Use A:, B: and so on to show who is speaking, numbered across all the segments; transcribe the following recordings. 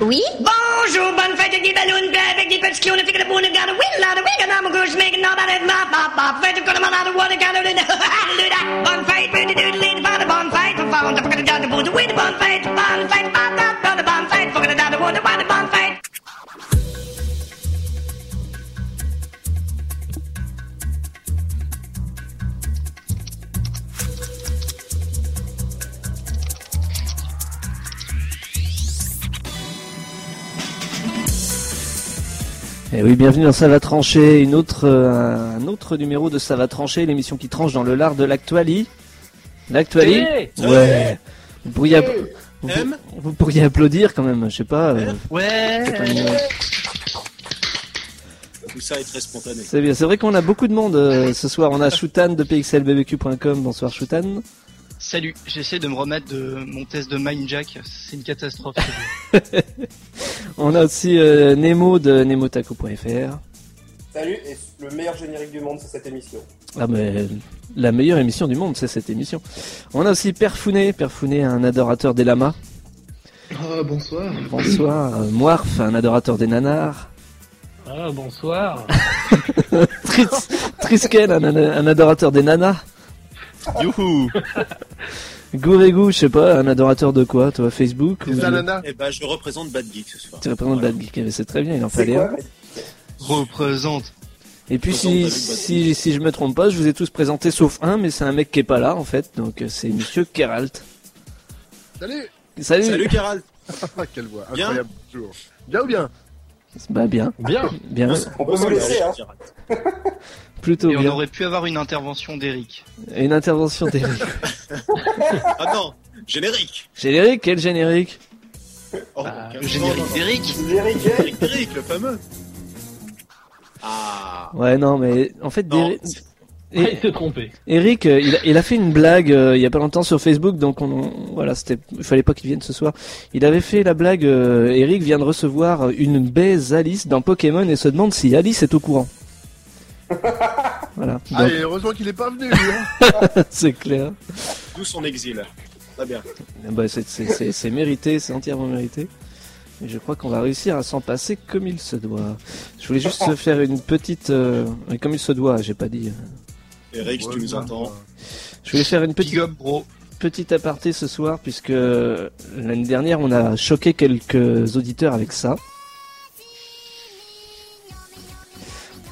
A: Oui
B: Bonjour, bonne fête avec des ballons bleus, avec des petits clowns, avec des bonnes gardes. Oui, là, oui, là, mon gauche, mec, non, bah, bah, bah, bah, fête, comme on a le water, garde, le, le, le, bonne fête, le, le, le, le, le, bonne fête, on va, on va, on va, on va, on va, oui, bonne fête, bonne fête, bah, bah, bah, de bonne fête, faut que le dade, on va, de bonne fête.
C: Eh oui, bienvenue dans Ça va trancher, une autre, euh, un autre numéro de Ça va trancher, l'émission qui tranche dans le lard de l'actuali. L'actuali
D: Ouais.
C: Ouais. Vous pourriez, app- vous,
E: M
C: vous pourriez applaudir quand même, je sais pas. euh,
D: Ouais.
E: Tout ça est très spontané.
C: c'est bien, c'est vrai qu'on a beaucoup de monde euh, ce soir. On a Shoutan de pxlbbq.com. Bonsoir Shoutan.
D: Salut, j'essaie de me remettre de mon test de Mindjack, c'est une catastrophe.
C: On a aussi euh, Nemo de nemotaco.fr.
F: Salut, et le meilleur générique du monde, c'est cette émission.
C: Ah mais la meilleure émission du monde, c'est cette émission. On a aussi Perfouné, Perfouné, un adorateur des lamas.
G: Ah, bonsoir.
C: Bonsoir. Euh, Moirf, un adorateur des nanars.
H: Ah, bonsoir.
C: Tris- Triskel, un, un adorateur des nanas.
E: Youhou
C: Gourégou, je sais pas, un adorateur de quoi Toi, Facebook ou-
G: Les ananas.
E: Eh ben, je représente Bad Geek ce soir.
C: Tu représentes
E: Voilà.
C: Bad Geek, mais c'est très bien, il en
F: C'est
C: fallait
F: quoi
C: un.
D: Représente.
C: Et puis,
E: Représente
C: si,
E: Bad Geek.
C: si, si je me trompe pas, je vous ai tous présenté sauf un, mais c'est un mec qui est pas là, en fait, donc euh, c'est Monsieur Keralt.
G: Salut
C: Salut,
E: Salut, Gérald
G: Ah, Quelle voix
E: Bien
G: Incroyable, toujours. Bien ou bien
C: Bah bien,
H: Bien.
C: bien,
F: On peut me laisser, hein
E: Gérald.
C: plutôt
D: Et on
C: bien.
D: aurait pu avoir une intervention d'Eric.
C: Et Une intervention d'Eric.
E: Ah non, générique
C: Générique, quel générique
E: Oh,
H: Bah,
E: quel-
D: Le générique d'Eric
F: Générique, eh
E: Générique d'Eric, le fameux Ah
C: Ouais, non, mais en fait,
E: Non,
C: d'Eric-
E: c'est-
H: Ah,
C: Et-
H: il s'est trompé.
C: Eric, euh, il a, il a fait une blague euh, il y a pas longtemps sur Facebook, donc on, on- voilà, c'était, il fallait pas qu'il vienne ce soir. Il avait fait la blague. euh, Eric vient de recevoir une baise Alice dans Pokémon et se demande si Alice est au courant. voilà,
G: Ah,
C: donc,
G: et heureusement qu'il est pas venu, lui, hein.
C: c'est clair.
E: d'où son exil Très bien.
C: Eh ben, c'est, c'est- c'est- c'est mérité, c'est entièrement mérité. Et je crois qu'on va réussir à s'en passer comme il se doit. Je voulais juste faire une petite, euh, comme il se doit, j'ai pas dit.
E: Eric, si tu nous
G: Ouais,
E: entends.
C: Je voulais faire une petite.
D: Big up, bro.
C: petit aparté ce soir puisque euh, l'année dernière on a choqué quelques auditeurs avec ça.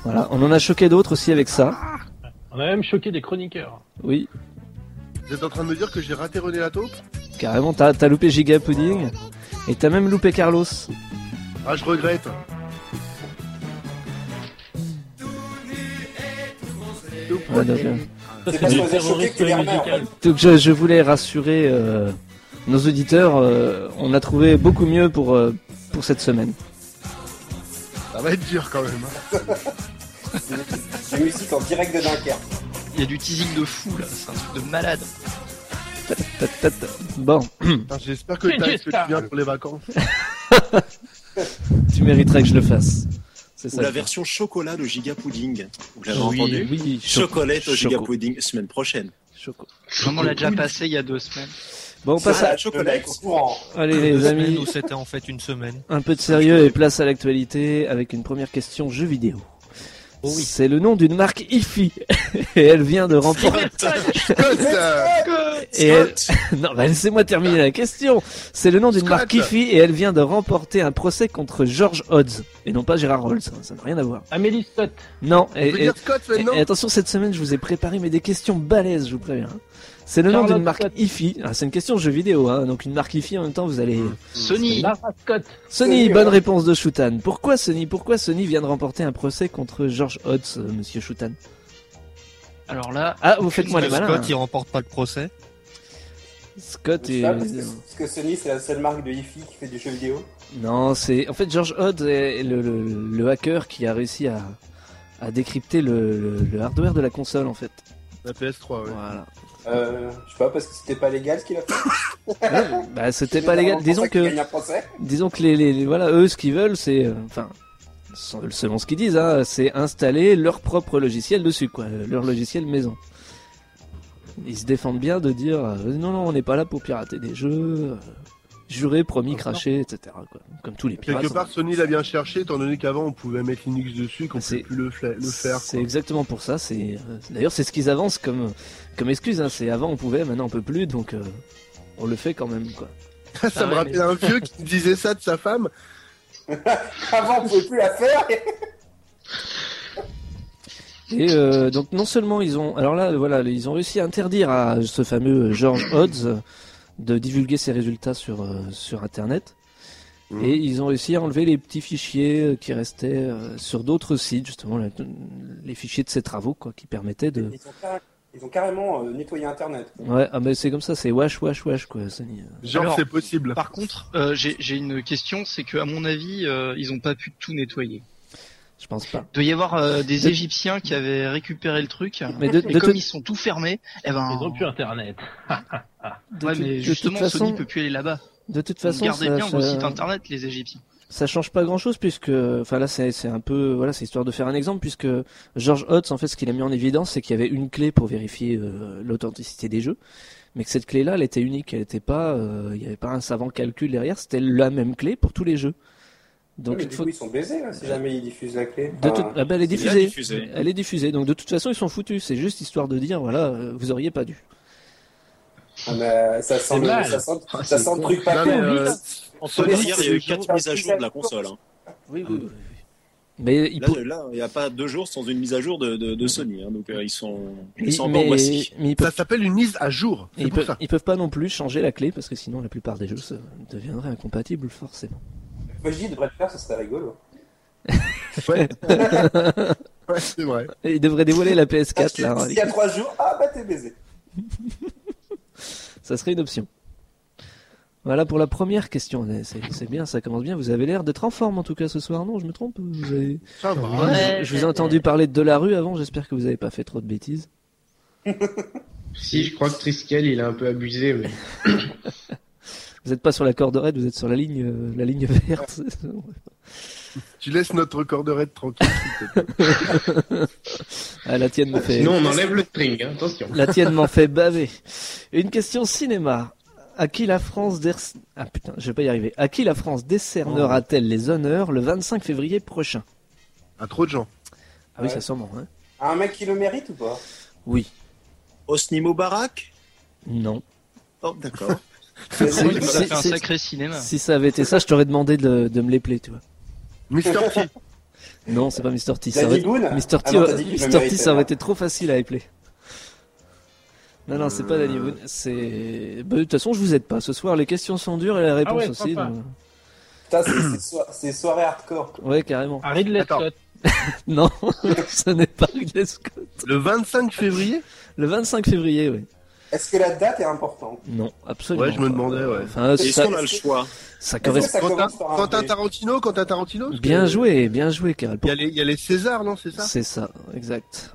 C: Voilà, on en a choqué d'autres aussi avec ça.
H: On a même choqué des chroniqueurs.
C: Oui,
G: Vous êtes en train de me dire que j'ai raté René la taupe
C: carrément, t'as t'as loupé Giga Pudding et t'as même loupé Carlos.
G: Ah, je regrette.
C: Ouais, donc, euh,
F: C'est parce
H: du
F: qu'on les a choqués que tu les
H: terrorisme
F: remets, en fait.
H: musical.
C: donc je, je voulais rassurer euh, nos auditeurs, euh, on a trouvé beaucoup mieux pour, euh, pour cette semaine.
G: Ça va être dur quand même. hein.
F: Des musiques en direct de Dunkerque.
D: Il y a du teasing de fou là, c'est un truc de malade.
C: Ta- ta- ta- Bon,
G: Putain, J'espère que,
H: C'est
G: t'as-
H: juste
G: que
H: ça.
G: tu viens pour les vacances.
C: tu mériterais que je le fasse. C'est
E: Ou
C: ça.
E: la version chocolat de Giga Pudding. Vous l'avez
C: Oui,
E: entendu
C: oui,
E: Chocolat au Giga
C: Choco.
E: Pudding, semaine prochaine.
C: Choco.
D: Vraiment, on l'a déjà passé il y a deux semaines.
C: Bon, on passe à...
E: la chocolat.
F: Le mec au courant.
C: Allez les amis,
I: Ou c'était en fait une semaine.
C: Un peu de sérieux et place à l'actualité avec une première question jeu vidéo.
I: Oh oui.
C: C'est le nom d'une marque IFI et elle vient de remporter.
G: Scott, euh,
C: et elle- Non, bah laissez-moi terminer la question. C'est le nom d'une
G: Scott.
C: marque IFI et elle vient de remporter un procès contre George Hodds et non pas Gérard Rolls. Ça n'a rien à voir.
H: Amélie Stott.
C: Non.
G: on
C: Et,
G: peut
C: et-
G: dire Scott maintenant
C: et attention, cette semaine, je vous ai préparé mais des questions balèzes, je vous préviens. hein. C'est le nom
H: Charlotte
C: d'une marque
H: Scott.
C: IFI. Ah, C'est une question jeu vidéo, hein. donc une marque IFI en même temps, vous allez.
G: Hmm.
D: Sony,
H: Lara Scott.
C: Sony,
F: Sony,
C: bonne
F: ouais.
C: réponse de Shoutan. Pourquoi Sony Pourquoi Sony vient de remporter un procès contre George Hotz, euh, monsieur Shoutan
D: alors là,
C: Ah, vous faites-moi les
D: Parce
C: malins. hein.
I: Scott, il remporte pas le procès.
C: Scott
F: Je
C: est...
F: sais pas, Parce que, parce que Sony, c'est la seule marque de hi-fi qui fait du jeu vidéo.
C: Non, c'est... En fait, George Hotz est le, le- le hacker qui a réussi à, à décrypter le, le- le hardware de la console, en fait.
G: La PS3, ouais.
C: Voilà.
F: Euh, je sais pas, parce que c'était pas légal ce qu'il a fait.
C: Ouais, bah, c'était pas légal. Disons
F: Il
C: que...
F: gagne un procès.
C: Disons que les, les- les- voilà, eux, ce qu'ils veulent, c'est, euh, enfin, selon selon ce qu'ils disent, hein, c'est installer leur propre logiciel dessus, quoi, euh, leur logiciel maison. Ils se défendent bien de dire, euh, non, non, on n'est pas là pour pirater des jeux, euh, Juré, promis, craché, etc. Quoi. Comme tous les pirates.
G: Quelque
C: hein.
G: part, Sony l'a bien cherché, étant donné qu'avant on pouvait mettre Linux dessus, qu'on ne
C: C'est-
G: pouvait plus le, fla- le faire.
C: C'est
G: quoi.
C: exactement pour ça. C'est euh, d'ailleurs c'est ce qu'ils avancent comme comme excuse. Hein. C'est avant on pouvait, maintenant on peut plus, donc euh, on le fait quand même quoi.
G: ça me rappelle un vieux qui disait ça de sa femme.
F: Avant, on pouvait plus la faire.
C: Et euh, donc non seulement ils ont, alors là voilà, ils ont réussi à interdire à ce fameux George Hodds euh, de divulguer ses résultats sur euh, sur Internet.
D: Mmh.
G: Mhm.
C: Et ils ont réussi à enlever les petits fichiers euh, qui restaient euh, sur d'autres sites, justement la- les fichiers de ses travaux, quoi, qui permettaient de.
F: Ils ont, car- ils ont carrément euh, nettoyé Internet.
C: Ouais, ah ben c'est comme ça, c'est wash, wash, wash, quoi, Sony. euh,
G: Genre,
D: Alors-
G: c'est possible.
D: Par contre, euh, j'ai j'ai une question, c'est que à mon avis, euh, ils ont pas pu tout nettoyer.
C: Je pense pas.
D: Il doit y avoir euh, des
C: De-
D: Égyptiens qui avaient récupéré le truc.
C: Mais de,
D: Et
C: de
D: comme
C: toute-
D: ils sont tout fermés, eh ben.
H: Ils ont plus internet.
C: de
D: ouais,
C: toute-
D: mais
C: de
D: justement,
C: toute façon,
D: Sony peut plus aller là-bas.
C: de toute façon,
D: Façon, Gardez
C: ça-
D: bien vos
C: ça-
D: sites internet, les Égyptiens.
C: ça change pas grand chose puisque enfin là c'est c'est un peu voilà c'est histoire de faire un exemple puisque George Hotz en fait ce qu'il a mis en évidence c'est qu'il y avait une clé pour vérifier euh, l'authenticité des jeux mais que cette clé là elle était unique elle était pas euh, il y avait pas un savant calcul derrière c'était la même clé pour tous les jeux donc
F: mais
C: il
F: du
C: faut
F: coup, ils sont baisés là, si jamais ils diffusent la clé.
C: de
F: Enfin,
C: toute- ah ben, elle est
E: C'est bien
C: diffusée.
E: diffusé.
C: Elle est diffusée. Donc de toute façon, ils sont foutus. C'est juste histoire de dire, voilà, euh, vous auriez pas dû.
F: ah, mais ça sent, le,
H: mal.
F: ça sent,
D: Ah,
F: ça
D: c'est
F: sent le truc
G: Non, mais,
F: papier.
G: euh,
E: En ce
F: Mais
E: dire,
F: c'est-
E: il y a eu
F: c'est-
E: quatre mises à jour de la console. hein.
C: Oui, oui, oui. Mais il
E: Là,
C: pour-
E: là, il n'y a pas deux jours sans une mise à jour de, de, de Sony. hein. Donc, euh, ils sont, ils sont
C: mais-
E: encore
C: mais
E: voici.
C: mais ils peuvent
G: Ça s'appelle une mise à jour.
C: Et
G: C'est
C: ils,
G: pour
C: peuvent,
G: ça.
C: ils peuvent pas non plus changer la clé parce que sinon la plupart des jeux ça deviendrait incompatible forcément.
F: Moi, je dis, ils devraient le faire, ça serait rigolo.
G: Ouais. ouais, c'est vrai.
C: Et ils devraient dévoiler la
G: Ah,
C: PS4 là, hein,
F: Il
C: avec-
F: Ah, y a trois jours, ah bah t'es baisé.
C: ça serait une option. Voilà pour la première question. Eh, C'est c'est bien, ça commence bien. Vous avez l'air d'être en forme en tout cas ce soir. Non, je me trompe. Vous avez-
G: Ça va. hein.
C: Je- je vous ai entendu parler de Delarue avant. J'espère que vous avez pas fait trop de bêtises.
A: Si, je crois que Triskel, il a un peu abusé, mais
C: Vous êtes pas sur la corde raide, vous êtes sur la ligne, euh, la ligne verte.
G: Tu laisses notre corderette tranquille. s'il te plaît.
C: ah, la tienne me fait.
A: sinon on enlève le string, hein, attention.
C: La tienne m'en fait baver. Une question cinéma. À qui la France der- ah, putain, je vais pas y arriver. À qui la France décernera-t-elle les honneurs le 25 février prochain
G: À trop de gens.
C: Ah oui,
F: Ouais.
C: ça sûrement. Hein
F: Ah, Un mec qui le mérite ou pas
C: oui.
E: Osni Barak
C: Non.
E: Oh, d'accord.
F: C'est-
D: Ça
C: c'est-
D: fait un
C: c'est-
D: sacré cinéma.
C: Ah. Si ça avait été ça, je t'aurais demandé de, de me l'épeler, tu vois.
G: Mister P.
C: Non, c'est pas Mr. T. Ça
F: Danny
C: aurait...
F: Boone
C: Mr. T,
F: Ah non, t'as dit qu'il le
C: Mr. T,
F: méritait,
C: ça aurait
F: là.
C: été trop facile à épeler. Non, non, c'est pas Danny Boone. C'est. Bah, de toute façon, je vous aide pas. Ce soir, les questions sont dures et la réponse
H: ouais,
C: aussi.
H: sympa.
C: donc-
F: Putain, hein. c'est- c'est soir- c'est soirée hardcore. quoi.
C: Ouais, carrément.
H: À Ridley
G: Attends.
H: Scott.
C: Non, ce n'est pas Ridley Scott.
G: Le 25 février
C: Le 25 février, oui.
F: Est-ce que la date est importante
C: Non, absolument.
G: Ouais, je me
C: pas.
G: demandais, ouais.
C: Enfin,
E: Est-ce
C: ça,
E: qu'on a le choix
C: ça
F: Est-ce que
C: correspond.
F: ça
G: Quentin,
F: commence par un
G: Quentin
F: V
G: Tarantino Quentin Tarantino parce
C: Bien
G: que-
C: joué, bien joué, Karel.
G: Il y, a les, il y a les Césars, non C'est ça
C: C'est ça, exact.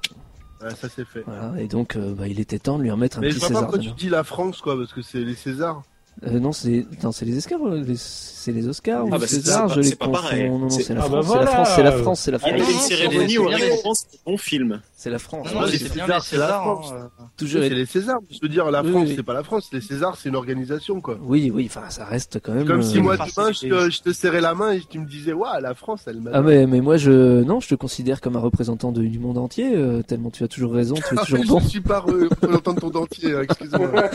G: Ouais, Ça c'est fait.
C: Voilà, et donc, euh, bah, il était temps de lui remettre un
G: Mais je
C: petit
G: vois pas
C: César.
G: pourquoi tu
C: d'honneur.
G: dis la France, quoi, parce que c'est les Césars.
C: Euh, non, c'est non, c'est les Oscars, euh, les- c'est les Oscars ou
E: Ah, bah, c'est
C: César,
E: pas-
C: je les
E: c'est pas pareil.
C: confonds. Non, non,
E: C'est-
C: c'est la,
H: Ah, bah,
C: France, c'est la
H: voilà.
C: France, c'est la France, c'est la
E: Ah, Il y a
D: non,
E: une
D: non,
C: France,
E: cérémonie où on
D: c'est bien
E: récompense les bons films.
C: c'est la France.
D: Non,
G: Ouais,
D: non,
G: les
D: c'est
G: Césars,
D: bien les
G: c'est la
D: Césars,
G: France.
D: hein, euh,
C: Toujours
G: C'est
C: est-
G: les Césars. Je veux dire, la
C: Oui,
G: France,
C: oui.
G: c'est pas la France. Les Césars, c'est une organisation, quoi.
C: Oui, oui, enfin, ça reste quand même.
G: Comme
C: euh,
G: si moi,
D: France,
G: demain,
D: c'est-
G: je te, je te serrais la main et tu me disais, waouh, la France, elle m'a.
C: Ah mais, mais moi je non je te considère comme un représentant de- du monde entier euh, tellement tu as toujours raison tu es
G: Ah,
C: toujours
G: je
C: bon
G: suis pas re- représentant de ton dentier, hein, excuse-moi.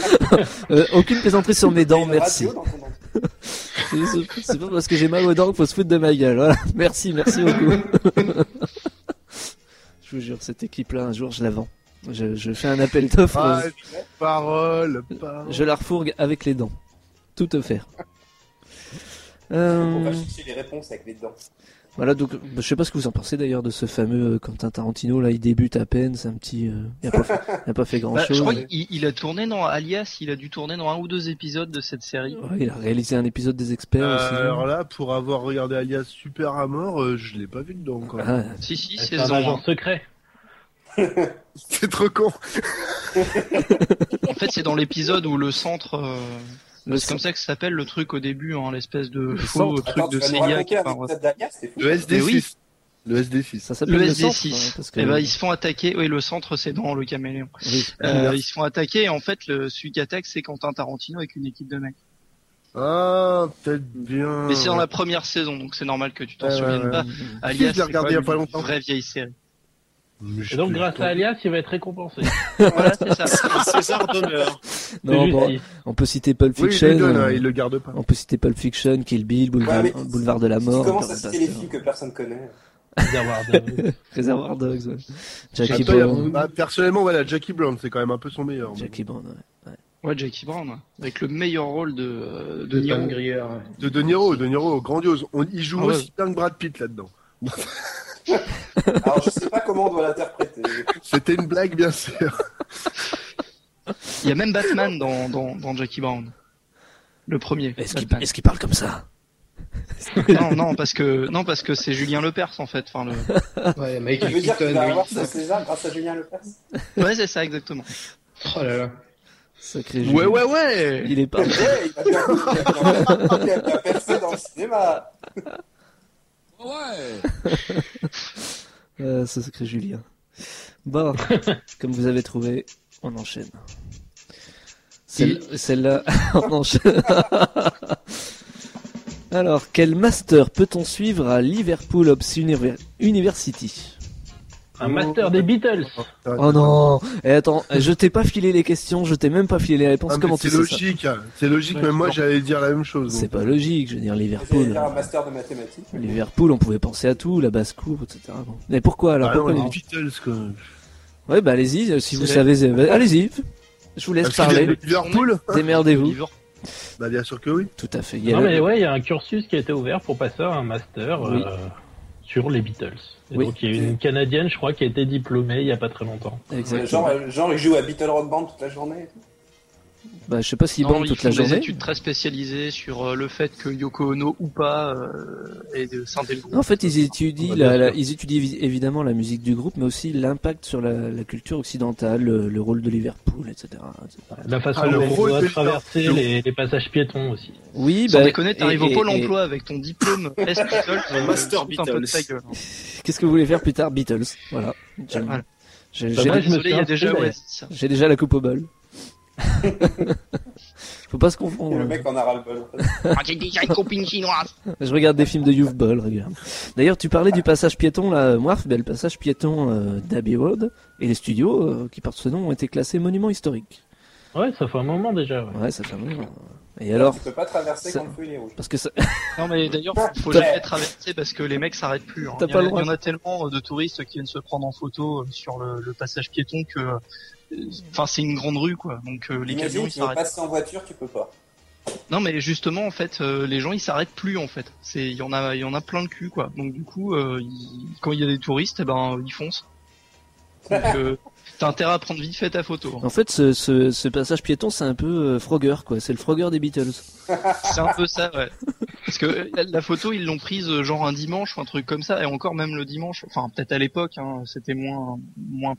C: Euh, aucune plaisanterie sur mes
F: Il y a
C: dents
F: une
C: merci
F: radio dans ton-
C: C'est- C'est c'est pas parce que j'ai mal aux dents qu'il faut se foutre de ma gueule. Voilà. Merci, merci beaucoup. je vous jure, cette équipe-là, un jour, je la vends. Je, je fais un appel d'offres.
G: Ah, parole, parole.
C: je la refourgue avec les dents. Tout offert. Euh,
F: On va chercher les réponses avec les dents.
C: voilà, donc bah, je sais pas ce que vous en pensez d'ailleurs de ce fameux euh, Quentin Tarantino. Là, il débute à peine, c'est un petit. euh, il, a pas fait, il a pas fait grand
D: bah, je
C: chose.
D: crois qu'il il a tourné dans Alias, il a dû tourner dans un ou deux épisodes de cette série.
C: Ouais, il a réalisé un épisode des experts
G: Euh,
C: aussi.
G: alors là, pour avoir regardé Alias Super à mort, euh, je l'ai pas vu dedans, quoi.
C: Ah,
D: Si, si,
H: C'est
D: saison
H: un agent
D: un.
H: secret.
G: C'est trop con.
D: En fait, c'est dans l'épisode où le centre. euh,
C: le
D: C'est comme ça que ça s'appelle le truc au début, hein, l'espèce de faux
C: centre.
D: truc
F: Attends,
D: de
F: tu vas nous
D: Céliac.
F: raconter un
D: enfin, bref.
F: épisode d'Alias, c'est fou.
G: Le SD6.
D: oui.
G: Le SD6.
C: ça s'appelle
D: le
C: le centre, hein, parce
D: SD6.
C: que-
D: Eh ben, ils se font attaquer. Oui, le centre, c'est dans le caméléon.
C: Oui. Euh,
D: Euh, ils se font attaquer et en fait, le, celui qui attaque, c'est Quentin Tarantino avec une équipe de mecs.
G: Ah, peut-être bien. Euh,
D: Mais c'est dans la première saison, donc c'est normal que tu t'en
G: Ah, Ouais,
D: souviennes
G: ouais,
D: pas.
G: ouais.
D: Alias,
G: je l'ai
D: c'est
G: regardé
D: quand
G: il y a
D: même
G: pas
D: une
G: longtemps.
D: Vraie vieille série.
G: Mais je
H: Et donc,
G: te-
H: grâce à Alias, il va être récompensé.
D: voilà, c'est ça.
F: Ah,
E: C'est ça, d'honneur.
C: Non,
H: C'est
C: bon,
H: justice.
C: on peut citer Pulp
G: Oui, il
C: Fiction.
G: le donne,
C: euh,
G: hein, il le garde pas.
C: On peut citer Pulp Fiction, Kill Bill, Boulevard,
F: Ouais, mais si-
C: Boulevard de la
F: Si tu
C: Mort.
F: commences à
C: Internet
F: citer les
C: Bastard,
F: films que personne connaît.
H: D'avoir de-
C: Reservoir Dogs, ouais. Jackie
G: Après,
C: Brown.
G: bah, personnellement, voilà, Jackie Brown, c'est quand même un peu son meilleur. mais
C: Jackie Brown, ouais.
D: Ouais, Jackie Brown, hein. avec le meilleur rôle de, euh, de
A: de Tom
D: Niro.
A: Grier. ouais.
G: bon. De De Niro, De Niro, grandiose. On, il joue
D: Ah ouais.
G: aussi bien que Brad Pitt là-dedans.
F: Alors, je sais pas comment on doit l'interpréter.
G: C'était une blague, bien sûr.
D: Il y a même Batman dans, dans, dans Jackie Brown. Le premier.
C: Est-ce qu'il
D: Batman.
C: est-ce qu'il parle comme ça
D: Non, non, parce que, non, parce que c'est Julien Lepers, en fait. Enfin, le...
A: Ouais,
F: Je
A: Michael
F: veux dire qu'il
A: Keaton,
F: va
A: oui.
F: avoir son César grâce à Julien Lepers.
D: Ouais, c'est ça, exactement.
A: Oh là là.
C: Sacré jeu.
D: Ouais, ouais, ouais!
C: Il est pas.
F: Ouais, Eh, il a bien- il a bien- il a bien percé dans le cinéma.
C: Euh, ce sacré Julien. Bon, comme vous avez trouvé, on enchaîne. Celle- Celle-là, on enchaîne. Alors, quel master peut-on suivre à Liverpool Ops Univer- University
H: un master des Beatles.
C: Oh non Et attends, eh, je t'ai pas filé les questions, je t'ai même pas filé les réponses.
G: Ah, mais
C: Comment tu
G: c'est
C: sais ça
G: logique, hein. c'est logique,
D: Ouais,
G: même moi
D: bon.
G: j'allais dire la même chose.
C: C'est
G: donc.
C: pas logique, je veux dire
F: J'allais
C: Liverpool.
F: dire un master de mathématiques.
C: Liverpool, on pouvait penser à tout, la basse-cour, etc. Bon. Mais pourquoi alors
G: Ah non,
C: pourquoi
G: les
C: non
G: Beatles, quoi.
C: Ouais, bah allez-y, euh, si vous
D: C'est-
C: savez, euh, bah, allez-y. Je vous laisse
G: Parce qu'il vient de
C: parler,
G: Liverpool
C: démerdez-vous.
D: Liverpool.
G: Bah, bien sûr que oui.
C: Tout à fait. Il y a
H: Non,
C: le-
H: mais ouais, il y a un cursus qui a été ouvert pour passer à un master euh,
C: Oui.
H: sur les Beatles. Et
C: Oui.
H: donc, il y a une Canadienne, je crois, qui a été diplômée il y a pas très longtemps.
C: Exactement.
F: Genre, euh, genre, il joue à Beatle Rock Band toute la journée.
C: Bah, je sais pas s'ils
D: Non,
C: bandent
D: ils
C: toute la
D: font des
C: journée.
D: études très spécialisées sur euh, le fait que Yoko Ono ou pas euh, est de synthé le
C: En
D: groupe.
C: fait, ils étudient,
G: On va
C: la,
G: bien
C: la-
G: sûr.
C: ils étudient évi- évidemment la musique du groupe, mais aussi l'impact sur la, la culture occidentale, le, le rôle de Liverpool, etc. etc.
H: La façon
G: Ah, le
H: dont
G: rôle
H: on doit
G: des
H: traverser
G: Beatles.
H: les, les passages piétons aussi.
C: Oui,
D: Sans
C: bah,
D: déconner, t'arrives
C: et-
D: au
C: et-
D: pôle
C: et-
D: emploi avec ton diplôme S Beatles, euh,
E: Master
D: fous un peu de
E: Beatles.
D: ta gueule, hein.
C: Qu'est-ce que vous voulez faire plus tard, Beatles Voilà. J'ai-
D: Voilà.
C: j'ai-
H: Bah,
C: j'ai-
H: moi, je me
D: Désolé,
H: suis
D: il y a
H: inscrit,
D: déjà
H: d'ailleurs.
D: ouais, c'est ça.
C: J'ai déjà la coupe au bol. Faut pas se
F: Et
C: confondre. hein.
F: le mec en a ras le bol.
B: Ah, J'ai déjà une copine chinoise.
C: Je regarde des films de Youth Ball, regarde. D'ailleurs, tu parlais du passage piéton, là, euh, Moirf, ben, le passage piéton euh, d'Abbey Road et les studios euh, qui portent ce nom ont été classés monuments historiques.
H: Ouais, ça fait un moment déjà. Ouais.
C: Ouais, ça fait un moment. hein. Et alors
F: Tu peux pas traverser
C: Ça-
F: quand le feu il est rouge.
C: Parce que ça...
D: Non mais d'ailleurs, faut- faut
F: T'as-
D: jamais traverser parce que les mecs s'arrêtent plus. hein.
C: T'as
D: Il y,
C: pas
D: en a-
C: le droit.
D: il y en a tellement euh, de touristes qui viennent se prendre en photo euh, sur le, le passage piéton que, euh, enfin, c'est une grande rue quoi. Donc euh, les camions
F: Imagine,
D: ils
F: tu veux
D: s'arrêtent.
F: passer en voiture, tu peux pas.
D: Non mais justement en fait, euh, les gens ils s'arrêtent plus en fait. C'est il y en a, il y en a plein le cul quoi. Donc du coup, euh, ils- quand il y a des touristes, eh ben ils foncent. Donc euh, t'as intérêt à prendre vite fait ta photo. hein.
C: En fait, ce, ce, ce passage piéton, c'est un peu euh, Frogger, quoi. C'est le Frogger des Beatles.
D: C'est un peu ça ouais. Parce que euh, la, la photo ils l'ont prise euh, genre un dimanche ou un truc comme ça et encore même le dimanche. Enfin peut-être à l'époque, hein, c'était moins moins.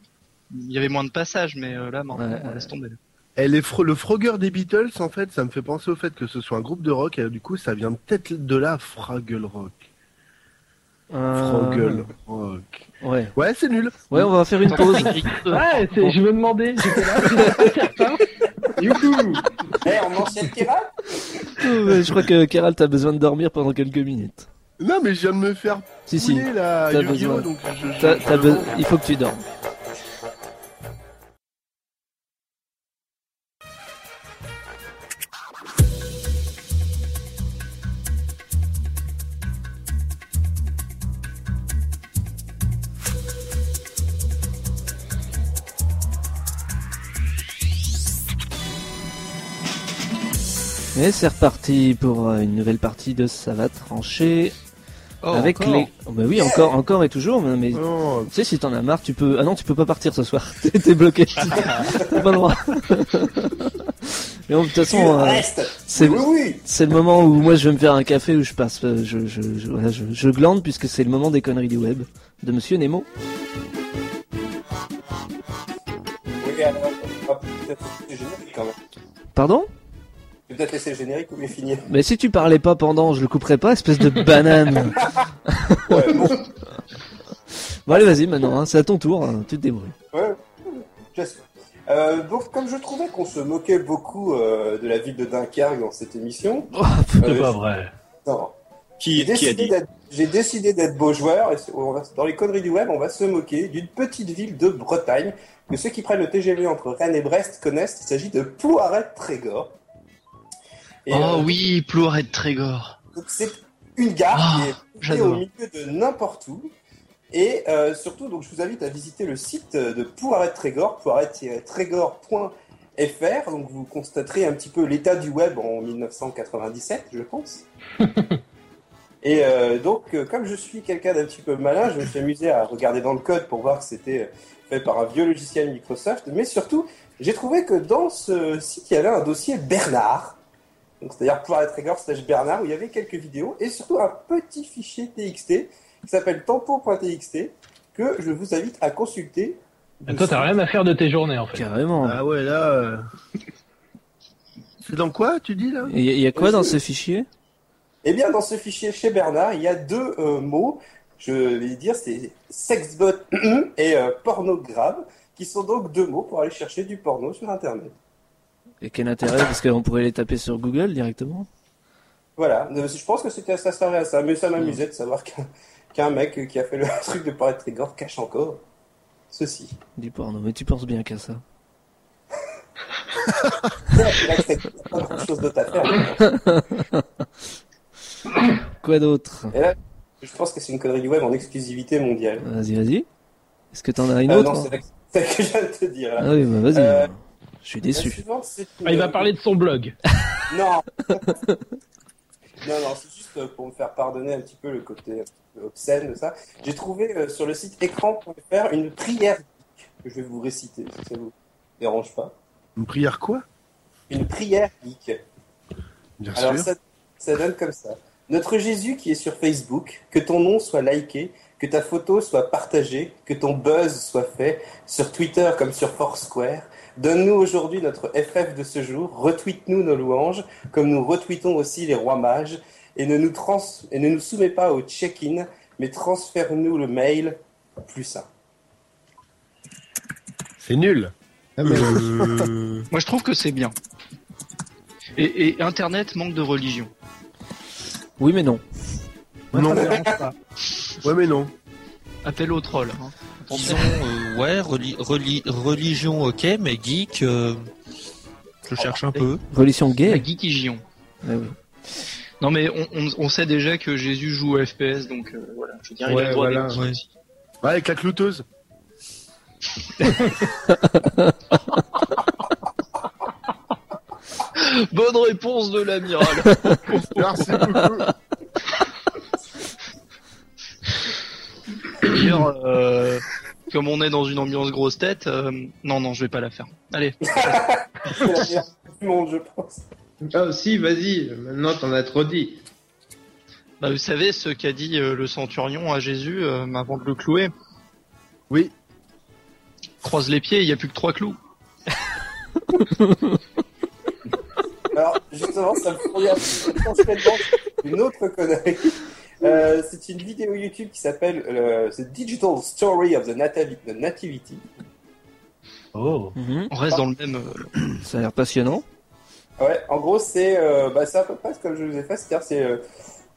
D: Il y avait moins de passages, mais euh, là maintenant
C: Ouais,
D: on laisse tomber.
G: Et les fro- le Frogger des Beatles, en fait, ça me fait penser au fait que ce soit un groupe de rock, et du coup, ça vient peut-être de la Fraggle Rock.
C: Ah.
G: Froggle Rock.
C: Euh, Ouais.
G: Ouais, c'est nul.
C: Ouais, on va faire une pause.
H: Ouais, c'est- je me demandais, j'étais là, j'étais certain.
F: Eh, on enchaîne Kemal
C: Euh, Je crois que Keral, t'as besoin de dormir pendant quelques minutes.
G: Non, mais je viens de me faire
C: Si, si.
G: pouler, là,
C: T'as
G: Yu-Gi-Oh!
C: besoin.
G: Donc, je, je-
C: T'as-
G: je-
C: t'as be- Il faut que tu dormes. Et c'est reparti pour euh, une nouvelle partie de Ça va trancher avec les. Oh, bah oui, encore, encore et toujours, mais- mais
G: Non,
C: tu sais, si t'en as marre, tu peux. Ah non, tu peux pas partir ce soir. T'es- T'es bloqué. T'as pas le droit. Mais bon, de toute
F: Tu
C: façon, euh,
F: restes
C: c'est
F: Oui, oui
C: c'est le moment où moi je vais me faire un café où je passe. euh, Je, je, je, voilà, je, je glande puisque c'est le moment des conneries du web de Monsieur Nemo.
F: Oui, alors, on va peut-être laisser le générique quand même.
C: Pardon
F: Je vais peut-être laisser le générique ou bien finir.
C: Mais si tu parlais pas pendant, je le couperais pas, espèce de banane.
F: Ouais, bon,
C: Bon allez, vas-y maintenant. hein, c'est à ton tour. hein, tu te débrouilles.
F: ouais. Je sais. Euh, donc, comme je trouvais qu'on se moquait beaucoup euh, de la ville de Dunkerque dans cette émission,
C: Oh,
J: C'est
F: euh,
J: pas vrai.
F: non. J'ai
E: Qui, qui a
F: décidé
E: dit
F: d'être- j'ai décidé d'être beau joueur et on va- dans les conneries du web, on va se moquer d'une petite ville de Bretagne que ceux qui prennent le TGV entre Rennes et Brest connaissent. Il s'agit de Plouaret-Trégor. Et,
D: Oh
F: euh,
D: oui, Plouaret de Trégor.
F: donc c'est une gare
D: Ah,
F: qui est située au
D: j'adore.
F: milieu de n'importe où. Et euh, surtout, donc, je vous invite à visiter le site de Poiret Trégor, poiret-trégor.fr. Donc vous constaterez un petit peu l'état du web en 1997, je pense. Et euh, donc, euh, comme je suis quelqu'un d'un petit peu malin, je me suis amusé à regarder dans le code pour voir que c'était fait par un vieux logiciel Microsoft. Mais surtout, j'ai trouvé que dans ce site, il y avait un dossier Bernard. Donc, c'est-à-dire pouvoir être égard slash Bernard, où il y avait quelques vidéos et surtout un petit fichier TXT qui s'appelle tempo.txt que je vous invite à consulter.
J: Et toi, t'as rien à faire de tes journées, en fait.
C: Carrément.
G: Ah ouais, là. euh, C'est dans quoi, tu dis, là
C: Il y, a- y a quoi dans ces fichiers
F: Eh bien, dans ce fichier chez Bernard, il y a deux euh, mots, je vais dire, c'est sexbot et euh, pornogramme, qui sont donc deux mots pour aller chercher du porno sur Internet.
C: Et quel intérêt Parce qu'on pourrait les taper sur Google directement.
F: Voilà, Euh, je pense que c'était ça servait à ça, mais ça m'amusait de savoir qu'un qu'un mec qui a fait le truc de paraître Trégor cache encore ceci.
C: Du porno. Mais tu penses bien qu'à ça.
F: C'est vrai que c'est pas grand chose d'autre à faire.
C: Quoi d'autre
F: Je pense que c'est une connerie du web en exclusivité mondiale.
C: Vas-y, vas-y. Est-ce que t'en as une
F: Euh,
C: autre hein.
F: non, c'est la- c'est ce que je viens de te dire. là.
C: Ah oui, bah vas-y.
F: Euh,
C: Je suis
F: La
C: déçu.
F: suivante, c'est une-
J: Ah, il va parler de son blog.
F: Non Non, non, c'est juste pour me faire pardonner un petit peu le côté obscène de ça. J'ai trouvé euh, sur le site écran.fr une prière geek que je vais vous réciter, si ça vous dérange pas.
G: Une prière quoi
F: Une prière geek.
G: Bien
F: Alors
G: sûr.
F: ça, ça donne comme ça. Notre Jésus qui est sur Facebook, que ton nom soit liké, que ta photo soit partagée, que ton buzz soit fait, sur Twitter comme sur Foursquare. Donne-nous aujourd'hui notre FF de ce jour, retweet-nous nos louanges, comme nous retweetons aussi les rois mages, et ne nous, trans et ne nous soumets pas au check-in, mais transfère-nous le mail, plus ça.
G: C'est nul. Euh,
D: Moi, je trouve que c'est bien. Et, et Internet manque de religion.
C: Oui, mais non.
G: Non.
J: pas.
G: Ouais, mais non.
D: Appel au troll. hein.
I: Disons, euh, ouais, reli- reli- religion ok, mais geek, euh, je cherche un peu.
C: Religion
D: La
C: gay
D: geekigion.
C: Ah oui.
D: Non, mais on, on- on sait déjà que Jésus joue au FPS, donc euh, voilà. Je veux dire, il a
A: Ouais,
D: le droit
A: voilà,
D: d'être
I: ouais.
D: gentil.
G: Ouais, avec la clouteuse.
D: Bonne réponse de l'amiral.
G: Merci beaucoup.
D: D'ailleurs, euh, comme on est dans une ambiance grosse tête, euh, non, non, je vais pas la faire. Allez,
F: C'est la meilleure du monde, je pense.
A: Ah, si, vas-y, maintenant t'en as trop dit.
D: Bah, vous savez ce qu'a dit euh, le centurion à Jésus euh, avant de le clouer
G: Oui.
D: Croise les pieds, il y a plus que trois clous.
F: Alors, justement, ça me fournit un petit peu complètement une autre connerie. Euh, c'est une vidéo YouTube qui s'appelle euh, The Digital Story of the, Natavi- the Nativity.
J: Oh.
C: Mhm.
D: On reste dans le même. euh,
C: Ça a l'air passionnant.
F: Ouais, en gros, c'est euh, bah, c'est à peu près ce que je vous ai fait. C'est-à-dire, c'est euh,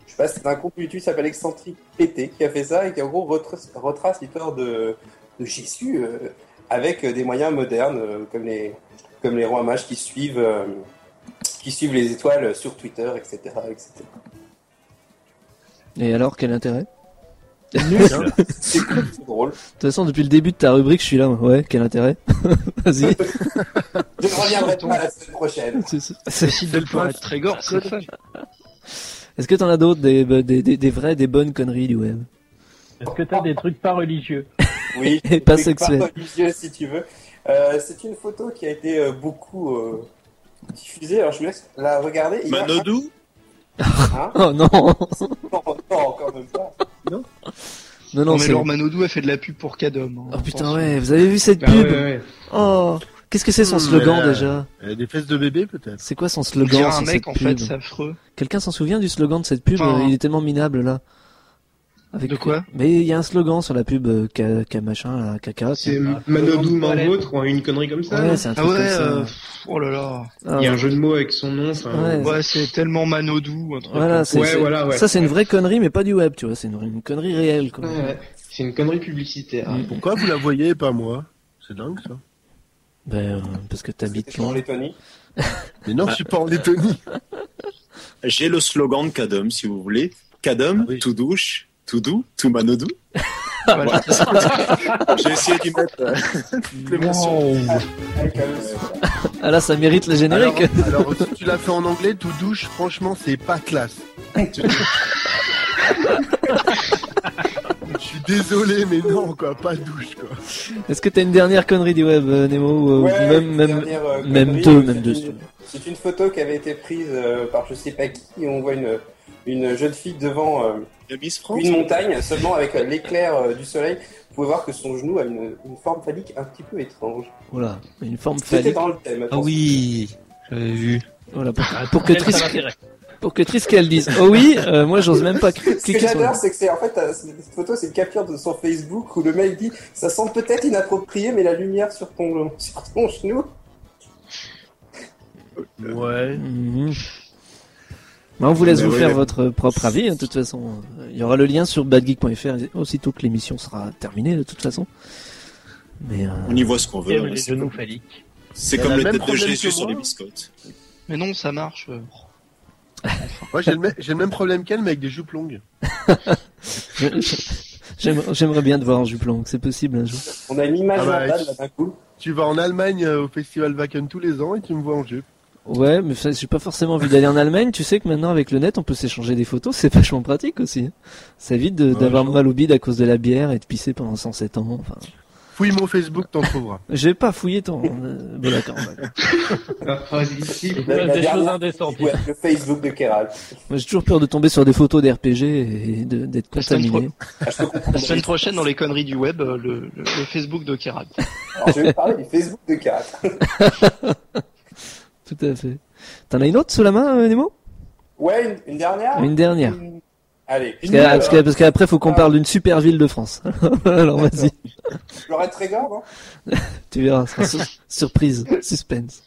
F: je sais pas, c'est un groupe YouTube qui s'appelle Excentric PT qui a fait ça et qui, en gros, retrace, retrace l'histoire de, de Jésus euh, avec euh, des moyens modernes euh, comme, les, comme les rois mages qui suivent, euh, qui suivent les étoiles sur Twitter, etc. etc.
C: Et alors, quel intérêt
F: C'est cool, c'est drôle.
C: De toute façon, depuis le début de ta rubrique, je suis là. moi. Ouais, quel intérêt Vas-y.
F: Je ne reviendrai pas la semaine prochaine.
C: C'est-
D: site de pour être Trégor, c'est fun.
C: Est-ce que t'en as d'autres des, bah, des, des, des vraies, des bonnes conneries du web
J: Est-ce que t'as des trucs pas religieux
F: Oui,
C: Et pas
F: c'est
C: sexuel.
F: pas religieux, si tu veux. Euh, c'est une photo qui a été euh, beaucoup euh, diffusée. Alors je vous laisse la regarder.
E: Bah,
F: Il y a
E: Manodou
F: un-
C: Oh non
F: Non, non, quand même pas.
C: Non,
D: Non,
C: non,
D: mais
C: c'est...
D: Laure Manodou, elle fait de la pub pour Cadom. hein.
C: Oh putain,
D: Attention.
C: ouais, vous avez vu cette
A: Ah,
C: pub
A: ouais, ouais.
C: Oh Qu'est-ce que c'est son
G: Hmm,
C: slogan
G: mais là-
C: déjà
G: Euh, des fesses de bébé, peut-être.
C: C'est quoi son
D: On dirait
C: slogan
D: un
C: sur
D: mec
C: cette
D: en
C: pub
D: fait, c'est affreux.
C: Quelqu'un s'en souvient du slogan de cette pub euh,
D: Enfin-
C: Il est tellement minable là. Avec de quoi Mais il y a un slogan sur la pub euh, K, K machin, là, caca.
A: C'est Manodou Mangoutre ou une connerie comme ça.
C: Ouais,
A: là.
C: c'est un
D: Ah
C: truc
D: ouais,
C: comme ça. Ah
D: euh, pff, oh là là.
A: Il y a un jeu de mots avec son nom. enfin,
C: Ouais.
D: Ouais, c'est tellement Manodou, un truc.
C: Voilà,
D: comme
C: c'est,
A: Ouais,
C: c'est-
A: voilà, ouais.
C: ça c'est une vraie connerie, mais pas du web, tu vois, c'est une, une connerie réelle. Quoi.
A: Ouais, ouais. C'est une connerie publicitaire.
C: Mm.
G: Pourquoi vous la voyez et pas moi C'est dingue ça.
C: Ben, euh, parce que t'habites
F: en
C: loin.
F: Lettonie.
G: Mais non, je suis pas en Lettonie.
E: J'ai le slogan de Kadum, si vous voulez. Kadum, tout douche, tout doux, tout manodou. Voilà. J'ai essayé d'y mettre euh, toutes les mentions.
F: Avec, euh,
C: Ah là, ça mérite le
G: Alors,
C: générique.
G: alors, si tu l'as fait en anglais, tout douche, franchement, c'est pas classe. Je suis désolé, mais non, quoi, pas douche, quoi.
A: euh,
C: Est-ce que t'as une dernière connerie du web, euh, Nemo ou-
F: ouais,
C: ou même,
F: une
C: même...
F: dernière, euh,
C: même
F: connerie,
C: deux,
F: c'est
C: même deux,
F: une-
C: si tu veux.
F: C'est une photo qui avait été prise euh, par je sais pas qui, et on voit une, une jeune fille devant euh,
E: de Miss
C: Oh,
E: France.
F: une montagne, seulement avec euh, l'éclair euh, du soleil. Vous pouvez voir que son genou a une, une forme phallique un petit peu étrange.
C: Voilà, une forme
F: C'était
C: phallique.
F: dans le thème.
I: Ah
F: attention.
I: oui, j'avais vu.
C: Voilà, pour,
A: Ah,
C: pour que Tris... pour que Triskel dise « Oh oui euh, moi j'ose même pas cl-
F: Ce que
C: cliquer sur...
F: j'adore, c'est que c'est en fait euh, cette photo, c'est une capture de son Facebook où le mec dit ça semble peut-être inapproprié, mais la lumière sur ton sur ton genou.
G: Ouais.
C: Mhm. Bah, on vous laisse
E: Mais
C: vous
E: oui,
C: faire
E: mais-
C: votre propre avis, hein, de toute façon. Il y aura le lien sur badgeek.fr aussitôt que l'émission sera terminée, de toute façon. Mais euh,
E: On y voit ce qu'on veut. hein.
J: Eh, les
E: C'est-
J: genoux phalliques.
E: C'est
G: Elle a
E: comme
G: le
E: la
G: même
E: tête de
G: problème
E: Jésus
G: que
E: sur
G: moi.
E: les biscottes.
D: Mais non, ça marche. euh.
G: Moi, j'ai le, même- j'ai le même problème qu'elle, mais avec des jupes longues.
C: j'aime- j'aimerais bien te voir en jupe longue, c'est possible un jour.
F: On a une image
G: Ah bah,
F: mentale là,
G: je-
F: d'un coup.
G: Tu vas en Allemagne euh, au festival Wacken tous les ans et tu me vois en jupe.
C: Ouais, mais ça, j'ai pas forcément envie d'aller en Allemagne. Tu sais que maintenant avec le net, on peut s'échanger des photos, c'est vachement pratique aussi. hein. Ça évite de-
G: Ouais,
C: d'avoir
G: je
C: mal au bide à cause de la bière et de pisser pendant 107 ans. Enfin,
G: Fouille mon Facebook, t'en trouveras.
C: j'ai pas fouillé tant. euh, bon, d'accord. bah.
A: La phrase ici.
F: La- la
J: des
F: dernière-
J: choses indécentes.
F: Ouais, le Facebook de Keral.
C: Moi, j'ai toujours peur de tomber sur des photos d'RPG et de- d'être
D: La semaine
C: contaminé.
F: Ah,
D: La semaine prochaine, dans les conneries du web, euh, le, le- le Facebook de Kerak.
F: Alors, je vais vous parler du Facebook de Keral.
C: Tout à fait. T'en as une autre sous la main, euh, Nemo
F: Ouais, une, une dernière.
C: Une dernière.
F: Une- Allez,
C: Parce
F: Ah.
C: qu'à-
F: une dernière. Ah.
C: parce qu'à- parce qu'après, faut qu'on parle d'une super ville de France. Alors vas-y,
F: Florette Trégor, non
C: tu verras. ça sera sur- surprise, suspense.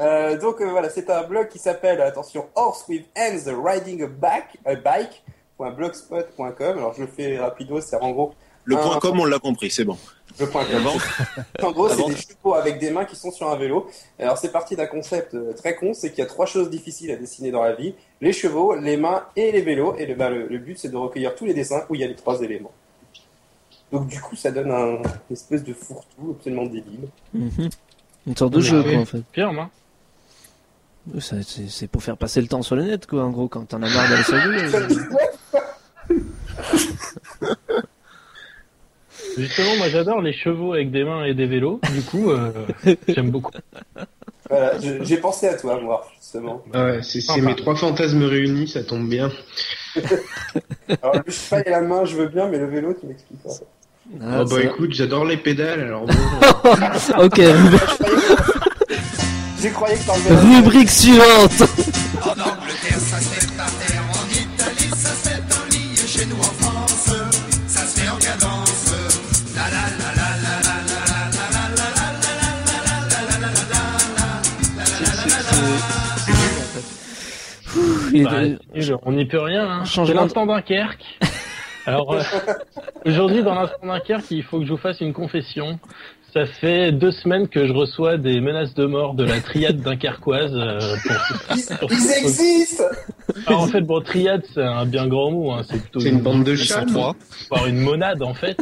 F: Euh, donc euh, voilà, c'est un blog qui s'appelle, attention, Horse with Hands Riding a, back, a Bike. .blogspot.com. Alors je le fais rapido, c'est en gros
E: Le
F: Ah.
E: point com, on l'a compris, c'est bon.
F: le point com.
E: Avant,
F: En gros, c'est
E: Avant-
F: des chevaux avec des mains qui sont sur un vélo. Alors, c'est parti d'un concept euh, très con, c'est qu'il y a trois choses difficiles à dessiner dans la vie. Les chevaux, les mains et les vélos. Et le, bah, le, le but, c'est de recueillir tous les dessins où il y a les trois éléments. Donc, du coup, ça donne un une espèce de fourre-tout absolument débile.
C: Mhm. Une sorte de jeu, quoi, en fait.
J: Firme, hein.
C: Ça, C'est c'est pour faire passer le temps sur le net, quoi, en gros, quand t'en as marre d'aller sur Google.
J: Justement, moi j'adore les chevaux avec des mains et des vélos. Du coup, euh, j'aime beaucoup.
F: Voilà, je- j'ai pensé à toi, moi, justement.
A: Ah Ouais, c'est c'est
J: Enfin.
A: mes trois fantasmes réunis, ça tombe bien.
F: Alors, le cheval et la main, je veux bien, mais le vélo, tu m'expliques. pas.
C: Ah,
A: oh bah
C: ça-
A: écoute, j'adore les pédales, alors bon.
C: ok,
F: J'ai croyé que t'enlevais la-
C: rubrique suivante.
D: C'est c'est- c'est- c'est nul, en fait.
C: Il est-
J: Bah, nul, on n'y peut rien. Hein.
C: Changement
J: C'est l'instant Dunkerque. Alors, euh, aujourd'hui, dans l'instant Dunkerque, il faut que je vous fasse une confession. Ça fait deux semaines que je reçois des menaces de mort de la triade dunkerquoise. euh,
F: Ils,
J: pour-
F: ils existent
J: Alors, en fait, bon, triade, c'est un bien grand mot. Hein. C'est plutôt
A: C'est une bande de chats.
D: Sans trois.
J: voire une monade, en fait.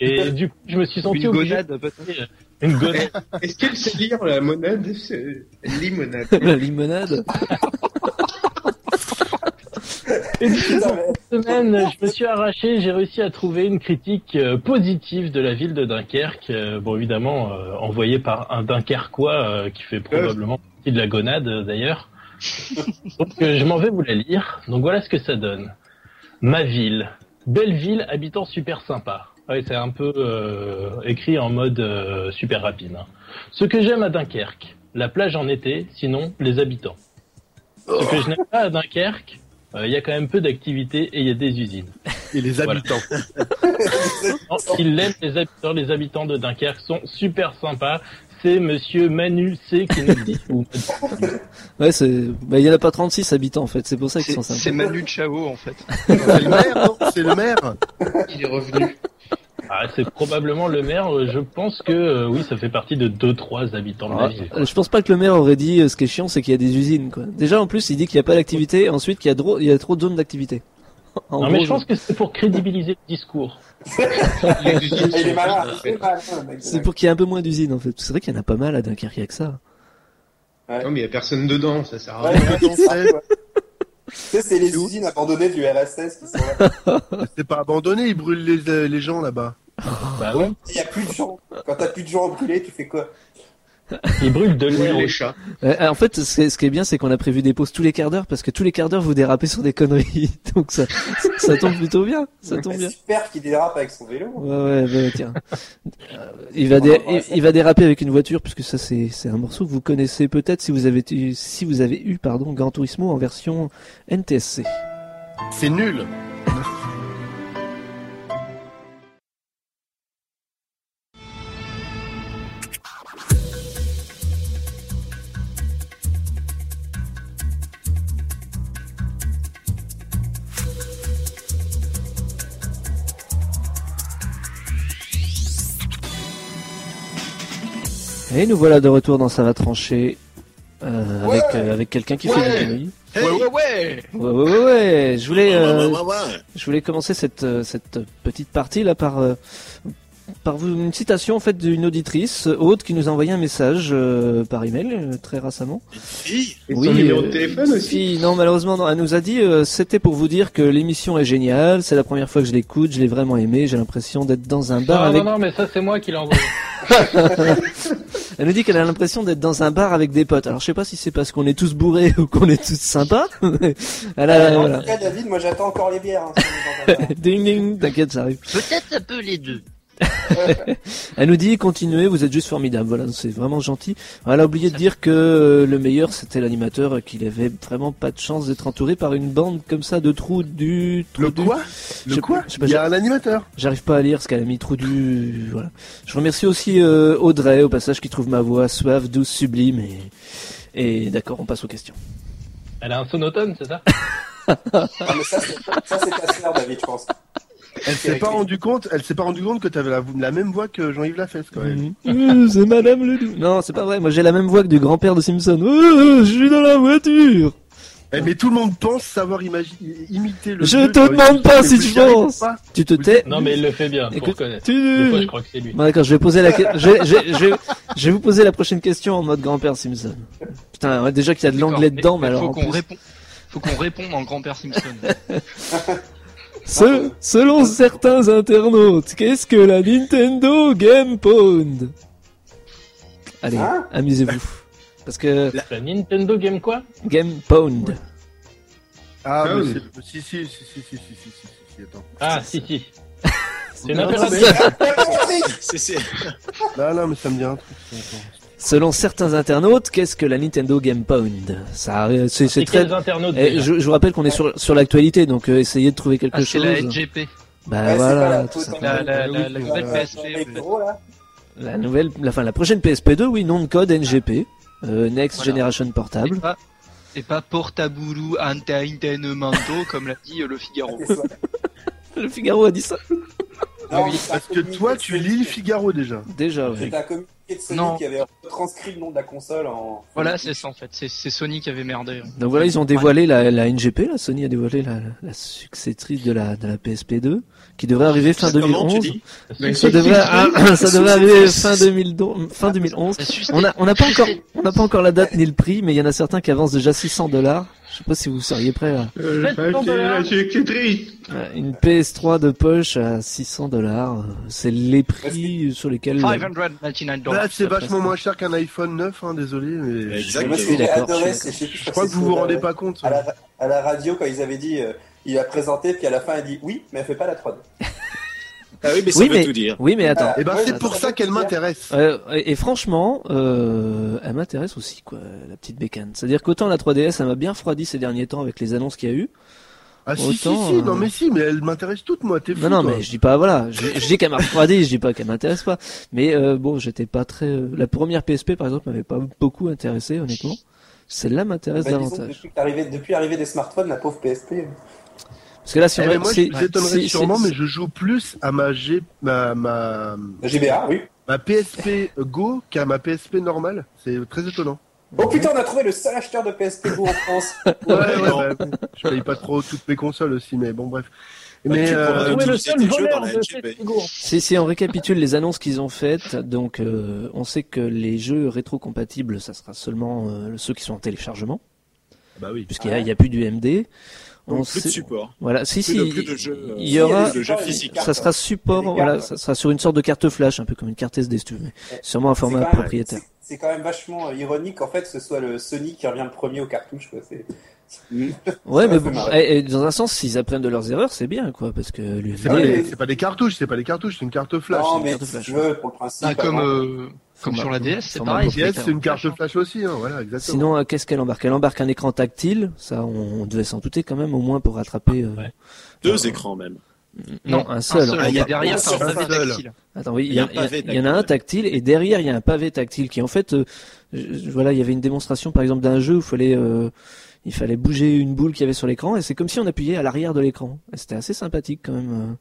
J: Et du coup, je me suis senti
D: Une
J: obligé...
D: gonade, peut-être.
J: Une gonade.
A: Est-ce qu'elle sait lire la monade C'est- Limonade.
C: La limonade.
J: Et du coup,
F: Putain, mais-
J: semaine, je me suis arraché, j'ai réussi à trouver une critique euh, positive de la ville de Dunkerque. Euh, bon, évidemment, euh, envoyée par un Dunkerquois euh, qui fait probablement partie de la gonade euh, d'ailleurs. Donc, euh, je m'en vais vous la lire. Donc, voilà ce que ça donne. Ma ville. Belle ville, habitants super sympa. Ouais, c'est un peu euh, écrit en mode euh, super rapide. hein. Ce que j'aime à Dunkerque, la plage en été, sinon les habitants. Ce que je n'aime pas à Dunkerque, euh, il y a quand même peu d'activités et il y a des usines.
G: et les habitants.
J: Non, Il l'aime, les habitants, les habitants de Dunkerque sont super sympas. C'est monsieur Manu C qui nous le dit. Ou-
C: Ouais, c'est. Bah, il y en a pas 36 habitants en fait, c'est pour ça qu'ils sont
D: C'est- C'est
C: sympas.
D: Manu Chao en fait.
G: C'est le maire, non C'est le maire
D: Il est revenu.
J: Ah, c'est probablement le maire. euh, Je pense que euh, oui, ça fait partie de deux trois habitants de la
C: Ah,
J: ville.
C: euh, Je pense pas que le maire aurait dit euh, ce qui est chiant, c'est qu'il y a des usines. Quoi. Déjà, en plus, il dit qu'il n'y a pas d'activité, ensuite qu'il y, a dro- il y a trop de zones d'activité. En
J: Non,
C: gros,
J: mais je pense que c'est pour crédibiliser le discours.
A: Les usines
F: Ah, Il est
A: sont vides,
F: malin,
A: en
F: il est
A: fait.
F: malin, le mec.
C: c'est pour qu'il y ait un peu moins d'usines en fait. C'est vrai qu'il y en a pas mal à Dunkerque, il y a que ça.
A: Non, mais il y a personne dedans, ça sert à
F: Ah Ouais,
A: rien.
F: ouais, non, c'est- ouais. Tu sais, c'est les usines abandonnées du RSS qui sont là.
G: C'est pas abandonné, ils brûlent les, euh, les gens là-bas.
J: Bah ouais.
F: Il n'y a plus de gens. Quand t'as plus de gens brûlés, tu fais quoi
J: Il brûle de
A: Ou
J: l'air.
A: les chats.
C: Ouais, Euh, en fait, ce qui est- ce qui est bien, c'est qu'on a prévu des pauses tous les quarts d'heure parce que tous les quarts d'heure vous dérapez sur des conneries. Donc ça, ça tombe plutôt bien. Ça tombe bien.
F: Super qui dérape avec son vélo.
C: Ouais, ouais, ouais, tiens. Euh, Il va, dé- il, il va déraper avec une voiture, puisque ça, c'est c'est un morceau que vous connaissez peut-être si vous avez, eu- si vous avez eu pardon, Gran Turismo en version NTSC.
G: C'est nul.
C: Et nous voilà de retour dans Ça va trancher. euh, avec euh, avec quelqu'un qui fait
D: Ouais.
C: du conneries.
D: Ouais, ouais, ouais
C: Ouais, ouais, ouais, ouais. Je voulais, euh,
E: Ah, Ouais, ouais, ouais, ouais.
C: je voulais commencer cette, euh, cette petite partie là par, euh, par vous- une citation en fait d'une auditrice, euh, Aude, qui nous a envoyé un message euh, par email euh, très récemment.
E: Une fille
A: Et son numéro de
C: euh,
A: téléphone aussi.
C: si, non, malheureusement, non. Elle nous a dit, euh, c'était pour vous dire que l'émission est géniale, c'est la première fois que je l'écoute, je l'ai vraiment aimé, j'ai l'impression d'être dans un bar
J: Non,
C: avec...
J: non, non, mais ça c'est moi qui l'ai envoyé.
C: Elle nous dit qu'elle a l'impression d'être dans un bar avec des potes. Alors, je sais pas si c'est parce qu'on est tous bourrés ou qu'on est tous sympas. mais Elle
G: Euh,
C: a,
F: en
C: voilà.
F: tout cas, David, moi j'attends encore les bières. hein, si on est dans un bar.
C: Ding ding, t'inquiète, ça arrive.
I: Peut-être un peu les deux.
C: Elle nous dit, continuez, vous êtes juste formidable. Voilà, c'est vraiment gentil. Elle a oublié de dire que euh, le meilleur, c'était l'animateur, euh, qu'il avait vraiment pas de chance d'être entouré par une bande comme ça de trous du... trous
G: Le
C: du-
G: quoi
C: Je sais
G: Le quoi
C: pas, je sais pas,
G: Il y a un animateur.
C: J'arrive pas à lire ce qu'elle a mis trop du. Voilà. Je remercie aussi euh, Audrey au passage qui trouve ma voix suave, douce, sublime et. Et d'accord, on passe aux questions.
J: Elle a un sonotone, c'est ça
F: Ah, mais ça, c'est ça, c'est ta sœur, David, je pense.
C: Ah,
G: Elle s'est pas rendu compte. Elle s'est pas rendu compte que t'avais la, la même voix que Jean-Yves Lafesse quand même.
C: Euh, c'est Madame Ledoux. Non, c'est pas vrai. Moi, j'ai la même voix que du grand-père de Simpson. Euh, je suis dans la voiture.
G: Eh, mais tout le monde pense savoir imagi- imiter le.
C: Je
G: jeu de
C: te
G: Jean-Yves
C: demande pas
G: Lafesse,
C: si
G: mais
C: tu
G: j'y arrive
C: penses.
G: pas.
C: Tu te
G: Oui.
C: tais.
J: Non, mais il le fait bien, faut
C: Écoute,
J: reconnaître. Des
C: tu.
J: fois, je crois que c'est lui.
C: Bon, d'accord, je vais poser la. que- Je, vais- je, vais- je, vais- je vais vous poser la prochaine question en mode grand-père Simpson. Putain, ouais, déjà qu'il y a de l'anglais
D: D'accord,
C: dedans, mais alors.
D: Faut
C: en
D: qu'on
C: plus-
D: réponde. Faut qu'on réponde en grand-père Simpson.
C: Se- selon certains internautes, qu'est-ce que la Nintendo Game Pound Allez,
F: Hein
C: amusez-vous. Parce que
J: La Nintendo Game quoi
C: Game Pound,
G: Ah,
A: Ah
G: mais
A: oui.
G: c'est- si, si, si, si, si, si, si, si, si, si, attends.
J: Ah, si, si. C'est une
G: Non,
J: appellation.
E: C'est- c'est-
G: Non, non, mais ça me dit un truc. ça, attends.
C: selon certains internautes, qu'est-ce que la Nintendo Game Pound Ça, euh, c'est c'est
J: C'est
C: très.
J: très internautes.
C: Eh,
J: déjà
C: je, je vous rappelle qu'on est sur, sur l'actualité, donc euh, essayez de trouver quelque
D: Ah, c'est
C: chose.
D: la LGP.
C: Bah
F: Ouais, c'est pas
C: voilà,
F: la
C: tout
F: faute, hein.
C: simplement.
D: La, la, la, la nouvelle
F: Euh,
D: PSP.
F: les gros, là.
C: La nouvelle, la, enfin, la prochaine PSP2, oui, nom de code NGP, euh, Next
D: Voilà.
C: Generation
D: Et
C: Portable.
D: pas, et pas Portabulu Entertainmento, comme l'a dit euh, le Figaro.
F: T'es soif.
C: Le Figaro a dit ça Ah
F: Non, mais c'est un
G: Parce que
F: communiqué
G: toi,
F: de
G: tu
F: Sony.
G: lis le Figaro déjà.
C: déjà. oui.
F: C'est un communiqué de Sony
D: Non.
F: qui avait transcrit le nom de la console en.
D: Voilà, c'est ça en fait. C'est c'est Sony qui avait merdé.
C: Donc voilà, ils ont
D: Ouais.
C: dévoilé la, la NGP, là, Sony a dévoilé la, la- la successrice de la, de la PSP2, qui devrait arriver fin
E: Comment
C: 2011.
E: tu dis
C: Ça devrait, ah, ça devrait arriver fin, 2000, fin 2011.
D: Ça suce-
C: On n'a on n'a pas encore, on n'a pas encore la date ni le prix, mais il y en a certains qui avancent déjà 600 dollars. Je sais pas si vous seriez prêts à
A: Euh,
H: Faites ton
A: bah, c'est
H: dollar.
A: la sucrerie.
C: à une PS3 de poche à 600 dollars. C'est les prix sur lesquels.
D: Ah, 599
G: Là,
D: dollars.
G: Bah, c'est
C: passe
G: vachement moins cher qu'un iPhone 9, hein, désolé, mais
E: Exact.
F: Mais moi, ce que
C: Oui,
F: j'ai
C: d'accord,
F: adoré,
C: je suis
F: c'est, euh, je sais plus,
G: je crois que vous vous rendez pas compte.
F: À la, à la radio, quand ils avaient dit, euh, il a présenté, puis à la fin, il a dit oui, mais elle fait pas la 3D.
E: Ah oui, mais ça
C: Oui,
E: veut
C: mais-
E: tout dire.
C: Oui, mais attends.
G: Et ben,
F: Ouais,
G: c'est
F: je
G: pour
F: sais
G: ça
F: pas
G: qu'elle
F: ce qu'il y a.
G: m'intéresse.
C: Euh, et et franchement, euh, elle m'intéresse aussi, quoi, la petite bécane. C'est-à-dire qu'autant la 3DS, elle m'a bien refroidi ces derniers temps avec les annonces qu'il y a eu.
G: Ah si, si,
C: Autant,
G: si,
C: euh,
G: non mais si, mais elles m'intéressent toutes, moi, t'es fou.
C: Non, non,
G: toi.
C: mais je dis pas, voilà, je, je dis qu'elle m'a refroidi, je dis pas qu'elle m'intéresse pas. Mais euh, bon, j'étais pas très... euh, La première PSP, par exemple, m'avait pas beaucoup intéressé, honnêtement. Celle-là m'intéresse
F: Bah, disons que
C: davantage.
F: depuis l'arrivée depuis l'arrivée des smartphones, la pauvre PSP.
C: Parce que là, si
G: Eh
C: on...
G: ben, moi, je
C: c'est-
G: vous étonnerai
C: c'est-
G: sûrement,
C: c'est-
G: mais je joue plus à ma G... ma, ma...
F: GBA, oui.
G: Ma PSP Go qu'à ma PSP normale. C'est très étonnant.
F: Oh putain, on a trouvé le seul acheteur de PSP Go en France.
G: Ouais, ouais, bah, je paye pas trop toutes mes consoles aussi, mais bon, bref.
C: Bah,
G: Mais,
E: tu pourras
G: euh,
E: trouver le seul voleur de
C: Si, si on récapitule les annonces qu'ils ont faites, donc euh, on sait que les jeux rétro-compatibles, ça sera seulement euh, ceux qui sont en téléchargement,
G: Bah oui.
C: puisqu'il n'y a, il y a plus du MD.
E: Donc, plus de support.
C: Voilà, si,
E: Plus
C: si,
E: de- plus de jeux, euh,
C: il
E: si, il y
C: y
E: a
C: aura,
E: des jeux physiques.
C: ça sera support,
F: Il y a des
C: voilà,
F: cartes.
C: ça sera sur une sorte de carte flash, un peu comme une carte SD, si tu veux, mais sûrement un format
F: quand même-
C: propriétaire.
F: c'est- C'est quand même vachement euh, ironique en fait que ce soit le Sony qui revient le premier au cartouche. Quoi. C'est-
C: Ouais,
F: Ça
C: mais
F: fait
C: bon,
F: marrer.
C: eh, eh, dans un sens, s'ils apprennent de leurs erreurs, c'est bien, quoi, parce que le
G: C'est pas,
C: MD,
G: des- c'est pas des cartouches, c'est pas des cartouches, c'est une carte flash.
F: non,
C: une
F: mais
C: carte
F: si
C: flash.
F: tu veux, pour le principe.
D: Ah, comme,
F: avant-
D: euh, comme
C: Format-
D: sur la DS, c'est
C: format
D: pareil.
G: DS, c'est une carte flash aussi, hein, voilà, exactement.
C: Sinon, euh, qu'est-ce qu'elle embarque Elle embarque un écran tactile, ça on, on devait s'en douter quand même, au moins pour rattraper. euh,
J: Ouais.
E: Deux écrans même.
C: Non, un seul.
D: Ah, Il y a
C: Enfin,
D: derrière, c'est un
G: seul.
D: pavé tactile.
C: Attends, oui, il
E: Il y
C: y,
E: a
C: a-
E: un pavé
C: il y en a un tactile et derrière il y a un pavé tactile qui en fait, euh, je- je- voilà, il y avait une démonstration par exemple d'un jeu où il fallait, euh, il fallait bouger une boule qu'il y avait sur l'écran et c'est comme si on appuyait à l'arrière de l'écran. Et C'était assez sympathique quand même. euh,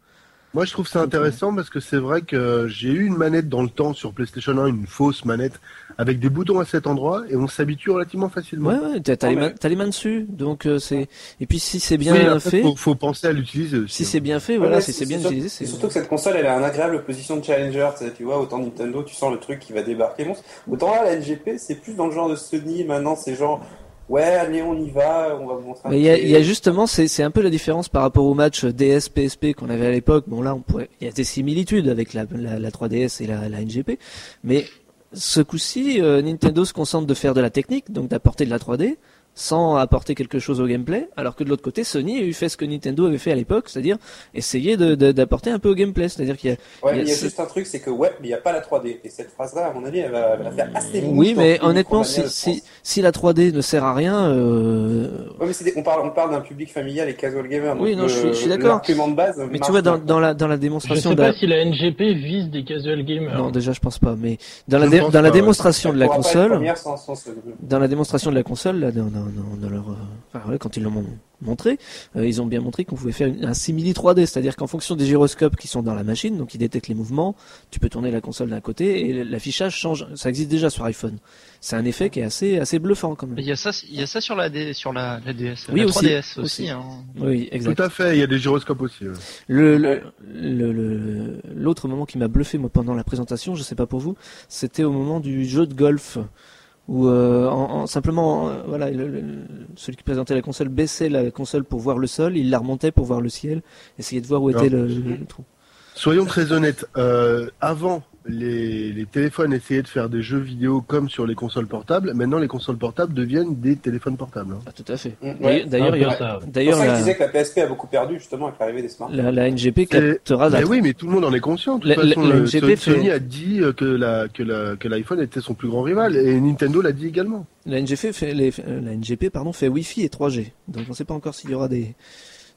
G: Moi, je trouve ça intéressant parce que c'est vrai que j'ai eu une manette dans le temps sur PlayStation 1, une fausse manette, avec des boutons à cet endroit, et on s'habitue relativement facilement.
C: Ouais, ouais, t'as t'as
F: Ouais,
C: les,
F: mais-
C: mains- t'as les mains dessus, donc euh, c'est. Et puis si c'est bien
G: Oui, après,
C: fait,
G: Faut, faut penser à l'utiliser aussi.
C: si
G: hein.
C: c'est bien fait,
F: Ouais,
C: voilà,
F: mais
C: si c'est bien
F: surtout-
C: utilisé,
F: c'est
C: c'est.
F: surtout que cette console, elle a une agréable position de challenger. tu sais, Tu vois, autant Nintendo, tu sens le truc qui va débarquer monstre. Autant là, la NGP, c'est plus dans le genre de Sony. Maintenant, c'est genre, ouais, allez, on y va, on va vous montrer. un
C: Mais il y a,
F: petit-
C: il y a justement, c'est c'est un peu la différence par rapport au match DS PSP qu'on avait à l'époque. Bon là, on pourrait, il y a des similitudes avec la, la, la 3DS et la, la NGP, mais ce coup-ci, euh, Nintendo se concentre de faire de la technique, donc d'apporter de la 3D, sans apporter quelque chose au gameplay, alors que de l'autre côté, Sony a eu fait ce que Nintendo avait fait à l'époque, c'est-à-dire essayer de- de- d'apporter un peu au gameplay, c'est-à-dire qu'il y a
F: Ouais,
C: il y
F: mais
C: a
F: il y a
C: ce-
F: juste un truc, c'est que ouais, mais il n'y a pas la 3D. Et cette phrase-là, à mon avis, elle va, elle va faire assez mouche
C: oui,
F: dans
C: mais
F: tous les
C: honnêtement, si,
F: micro-manuels, je
C: si,
F: pense.
C: si la 3D ne sert à rien, euh,
F: Ouais, mais c'est des- on parle, on parle d'un public familial et casual gamer.
C: Oui,
F: donc
C: non, je
F: le-
C: suis- je suis d'accord.
F: L'argument de base.
C: mais tu
F: marche
C: vois, dans,
F: bien.
C: dans la dans la
J: Je
C: démonstration
J: sais
C: de la-
J: pas si hein. la NGP vise des casual gamers.
C: Non, déjà, je pense pas. Mais dans la,
G: Je
C: dé-
G: pense
C: dans la
G: pas, ouais.
C: démonstration de la
F: Elle pourra pas être
C: console,
F: première sans- sans ce- Mm,
C: dans la démonstration de la console, là, dans, dans- dans- dans leur, euh, enfin, ouais, quand ils l'ont mon- montré, euh, ils ont bien montré qu'on pouvait faire une- un simili 3D, c'est-à-dire qu'en fonction des gyroscopes qui sont dans la machine, donc qui détectent les mouvements, tu peux tourner la console d'un côté et l'affichage change. Ça existe déjà sur iPhone. C'est un effet qui est assez assez bluffant quand
D: Il
C: même.
D: y a ça, il y a ça sur la, D- sur la, la DS.
C: Oui,
D: la
C: aussi,
D: 3DS aussi.
C: aussi.
D: hein.
C: Oui,
G: Tout
C: exact.
G: à fait, il y a des gyroscopes aussi. ouais.
C: Le le- le- le- l'autre moment qui m'a bluffé moi pendant la présentation, je sais pas pour vous, c'était au moment du jeu de golf où euh, en, en- simplement euh, voilà le- le- le- celui qui présentait la console baissait la console pour voir le sol, il la remontait pour voir le ciel, essayait de voir où
G: Non.
C: était le, le- le trou.
G: Soyons très honnêtes, euh, avant, les, les téléphones essayaient de faire des jeux vidéo comme sur les consoles portables. Maintenant, les consoles portables deviennent des téléphones portables. hein.
C: Ah, tout à fait.
F: Mm, ouais.
C: D'ailleurs-
J: C'est un
C: D'ailleurs, il y
J: peu
C: aura-
J: ça, ouais.
F: C'est pour
C: d'ailleurs
F: ça que je
C: la,
F: disais que la PSP a beaucoup perdu justement avec l'arrivée des smartphones.
C: la, la NGP
G: C'est-
C: captera la-
G: Mais oui, mais tout le monde en est conscient. De toute
C: La- la-
G: façon,
C: la
G: le-
C: NGP
G: Sony
C: fait-
G: a dit euh, que la que la que l'iPhone était son plus grand rival et Nintendo l'a dit également.
C: la NGP fait les- euh, la NGP pardon fait Wi-Fi et 3G. Donc on sait pas encore s'il y aura des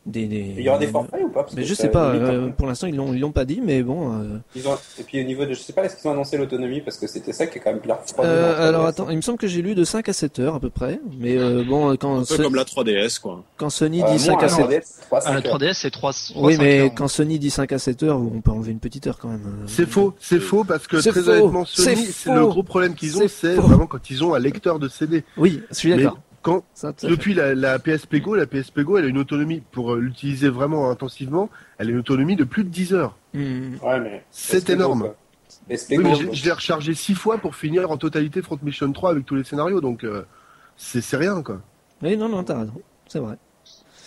C: des, des- euh,
F: Il y aura des forfaits ou pas Parce
C: Mais
F: que
C: je
F: ça
C: sais pas.
F: limite un
C: euh,
F: peu.
C: pour l'instant ils l'ont ils l'ont pas dit, mais bon. euh,
F: Ils ont- Et puis au niveau de, je sais pas, est-ce qu'ils ont annoncé l'autonomie parce que c'était ça qui est quand même pire.
C: Euh,
F: hein.
C: alors attends, il me semble que j'ai lu de 5 à 7 heures à peu près, mais euh, bon, quand,
E: Un peu
C: Ce-
E: comme la 3DS, quoi.
C: quand Sony
F: Euh,
C: dit 5
F: moins,
C: à
F: non,
C: 7
F: on est trois,
D: Ah, la
F: cinq heures.
D: 3DS, c'est 3, 3
C: Oui,
D: cinq
C: mais
D: heures.
C: quand Sony dit 5 à 7 heures, on peut enlever une petite heure quand même. euh.
G: C'est faux, c'est faux parce que
C: C'est
G: très
C: faux,
G: honnêtement,
C: c'est
G: Sony, c'est
C: faux,
G: le gros problème qu'ils ont,
C: c'est
G: c'est
C: faux.
G: vraiment quand ils ont un lecteur de CD.
C: Oui, je suis
G: Mais
C: d'accord.
G: quand
C: Ça, tout à fait.
G: depuis la, la PSP Go, la PSP Go, elle a une autonomie pour euh, l'utiliser vraiment intensivement. Elle a une autonomie de plus de 10 heures.
C: Hmm.
F: Ouais, mais
G: C'est
F: Espego,
G: énorme.
F: quoi.
G: Oui,
F: Espego,
G: mais
F: quoi.
G: je, je l'ai rechargé six fois pour finir en totalité Front Mission 3 avec tous les scénarios, donc euh, c'est c'est rien quoi.
C: Oui, non, non, t'as raison. C'est vrai.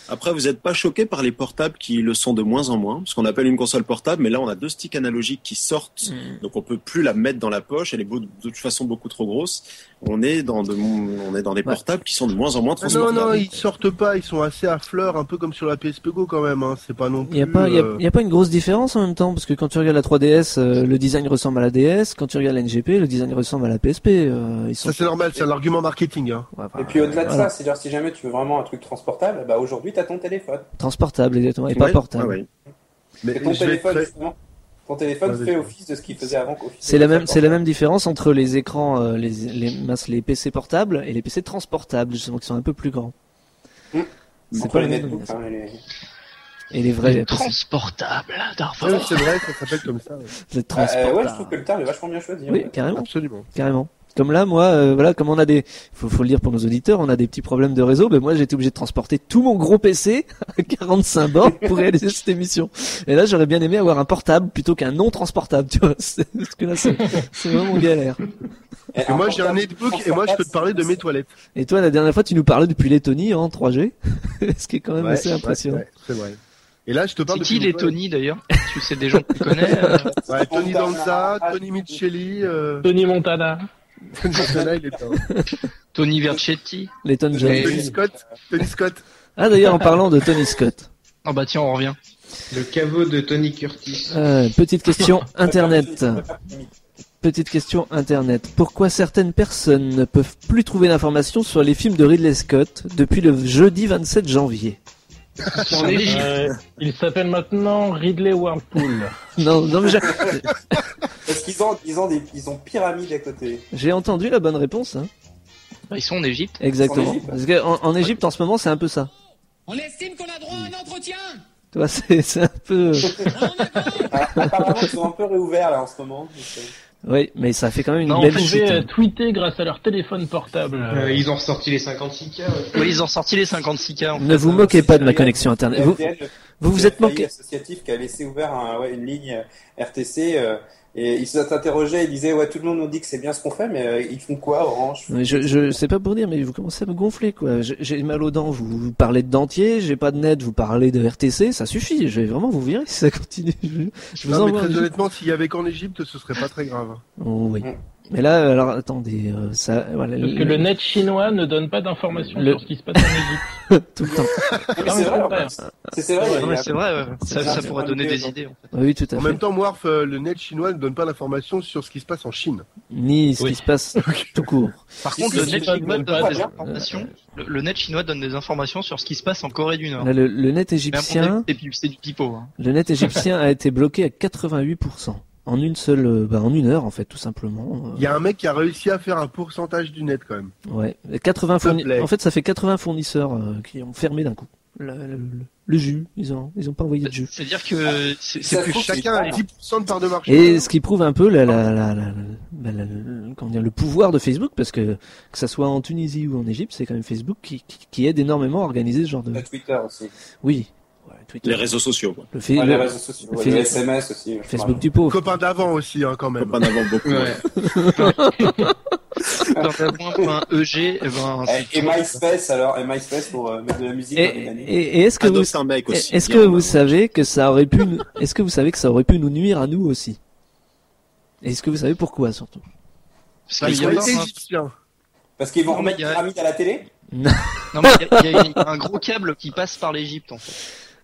E: Après, vous n'êtes pas choqué par les portables qui le sont de moins en moins, ce qu'on appelle une console portable, mais là on a deux sticks analogiques qui
C: Mm.
E: sortent, donc on peut plus la mettre dans la poche, elle est beau- de toute façon beaucoup trop grosse. On est dans de, on est dans des
C: Ouais.
E: portables qui sont de moins en moins
G: Ah non,
E: transportables.
G: non, ils sortent pas, ils sont assez à fleur, un peu comme sur la PSP Go quand même, hein. c'est pas non
C: Il
G: plus...
C: n'y a, pas- il y a-
G: euh,
C: il y a pas une grosse différence en même temps, parce que quand tu regardes la 3DS, euh, le design ressemble à la DS, quand tu regardes la NGP, le design ressemble à la PSP. euh, ils sont...
G: Ça c'est normal, c'est un argument marketing. Hein.
C: Ouais, enfin,
F: Et puis au-delà de
C: voilà.
F: ça, c'est genre si jamais tu veux vraiment un truc transportable, bah aujourd'hui t'as à ton téléphone.
C: Transportable, exactement, et pas
F: Ouais,
C: portable.
E: Ah ouais, ouais.
G: Mais
F: C'est ton
G: je vais être
F: téléphone,
G: très-
F: justement. Ton téléphone
G: Vas-y.
F: fait office de ce qu'il faisait avant qu'office.
C: C'est la même, c'est la même différence entre les écrans, euh, les, les, mince, les PC portables et les PC transportables, justement, qui sont un peu plus grands.
F: Mm.
C: C'est
F: Entre
C: pas
F: les
C: les mêmes
F: netbooks,
C: nominations.
F: hein, les-
C: Et les vrais PC,
D: Transportable,
G: Ouais,
D: Darfor.
G: c'est vrai, ça s'appelle comme ça. ouais.
C: les
F: Ah, euh, ouais, je
C: transportables.
F: trouve que le terme est vachement bien choisi. hein.
C: Oui,
F: ouais.
C: carrément,
G: Absolument.
C: carrément. Comme là, moi, euh, voilà, comme on a des, faut, faut le dire pour nos auditeurs, on a des petits problèmes de réseau, mais moi j'ai été obligé de transporter tout mon gros PC à 45 bornes pour réaliser cette émission. Et là, j'aurais bien aimé avoir un portable plutôt qu'un non transportable, tu vois, c'est- parce que là, c'est c'est vraiment galère.
F: Et
G: Et moi j'ai un netbook et moi je peux te parler de mes toilettes.
C: Et toi, la dernière fois, tu nous parlais depuis Lettonie en 3G, ce qui est quand même
G: Ouais,
C: assez
G: ouais,
C: impressionnant.
G: ouais, c'est vrai. Et là je te parle
D: C'est
G: de
D: qui les Tony d'ailleurs Parce que c'est des gens que tu connais. euh,
G: Ouais, Tony Danza, Tony Micheli, euh...
J: Tony Montana.
G: Tony Montana, il est dedans.
D: Tony Vercetti.
C: Letton Jones.
D: Mais-
G: Tony Scott, Tony Scott.
C: Ah d'ailleurs en parlant de Tony Scott,
D: Ah bah tiens, on revient.
A: Le caveau de Tony Curtis.
C: euh, petite question internet. Petite question internet. Pourquoi certaines personnes ne peuvent plus trouver l'information sur les films de Ridley Scott depuis le jeudi 27 janvier
D: Sur les gifs.
J: Euh, il s'appelle maintenant Ridley Whirlpool.
C: Non, non mais j'ai-
F: Parce qu'ils ont, ils ont des, ils ont pyramides à côté.
C: j'ai entendu la bonne réponse. Hein.
D: Bah, Ils sont en Égypte.
C: Exactement.
F: En Égypte
C: Parce que en, en Égypte en ce moment c'est un peu ça.
B: On estime qu'on a droit à un entretien.
C: Tu vois, c'est c'est un peu.
F: Ah, Apparemment, ils sont un peu réouverts là en ce moment. donc, euh,
C: Oui, mais ça fait quand même une
D: Non,
J: Ils
C: belle chute.
J: pouvaient euh,
C: hein.
J: tweeter grâce à leur téléphone portable. euh,
A: Euh, ils ont ressorti les 56K. ouais.
D: Oui, ils ont sorti les 56K. euh, en
C: Ne
D: fait.
C: vous moquez pas de ma
F: c'est-
C: connexion internet. Vous
F: RTL,
C: vous, vous
F: le
C: êtes
F: FAI
C: moqué.
F: associatif qui a laissé ouvert un- ouais, une ligne euh, RTC euh, et ils s'interrogeaient, ils disaient ouais tout le monde nous dit que c'est bien ce qu'on fait mais euh, ils font quoi Orange
C: Mais je, je sais pas pour dire, mais vous commencez à me gonfler, quoi. J'ai- J'ai mal aux dents, vous, vous parlez de dentier, j'ai pas de net, vous parlez de RTC, ça suffit, je vais vraiment vous virer si ça continue. Je, je vous
G: Non, mais
C: envoie
G: très
C: un-
G: honnêtement, s'il y avait qu'en Égypte, ce serait pas très grave.
C: Oh, oui. Mais là, alors, attendez, euh, ça, voilà,
J: Parce que le net chinois ne donne pas d'informations
C: Le-
J: sur ce qui se passe en Égypte.
C: tout le temps.
F: Non, mais
J: Non, mais
F: c'est vrai,
J: c'est
F: en
J: vrai.
F: plus. c'est c'est vrai. il y a-
D: Non, mais c'est vrai, ouais. ça,
F: ça,
D: ça
F: c'est
D: pourrait
F: pas
D: donner
F: l'idée,
D: des
F: non.
D: idée. En fait.
C: Ah Oui, tout à
G: En
C: fait.
G: même temps, Morph, euh, le net chinois ne donne pas l'information sur ce qui se passe en Chine.
C: Ni ce
J: Oui.
C: qui se passe tout court.
D: Par
F: Si,
D: contre,
F: si,
D: le
F: si,
D: net
J: si,
D: chinois
J: si,
D: donne
F: si,
D: des
F: si,
D: informations. Le, le net chinois donne des informations sur ce qui se passe en Corée du Nord.
C: Là, le, le net
D: Mais à mon avis,
C: égyptien,
D: c'est du- c'est du pipeau. hein.
C: le net égyptien a été bloqué à 88%. En une seule, euh, bah, en une heure, en fait, tout simplement. Euh,
G: Il y a un mec qui a réussi à faire un pourcentage du net quand même.
C: Ouais, 80
G: S'il te
C: fourni-
G: plaît.
C: En fait, ça fait 80 fournisseurs euh, qui ont fermé d'un coup. Le, le- le- le jus, ils ont, ils ont pas envoyé de jus.
D: C'est-à-dire
A: Ah.
D: que c'est
F: Ça
G: C'est que
F: se trouve,
G: chacun a
F: c'est-
G: 10% de part de marché.
C: Et ce qui prouve un peu la, la, la, la- la- bah, la- la- la- comment dire, le pouvoir de Facebook, parce que que ça soit en Tunisie ou en Égypte, c'est quand même Facebook qui, qui, qui aide énormément à organiser ce genre de.
F: Le Twitter aussi.
C: Oui. Ouais, Twitter.
E: Les réseaux sociaux, quoi.
C: Le fa-
F: Ouais,
C: le-
F: les réseaux sociaux.
C: le
F: ouais, le
C: Facebook.
F: SMS aussi. je
C: Facebook
F: crois.
C: du pauvre.
G: Copain d'avant aussi, hein, quand
E: Faut
G: même.
E: pas en avoir beaucoup.
A: Ouais.
D: .eg, eh ben, c'est-
F: Et, et MySpace alors, et MySpace pour euh, mettre de la musique
C: Et,
F: dans les manips.
C: et, et est-ce
F: Ah,
C: que vous,
E: Adopte un mec aussi.
C: est-ce que
E: Bien,
C: vous
E: bah,
C: savez que ça aurait pu, nous- est-ce que vous savez que ça aurait pu nous nuire à nous aussi Et Est-ce que vous savez pourquoi surtout
D: parce
G: Ils
D: qu'il y
G: sont
D: a un-
F: hein.
G: égyptiens.
F: Parce qu'ils vont
D: Non,
F: remettre
D: mais il y a-
F: pyramide à la télé
D: non, mais il y a- il y a- il y a un gros câble qui passe par l'Égypte en fait.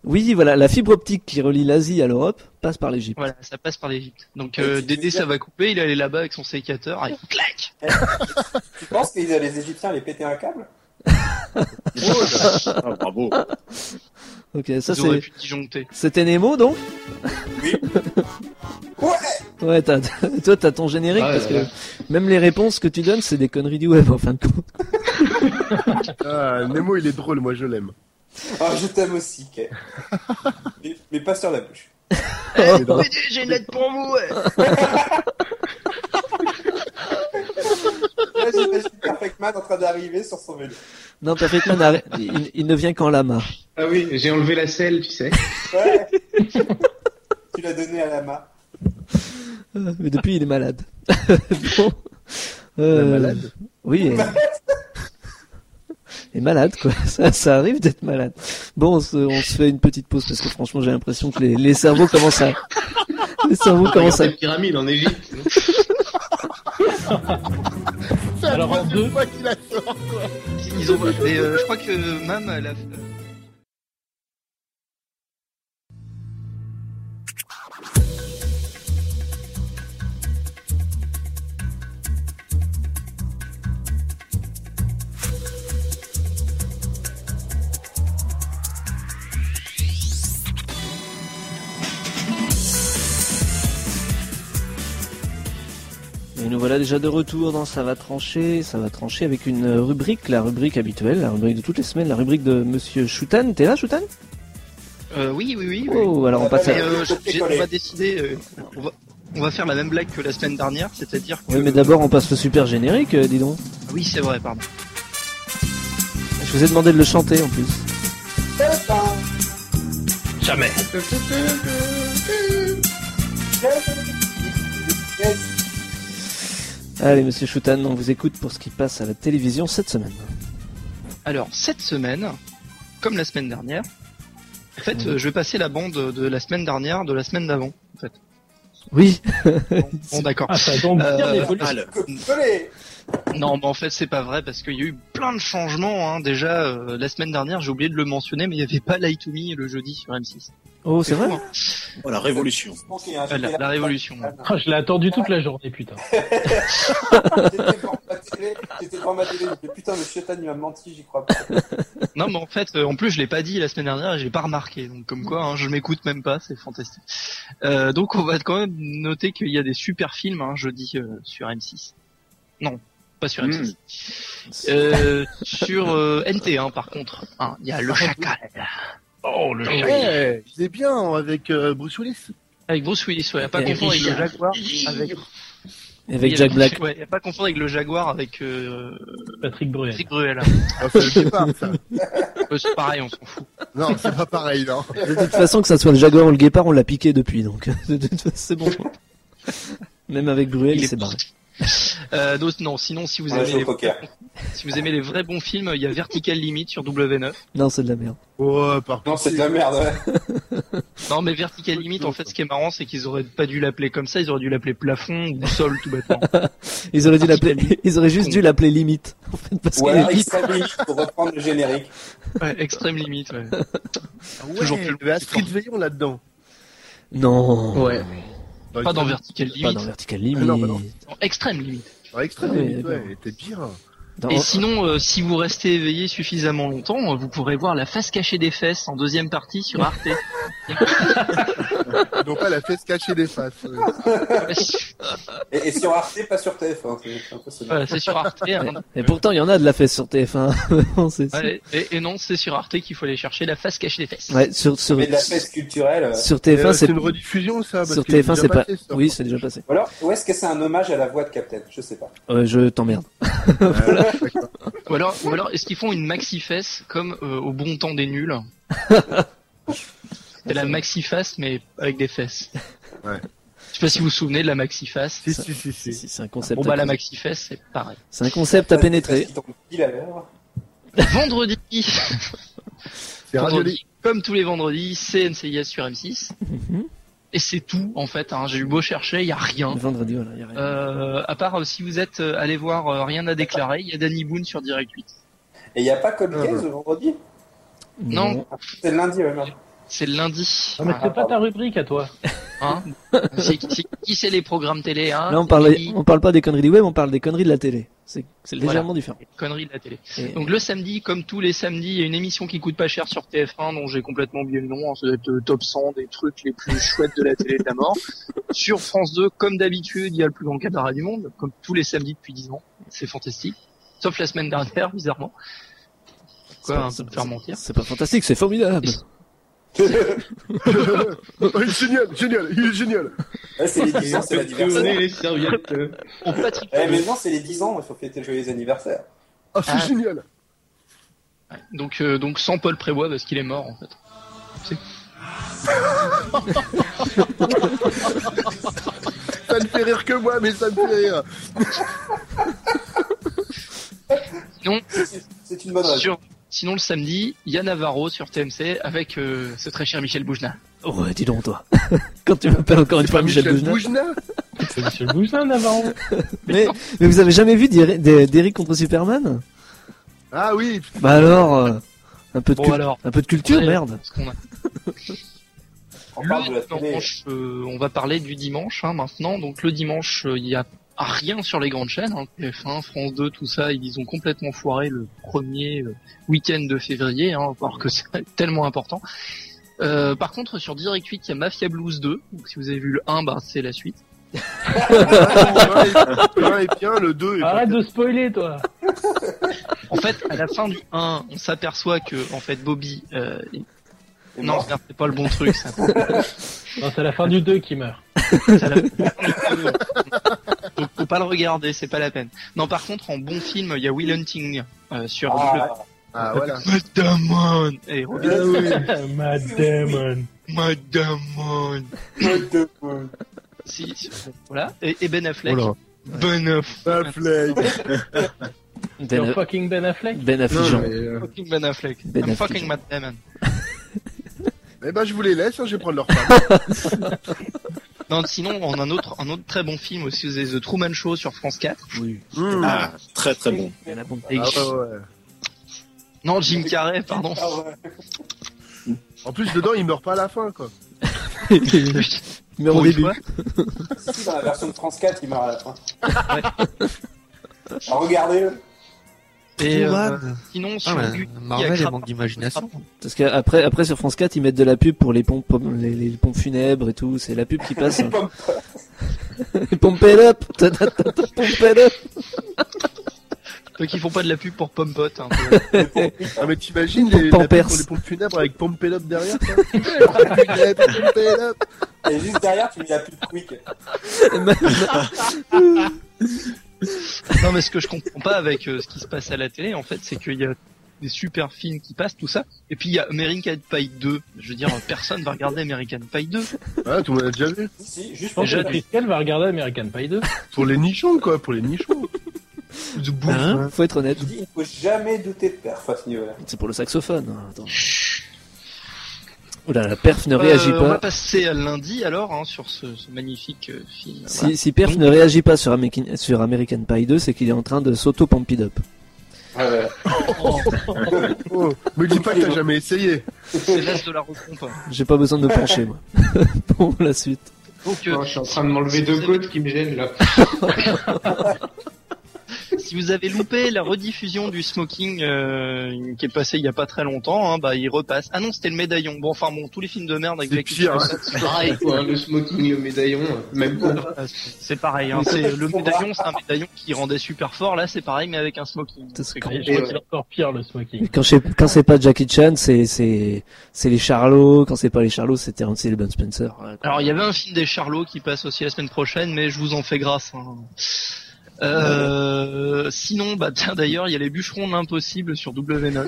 C: Oui, voilà, la fibre optique qui relie l'Asie à l'Europe passe par l'Égypte.
D: Voilà, ça passe par l'Égypte. Donc
F: Et
D: euh,
F: tu veux
D: Dédé,
F: dire-
D: ça va couper. Il est allé là-bas avec son sécateur. Et clac
F: Tu penses que les Égyptiens allaient péter un câble
E: Ah, bravo.
C: Ok, ça
D: Ils auraient
C: c'est.
D: pu disjoncter.
C: C'était Nemo donc
F: Ouais
C: Ouais, t'as, t'as- toi t'as ton générique
A: Ah,
C: parce
A: là,
C: que
A: là.
C: même les réponses que tu donnes c'est des conneries du web en fin de compte.
G: Ah, Nemo, il est drôle, moi je l'aime.
F: Ah, je t'aime aussi, Kay. mais, mais pas sur la bouche.
G: Il est drôle.
D: Dédé, j'ai une lettre pour vous. ouais.
F: Là, j'imagine Perfect Man en train d'arriver sur son vélo.
C: Non, Perfect Man, arrête, il, il ne vient qu'en lama.
A: Ah oui, j'ai enlevé la selle, tu sais.
F: Ouais. tu l'as donné à Lama.
C: Euh, Mais depuis il est malade. Bon. Euh,
G: Il est malade
C: Oui. euh, Il est malade quoi, ça, ça arrive d'être malade. Bon, on se, on se fait une petite pause parce que franchement j'ai l'impression que les, les cerveaux commencent à... Les cerveaux commencent à...
A: Regarde les pyramides en Égypte.
G: C'est la
J: Alors, en
G: troisième
J: deux-
G: fois qu'il a sort.
D: Ils ont. Et, euh, je crois que Mam elle a.
B: Thank
C: Et nous voilà déjà de retour dans Ça va trancher, ça va trancher avec une rubrique, la rubrique habituelle, la rubrique de toutes les semaines, la rubrique de Monsieur Choutan. T'es là, Choutan
D: Euh, oui, oui, oui. oui.
C: Oh, alors on passe à...
D: Mais, euh, j'ai- on va décider, euh, on, va, on va faire la même blague que la semaine dernière, c'est-à-dire que...
C: Oui, mais d'abord on passe le super générique, euh, dis donc.
D: Oui, c'est vrai, pardon.
C: Je vous ai demandé de le chanter en plus.
J: Jamais.
C: Allez, Monsieur Choutan, on vous écoute pour ce qui passe à la télévision cette semaine.
D: Alors, cette semaine, comme la semaine dernière, en fait,
C: Oui.
D: euh, je vais passer la bande de la semaine dernière, de la semaine d'avant, en fait.
C: Oui.
D: Bon, d'accord.
J: Ah, ça tombe bien
D: Euh,
J: des folies.
E: Mal.
F: Allez
D: Non, mais en fait, c'est pas vrai parce qu'il y a eu plein de changements. Hein. Déjà, euh, la semaine dernière, j'ai oublié de le mentionner, mais il n'y avait pas Light to Me le jeudi sur M6.
C: Oh, c'est vrai
D: fou, hein.
E: Oh, la révolution.
D: Euh, la, la révolution. ouais.
J: Ah, je l'ai attendu toute la journée, putain.
F: J'étais devant ma télé, j'étais devant ma télé, je me dis, putain, le chétan, il m'a menti, j'y crois pas.
D: Non, mais en fait, euh, en plus, je l'ai pas dit la semaine dernière et j'ai pas remarqué. Donc, comme quoi, hein, je m'écoute même pas, c'est fantastique. Euh, donc, on va quand même noter qu'il y a des super films hein, jeudi euh, sur M6. Non, pas sur M6. Euh, sur euh, NT1, par contre. Hein, Il y
C: Ah,
D: a Le Chacal.
J: Oh, le chat.
G: Ouais, c'est bien avec euh, Bruce Willis.
D: Avec Bruce Willis, ouais, à pas
C: Et
D: confondre avec
C: Richard
D: le Jaguar.
A: Jaguar avec
C: Et Avec
D: Il y a
C: Jack
D: le-
C: Black.
D: Ouais, à pas confondre avec le Jaguar avec euh,
J: Patrick Bruel.
D: Patrick Bruel.
G: Ah, c'est le départ, ça.
D: Euh, c'est pareil, on s'en fout.
G: Non, c'est pas pareil, non.
C: De toute façon, que ça soit le jaguar ou le guépard, on l'a piqué depuis, donc de toute façon, c'est bon. Même avec Bruel,
D: Il
C: il
D: est
C: s'est barré.
D: Euh, donc, non, sinon, si vous,
F: On a joué
D: aimez
F: au
D: les,
F: poker.
D: si vous aimez les vrais bons films, il y a Vertical Limit sur W9.
C: Non, c'est de la merde.
G: Oh, par
F: Non, c'est de la merde. ouais.
D: Non, mais Vertical Limit, en fait, ce qui est marrant, c'est qu'ils auraient pas dû l'appeler comme ça, ils auraient dû l'appeler Plafond ou Sol, tout bêtement.
C: Ils
D: Ah,
C: auraient dû l'appeler,
D: Particulier.
C: ils auraient juste dû l'appeler limite. En fait, parce
F: Ou
C: que
F: alors, extrême limite pour reprendre le générique.
D: Ouais, Extrême Limite, ouais.
G: Ah ouais,
D: toujours plus-
G: il y avait Astrid Veillon là-dedans.
C: Non.
D: Ouais. Pas dans Vertical
C: Pas
D: Limit,
C: dans Vertical Limit.
G: Ah non, bah non.
D: dans Extrême Limite.
G: Dans Extrême
C: Ah oui,
G: Limite, ouais,
C: d'accord.
G: elle était bien.
C: Dans-
D: Et sinon, euh, si vous restez éveillé suffisamment longtemps, euh, vous pourrez voir La face cachée des fesses en deuxième partie sur Arte.
G: Ils n'ont pas la fesse cachée des faces. ouais.
F: Et, et sur Arte, pas sur TF1. c'est un peu ce-
D: voilà, euh, c'est sur Arte. hein.
C: Et pourtant, il y en a de la fesse sur TF1. Non, c'est- c'est-
D: Ouais, et, et non, c'est sur Arte qu'il faut aller chercher La face cachée des fesses.
C: Ouais, sur, sur,
F: Mais de la fête culturelle. euh.
C: sur
G: Et,
C: TF1,
G: euh,
C: c'est,
G: une rediffusion, ça. parce
C: sur
G: qu'il est
C: TF1,
G: déjà
C: c'est pas,
G: passé, ça.
C: oui, c'est déjà passé.
F: Ou alors, ou est-ce que c'est un hommage à la voix de Captain Je sais pas.
C: Euh, je t'emmerde.
G: Voilà.
D: Ou alors, ou alors est-ce qu'ils font une maxi fesse comme euh, au bon temps des nuls C'est la maxi face mais avec des fesses.
G: Ouais.
D: Je sais pas si vous vous souvenez de la maxi face.
G: Si, si, si, si.
C: C'est c'est un concept.
D: Bon bah
C: à,
D: la maxi fesse c'est pareil.
C: c'est un concept à pénétrer.
F: Parce qu'il tombe pile à l'heure.
D: Vendredi,
G: C'est radiolique.
D: vendredi, comme tous les vendredis, c'est NCIS sur M6
C: Mhm.
D: et c'est tout en fait. hein. J'ai eu beau chercher, il y a rien.
C: Vendredi, voilà, il y a rien.
D: Euh, à part euh, si vous êtes euh, allé voir euh, rien à déclarer, il y a Danny Boone sur Direct 8.
F: Et il n'y a pas Code
D: Ah, bah.
F: Geass le vendredi
D: Non,
F: Ah, C'est le lundi, ouais, merde.
D: c'est le lundi.
J: Non, mais
F: Ah,
J: c'est pas ta rubrique à toi.
D: Hein c'est c'est- qui c'est les programmes télé hein
C: Là, on parle,
D: C'est
C: on parle pas des conneries du web, on parle des conneries de la télé. C'est c'est légèrement différent.
D: les conneries de la télé.
C: Et-
D: Donc le samedi, comme tous les samedis, il y a une émission qui coûte pas cher sur TF1 dont j'ai complètement oublié le nom, hein, ça doit être le top 100 des trucs les plus chouettes de la télé de la mort. Sur France 2, comme d'habitude, il y a le plus grand cabaret du monde, comme tous les samedis depuis 10 ans. C'est fantastique. Sauf la semaine dernière, bizarrement.
C: c'est
D: Quoi,
C: pas-
D: un
C: c'est-
D: peu faire mentir.
C: C'est pas fantastique, c'est formidable.
G: Oh, il est génial, génial, il est génial.
F: Ouais, c'est les 10 ans, c'est l'anniversaire.
A: les serviettes. euh.
D: Bon, Patrick,
F: Eh, mais non, c'est les 10 ans, il faut fêter le joyeux anniversaire.
G: Oh, c'est
D: Ah.
G: génial.
D: donc euh, donc sans Paul Prébois parce qu'il est mort en fait.
G: Ça ne fait rire que moi, mais ça me fait rire.
F: C'est c'est une bonne raison.
D: Sur- Sinon le samedi, il y a Navarro sur TMC avec euh, ce très cher Michel Boujna.
C: Ouais, Oh, dis donc, toi. Quand tu m'appelles encore une
G: C'est
C: fois
G: pas
C: Michel,
G: Michel
C: Boujna.
G: Boujna
J: C'est Monsieur Bousin, Navarro.
C: Mais, mais vous avez jamais vu d'Eri- d'E- d'Eric contre Superman
G: Ah oui,
C: Bah alors, euh, un, peu de
D: Bon
C: cul-
D: alors,
C: un peu de culture,
D: Ouais.
C: merde.
D: ce qu'on a
F: On parle de la
D: Le
F: télé.
D: dimanche, euh, on va parler du dimanche hein, maintenant. Donc le dimanche, euh, il y a rien sur les grandes chaînes. Hein, TF1, France 2, tout ça, ils ont complètement foiré le premier euh, week-end de février, hein, alors que c'est tellement important. Euh, par contre, sur Direct 8, il y a Mafia Blues 2. Donc si vous avez vu le 1, bah, c'est la suite.
G: Un ah, est bien, le 2 est pas
H: Arrête de spoiler, toi.
D: En fait, à la fin du 1, on s'aperçoit que en fait Bobby. euh, il- Non, merde, c'est pas le bon truc. ça.
H: Non, c'est à la fin du 2 qui meurt.
D: C'est à la fin du 1. Faut- faut pas le regarder, c'est pas la peine. Non, par contre, en bon film, il y a Will Hunting euh, sur
F: Ah,
G: Ah voilà.
D: Matt Damon et
G: Ah
D: Robin.
H: Matt Damon.
D: Matt Damon.
F: ouais.
D: Si, si, bon, voilà. Et, et Ben Affleck.
G: Oh là.
D: Ben Affleck.
G: Ah, Flake.
H: You're
C: Ben,
H: fucking Ben Affleck.
C: ben
G: Non,
C: affligeant.
G: mais, euh,
D: Fucking Ben Affleck.
C: Ben
D: I'm
C: Affleck.
D: fucking Matt Damon.
G: Eh ben je vous les laisse, hein, je vais prendre leur part.
D: Non, sinon, on a un autre, un autre très bon film aussi, c'est The Truman Show sur France 4.
C: Oui, Ben
E: Ah, très très bon.
C: il y en a bon.
D: Et-
G: Hmm. Ah, ouais, ouais.
D: Non, Jim Carrey, pardon.
F: Ah ouais.
G: En plus dedans il meurt pas à la fin quoi.
C: Mais
D: Pour
C: au
D: une
C: début.
D: fois.
F: Si, dans la version de France 4, il meurt à la fin. Alors, Regardez-le.
D: Et euh,
I: Truman.
D: sinon, sur
I: Ah, mais
D: Gulli, il y a
I: Marvel est
D: Crap-
I: manque d'imagination.
C: Parce qu'après, après, sur France 4, ils mettent de la pub pour les pompes, les, les pompes funèbres et tout. C'est la pub qui passe. hein.
F: Pompes.
C: Pump it up! Ta- ta- ta- ta- Pump it up!
D: Ceux qui font pas de la pub pour Pompot. Hein,
G: Ah mais t'imagines les,
C: Pompe en
G: la pub pour
C: Perse.
G: les pompes funèbres avec Pompelop derrière quoi. Pompelop, Pompelop.
F: Et juste derrière, tu mets la pub quick.
D: Non, mais ce que je comprends pas avec euh, ce qui se passe à la télé, en fait, c'est qu'il y a des super films qui passent, tout ça. Et puis il y a American Pie 2. Je veux dire, personne va regarder American Pie 2.
G: Ah tout le monde a déjà vu.
F: Si, si, juste
H: Je
F: pour
H: pense que
D: Déjà,
H: Triskel va regarder American Pie 2.
G: Pour les nichons quoi, pour les nichons.
D: De bouffe.
I: Hein
C: Faut être honnête.
F: Je dis, il faut jamais douter de perf à ce niveau-là.
C: C'est pour le saxophone. hein, Attends. Oula, la perf ne réagit
D: Euh, On va
C: pas.
D: passer à lundi alors hein, sur ce, ce magnifique euh, film. Voilà.
C: Si, si perf ne réagit pas sur, American- sur American Pie 2, c'est qu'il est en train de s'auto-pump it up.
G: Oh, me dis pas que t'as jamais essayé.
D: C'est l'as de la hein. recompe.
C: J'ai pas besoin de me pencher, moi. pour la suite.
D: Donc,
A: Oh,
D: euh,
A: je suis en train de m'enlever deux côtes qui me gênent là.
D: si vous avez loupé la rediffusion du Smoking euh, qui est passé il y a pas très longtemps, hein, bah il repasse. Ah non, c'était le médaillon. Bon, enfin bon, tous les films de merde avec
G: C'est
D: Jackie
G: pire, hein.
D: Chan, c'est pareil.
A: Pareil quoi, hein, le smoking, le médaillon, euh, même pas.
D: C'est pareil. Hein, c'est le médaillon, c'est un médaillon qui rendait super fort. Là, c'est pareil, mais avec un smoking.
C: C'est ce
D: C'est
C: qu'on-
H: Et
D: con.
H: je crois qu'il est encore pire le smoking.
C: Quand, c'est- quand c'est pas Jackie Chan, c'est, c'est, c'est les Charlots. Quand c'est pas les Charlots, c'est Terence Hill et Ben Spencer. Ouais, quoi.
D: Alors, il y avait un film des Charlots qui passe aussi la semaine prochaine, mais je vous en fais grâce. hein. Euh, sinon, bah tiens d'ailleurs, il y a les bûcherons de l'impossible sur W9.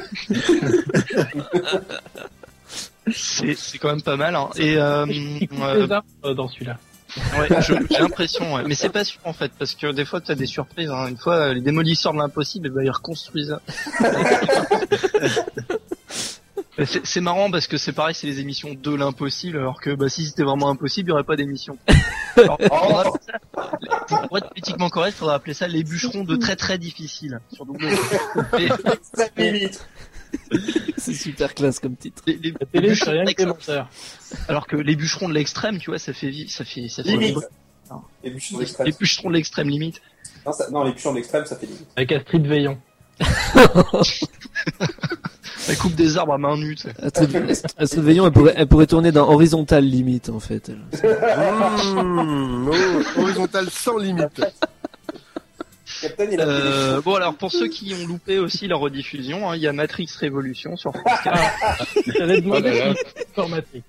D: c'est c'est quand même pas mal. Hein. Et euh,
H: Il coupe
D: euh,
H: les arbres euh, dans celui-là.
D: ouais, je- j'ai l'impression, ouais. mais c'est pas sûr en fait, parce que des fois t'as des surprises. hein. Une fois, euh, les démolisseurs de l'impossible, eh ben, ils reconstruisent. Mais c'est c'est marrant parce que c'est pareil, c'est les émissions de l'impossible, alors que bah, si c'était vraiment impossible, il y aurait pas d'émission. Alors, faudra appeler ça- Pour être politiquement correct, faudrait appeler ça les bûcherons de très très difficile. sur E. W. Et
F: litres.
C: c'est super classe comme titre.
D: les- les-
H: La télé,
D: les
H: c'est rien que des
D: bûcherons d'extrême-
H: menteurs.
D: alors que les bûcherons de l'extrême, tu vois, ça fait vi- ça fait ça fait
F: Limite. Les bûchons d'extrême.
D: les bûcherons de l'extrême limite.
F: Non, ça- non, les bûchons d'extrême, ça fait limite.
H: Avec Astrid Veillon.
D: Elle coupe des arbres à main nue, tu sais.
C: Astrid, Astrid Veillon, elle pourrait, elle pourrait tourner dans Horizontal limite, en fait. elle.
G: Mmh, oh, horizontal sans limite.
F: Captain, il a fait des
D: Euh, bon alors pour ceux qui ont loupé aussi la rediffusion, hein, il y a Matrix Révolution sur France 4.
H: J'allais demander
A: Oh là là.
H: si c'était informatique.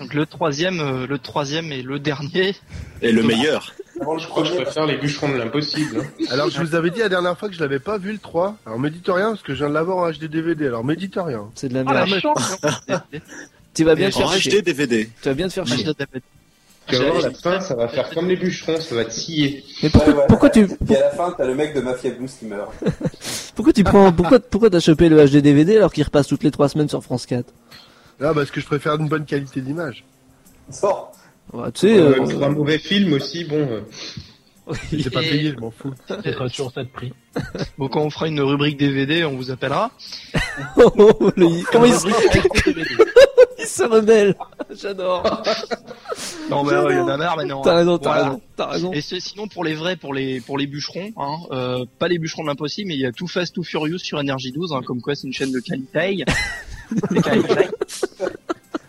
D: Donc le troisième, euh, le troisième et le dernier.
E: Et le meilleur.
F: choses avant le
A: Je crois que je
F: premier.
A: préfère les bûcherons de l'impossible. hein.
G: Alors je vous avais dit la dernière fois que je l'avais pas vu le 3. Alors médite rien parce que je viens de l'avoir en HD DVD. Alors médite rien.
C: C'est de la
D: Ah, la
C: merde.
D: chance
C: tu vas bien
D: Et
C: te
E: En
C: faire chier.
E: HD DVD.
C: Tu vas bien te faire chier.
A: Tu vas voir, la fin, ça va faire comme les bûcherons, ça va te scier.
C: Mais pourquoi,
F: Ouais, ouais.
C: pourquoi tu,
F: Et à la fin, t'as le mec de Mafia Blues qui meurt.
C: pourquoi tu prends, pourquoi, pourquoi t'as chopé le HD DVD alors qu'il repasse toutes les trois semaines sur France 4?
G: Là Ah, parce que je préfère une bonne qualité d'image.
F: Sort.
C: Ouais, tu sais,
A: Euh,
C: euh,
A: pour un mauvais film aussi, bon. euh,
G: J'ai pas
D: Et-
G: payé, je m'en fous.
H: Ce sera toujours ça de prix.
D: Bon quand on fera une rubrique DVD, on vous appellera.
C: oh, oh, le- comment il, se-
H: Rubrique
C: il se rebelle J'adore.
D: Non mais ouais, il y en a marre maintenant.
C: T'as
D: hein.
C: raison, t'as
D: Voilà.
C: raison, t'as raison.
D: Et ce- sinon pour les vrais, pour les pour les bûcherons, hein, euh, pas les bûcherons de l'impossible, mais il y a Too Fast Too Furious sur NRJ12, hein, comme quoi c'est une chaîne de qualité. De qualité.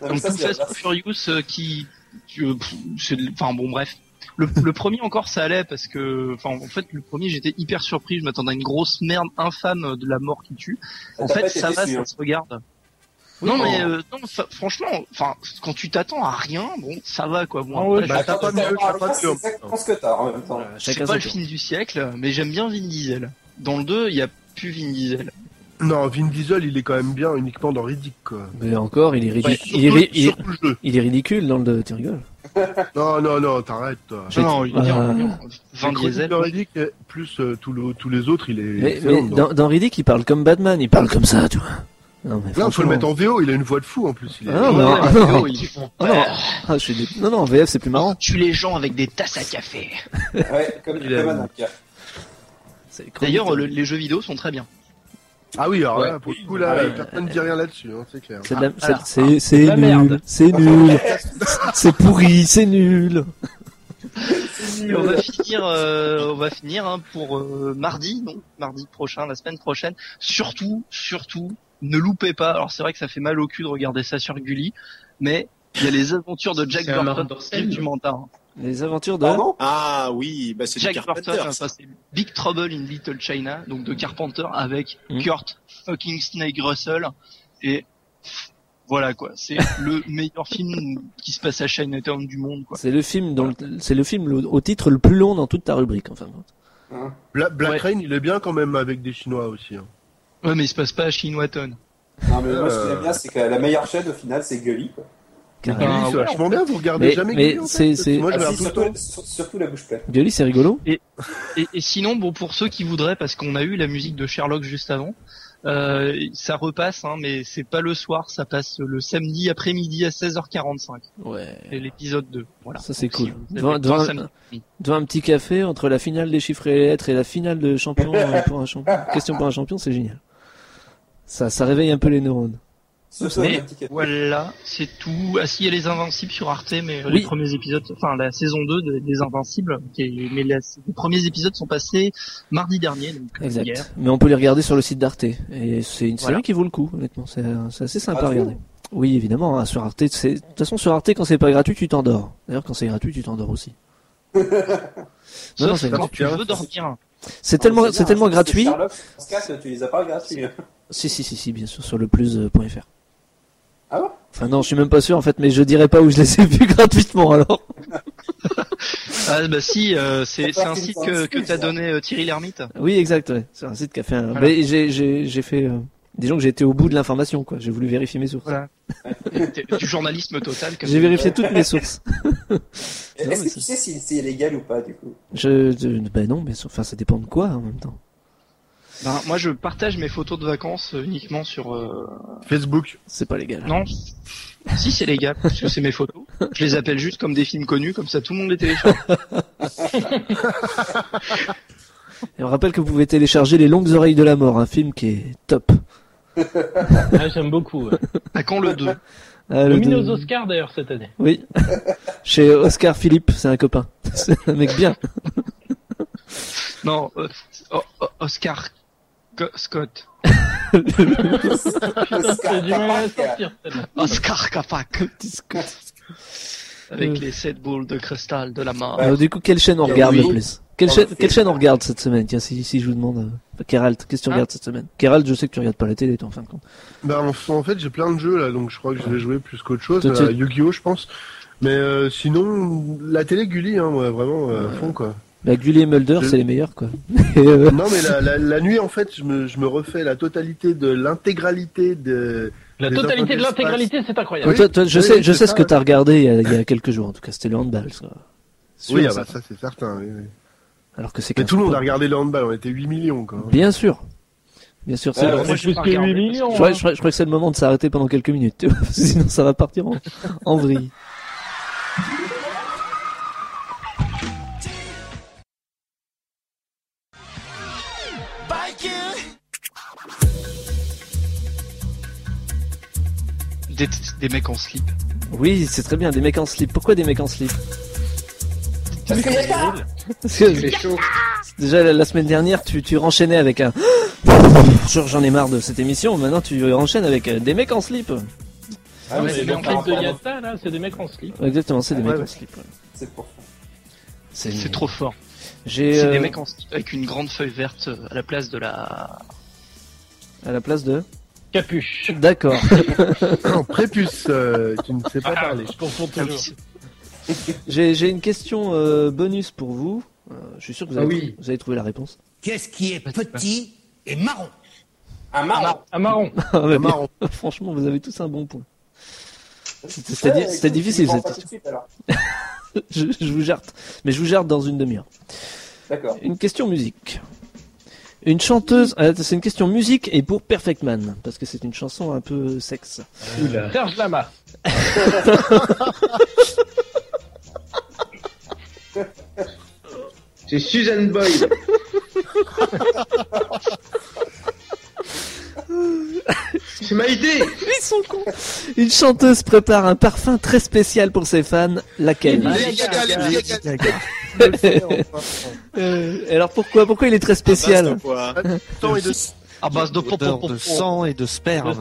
F: Non, mais
D: Donc
F: ça,
D: Too
F: c'est la
D: Fast Too
F: version.
D: Furious euh, qui, qui, euh, pff, c'est- enfin bon bref, Le, le premier encore, ça allait parce que, enfin, en fait, le premier, j'étais hyper surpris. Je m'attendais à une grosse merde infâme de la mort qui tue. En
F: T'as
D: fait,
F: pas été
D: ça va,
F: déçu,
D: ça
F: hein.
D: se regarde.
F: Oui,
D: non
F: bon.
D: mais euh, non, fa- franchement, enfin, quand tu t'attends à rien, bon, ça va quoi. Bon,
G: Ah ouais,
D: après,
G: bah,
D: je-
G: t'as pas mieux, t'as pas
F: C'est
G: mieux.
F: exactement ce que t'as en même temps.
D: c'est
C: Chacun
D: pas
C: son
D: le
C: tour.
D: film du siècle, mais j'aime bien Vin Diesel. Dans le 2, il y a plus Vin Diesel.
G: Non, Vin Diesel, il est quand même bien uniquement dans Riddick, quoi.
C: Mais encore, il est, ridi-
G: Ouais,
C: il, est, ri-
G: surtout-
C: il, est,
G: surtout le jeu.
C: il est ridicule dans le. Tu rigoles
G: Non, non, non, t'arrêtes, toi.
C: J'ai-
D: non, il est
C: euh,
D: bien. Vin
G: Les chroniques
D: Diesel.
G: de Riddick, euh, plus euh, tout le- tous les autres, il est.
C: Mais,
G: excellent
C: mais
G: dedans.
C: dans, dans Riddick, il parle comme Batman, il parle comme ça, tu vois. Non, mais
G: Non, faut le
C: franchement-
G: mettre en VO, il a une voix de fou en plus. Il est...
C: Ah non,
D: Ouais,
C: non,
D: la
C: non.
D: vidéo, il est fou.
C: Ah non, ah, je suis dé- non, non, en VF, c'est plus marrant.
D: Tue les gens avec des tasses à café.
F: Ouais, comme
G: Il a-
F: comme un Dunkerque.
C: C'est les chroniques.
D: D'ailleurs, le- les jeux vidéo sont très bien.
G: Ah oui, alors
F: Ouais.
G: là, pour le coup, là,
F: Ouais.
G: personne ne dit rien là-dessus, hein, c'est clair.
C: C'est de la- c'est-
D: voilà.
C: Ah, c'est- c'est
H: la
C: nul,
H: merde.
C: c'est
G: Ah,
C: nul, c'est pourri, c'est nul.
D: Et on va finir, euh, on va finir hein, pour euh, mardi, donc mardi prochain, la semaine prochaine. Surtout, surtout, ne loupez pas. Alors c'est vrai que ça fait mal au cul de regarder ça sur Gulli, mais il y a les aventures de Jack
A: C'est un
D: Burton
A: Marc
D: dans
A: Dorcel,
D: du Mentor.
C: Les aventures de.
F: Pardon
E: Ah oui, bah c'est du
D: Jack
E: Carpenter.
D: Burton,
E: ça.
D: enfin, c'est Big Trouble in Little China, donc de Carpenter avec
C: Mm.
D: Kurt fucking Snake Russell et voilà quoi, c'est le meilleur film qui se passe à Chinatown du monde quoi.
C: c'est le film dont le- c'est le film le- au titre le plus long dans toute ta rubrique enfin.
G: Bla- Black
D: Ouais.
G: Rain, il est bien quand même avec des Chinois aussi. hein.
D: Ouais mais il se passe pas à Chinoatown.
F: Non, mais moi, ce que
G: Euh.
F: j'aime bien, c'est que la meilleure chaîne, au final, c'est Gully. quoi.
G: Lui,
C: Carrément.
D: Ah,
G: c'est
D: ouais.
G: vachement bien, vous regardez
C: Mais-
G: jamais
C: mais
G: Gulli, en
C: c'est-
G: fait,
C: c'est-
G: Moi, je
F: Ah,
G: regarde
F: si,
G: tout le
F: surtout,
G: temps.
F: sur- surtout la bouche pleine.
C: Gulli, c'est rigolo.
D: Et, et sinon, bon, pour ceux qui voudraient, parce qu'on a eu la musique de Sherlock juste avant, euh, ça repasse, hein, mais c'est pas le soir, ça passe le samedi après-midi à 16h45,
C: Ouais.
D: c'est l'épisode 2. Voilà.
C: Ça c'est
D: Donc,
C: cool.
D: si vous avez
C: Devant,
D: le
C: devant-
D: temps, samedi.
C: devant un petit café entre la finale des chiffres et les lettres et la finale de champion euh, pour un champion. Question pour un champion, c'est génial. Ça, ça réveille un peu les neurones.
F: Ce soir,
D: Mais-
F: il y a un petit café.
D: Voilà, c'est tout. Ah si, il y a les Invincibles sur Arte, mais euh,
C: Oui.
D: les premiers épisodes, enfin la saison 2 de- des Invincibles, qui est- mais la- les premiers épisodes sont passés mardi dernier, donc euh,
C: Exact.
D: hier.
C: Mais on peut les regarder sur le site d'Arte. Et c'est une série
D: Voilà.
C: qui vaut le coup, honnêtement. C'est euh, c'est assez sympa à
F: Gratuit.
C: regarder. Oui, évidemment. hein, sur Arte, c'est- de toute façon, sur Arte, quand c'est pas gratuit, tu t'endors. D'ailleurs, quand c'est gratuit, tu t'endors aussi. Non, non,
D: Sauf
C: c'est-
D: quand tu veux dormir.
C: C'est
F: Ah,
C: tellement,
F: mais
C: c'est
F: bien,
C: tellement
F: hein,
C: gratuit.
F: Sherlock, Scarlett, tu les as pas gratuits. hein.
C: Si, si, si, si, bien sûr, sur le plus.fr.
F: Ah bon
C: Enfin, non, je suis même pas sûr, en fait, mais je dirais pas où je les ai vus gratuitement, alors.
D: Ah bah si, euh, c'est
F: Ça
D: c'est un
F: fait
D: site
F: une
D: que, que
F: Invincible,
D: t'as
F: ça.
D: donné euh, Thierry Lhermitte.
C: Oui, exact, ouais. C'est un site qui a fait un.
D: Voilà.
C: Mais j'ai, j'ai, j'ai fait. euh, Disons que j'ai été au bout de l'information, quoi. J'ai voulu vérifier mes sources.
D: Voilà. T'es- du journalisme total. Comme
C: J'ai vérifié toutes mes sources. Non,
F: Est-ce
C: mais
F: que tu sais si c'est illégal ou pas, du coup
C: Je, je- ben non, mais ça- enfin, ça dépend de quoi en même temps.
D: Ben, moi, je partage mes photos de vacances euh, uniquement sur. euh,
G: Facebook.
C: C'est pas légal.
D: Non, si c'est légal, parce que c'est mes photos. Je les appelle juste comme des films connus, comme ça tout le monde les télécharge.
C: Et on rappelle que vous pouvez télécharger Les Longues Oreilles de la Mort, un film qui est top.
J: Ah, j'aime beaucoup. ouais.
D: À quand le 2
C: Ah, le
J: Nominé aux
C: deux-
J: Oscars d'ailleurs cette année.
C: Oui. Chez Oscar Philippe, c'est un copain. C'est un mec bien.
D: Non, euh, O- O- Oscar Co- Scott.
J: Putain,
F: Ah,
J: j'ai du mal à la
F: Scarlett,
J: sortir celle-là.
D: Oscar Capac.
C: Petit Scott.
D: Avec
C: Euh.
D: les sept boules de cristal de la mort.
C: Alors, du coup, quelle chaîne on
F: Et
C: regarde
F: oui.
C: le plus quelle
F: Dans
C: chaîne,
G: Oh,
F: le
C: quelle
F: film.
C: chaîne on regarde cette semaine Tiens, si, si je vous demande. euh, Keralt, qu'est-ce que tu
D: Hein
C: regardes cette semaine Keralt, je sais que tu regardes pas la télé, toi, en fin de compte.
G: Bah, en, en fait, j'ai plein de jeux là, donc je crois que je vais jouer plus qu'autre chose.
C: Toi, tu-
G: euh, Yu-Gi-Oh, je pense. Mais euh, sinon, la télé Gulli, hein, ouais, vraiment, euh, à fond quoi.
C: Bah, Gulli et Mulder,
G: Je-
C: c'est les meilleurs, quoi. Et, euh,
G: Non, mais la, la, la nuit, en fait, je me, je me refais la totalité de l'intégralité de.
J: La
G: Les
J: totalité
G: enfants
J: de l'intégralité, c'est incroyable.
G: Oui,
C: toi, toi, je
G: oui,
C: sais, je
G: c'est
C: sais ce
G: ça,
C: que
G: ouais.
C: t'as regardé il y, a, il y a quelques jours, en tout cas. C'était le handball, ça. Sûr,
G: Oui, ah
C: ça.
G: bah ça, c'est certain. oui, oui.
C: Alors que c'est
G: Mais
C: qu'un
G: tout le monde a
C: sport.
G: regardé le handball, on était 8 millions quoi.
C: Bien sûr. Bien sûr, c'est
F: Ouais,
C: le-
D: moi,
J: C'est
D: j'ai
J: plus
D: pas
J: que 8
D: regardé, parce que-
J: millions.
C: Je crois,
J: hein.
C: je crois- je crois que c'est le moment de s'arrêter pendant quelques minutes, tu vois, parce que sinon ça va partir en, en vrille.
D: Des, des mecs en slip.
C: Oui, c'est très bien, des mecs en slip. Pourquoi des mecs en slip
F: Parce qu'il y a pas
C: Parce que
A: Il fait chaud.
C: déjà la, la semaine dernière, tu, tu renchaînais avec un. Genre, J'en ai marre de cette émission, maintenant tu enchaînes avec euh, des mecs en slip.
F: Ah, mais
D: Ouais,
F: c'est
J: Les
D: mais
F: bon,
D: en
J: mecs
F: par
D: fait,
J: de
F: rapport à-
J: Yata, là, c'est des mecs en slip.
C: Exactement, c'est des
G: Ouais,
C: mecs
G: ouais.
C: en slip. ouais.
F: C'est pour
D: C'est trop fort.
C: J'ai
D: C'est
C: euh,
D: des mecs en slip avec une grande feuille verte euh, à la place de la.
C: à la place de. Ah,
J: Capuche.
C: D'accord.
G: Non, prépuce, euh, tu ne sais pas
J: Ah,
G: parler.
J: je confonds
D: Ah
J: toujours.
D: oui, c'est-
C: J'ai j'ai une question euh, bonus pour vous. Euh, je suis sûr que vous
A: Ah
C: avez,
A: oui.
C: vous avez trouvé la réponse.
K: Qu'est-ce qui est petit et marron
F: Un marron.
J: Un marron.
C: Ah, bah,
G: marron.
C: bien. Franchement, vous avez tous un bon point. C'était c'était-
F: Ouais,
C: c'était
F: écoute,
C: difficile
F: tu me
C: cette
F: prends pas tout
C: question.
F: de suite, alors.
C: Je, je vous jarte, mais je vous jarte dans une demi-heure.
F: D'accord.
C: Une question musique. Une chanteuse, ah, c'est une question musique et pour Perfect Man, parce que c'est une chanson un peu sexe.
J: Serge Lama.
A: C'est Susan Boyle. C'est ma idée.
C: Ils sont cons Une chanteuse prépare un parfum très spécial pour ses fans, laquelle
J: Lady
E: Gaga,
J: Gaga.
E: Lady
A: Bah
E: Gaga.
C: Euh, Alors pourquoi pourquoi il est très
E: Ah,
C: spécial
E: basta, quoi.
G: Temps et de-
D: À base de
I: Odeur
D: pompon.
I: de sang et de sperme.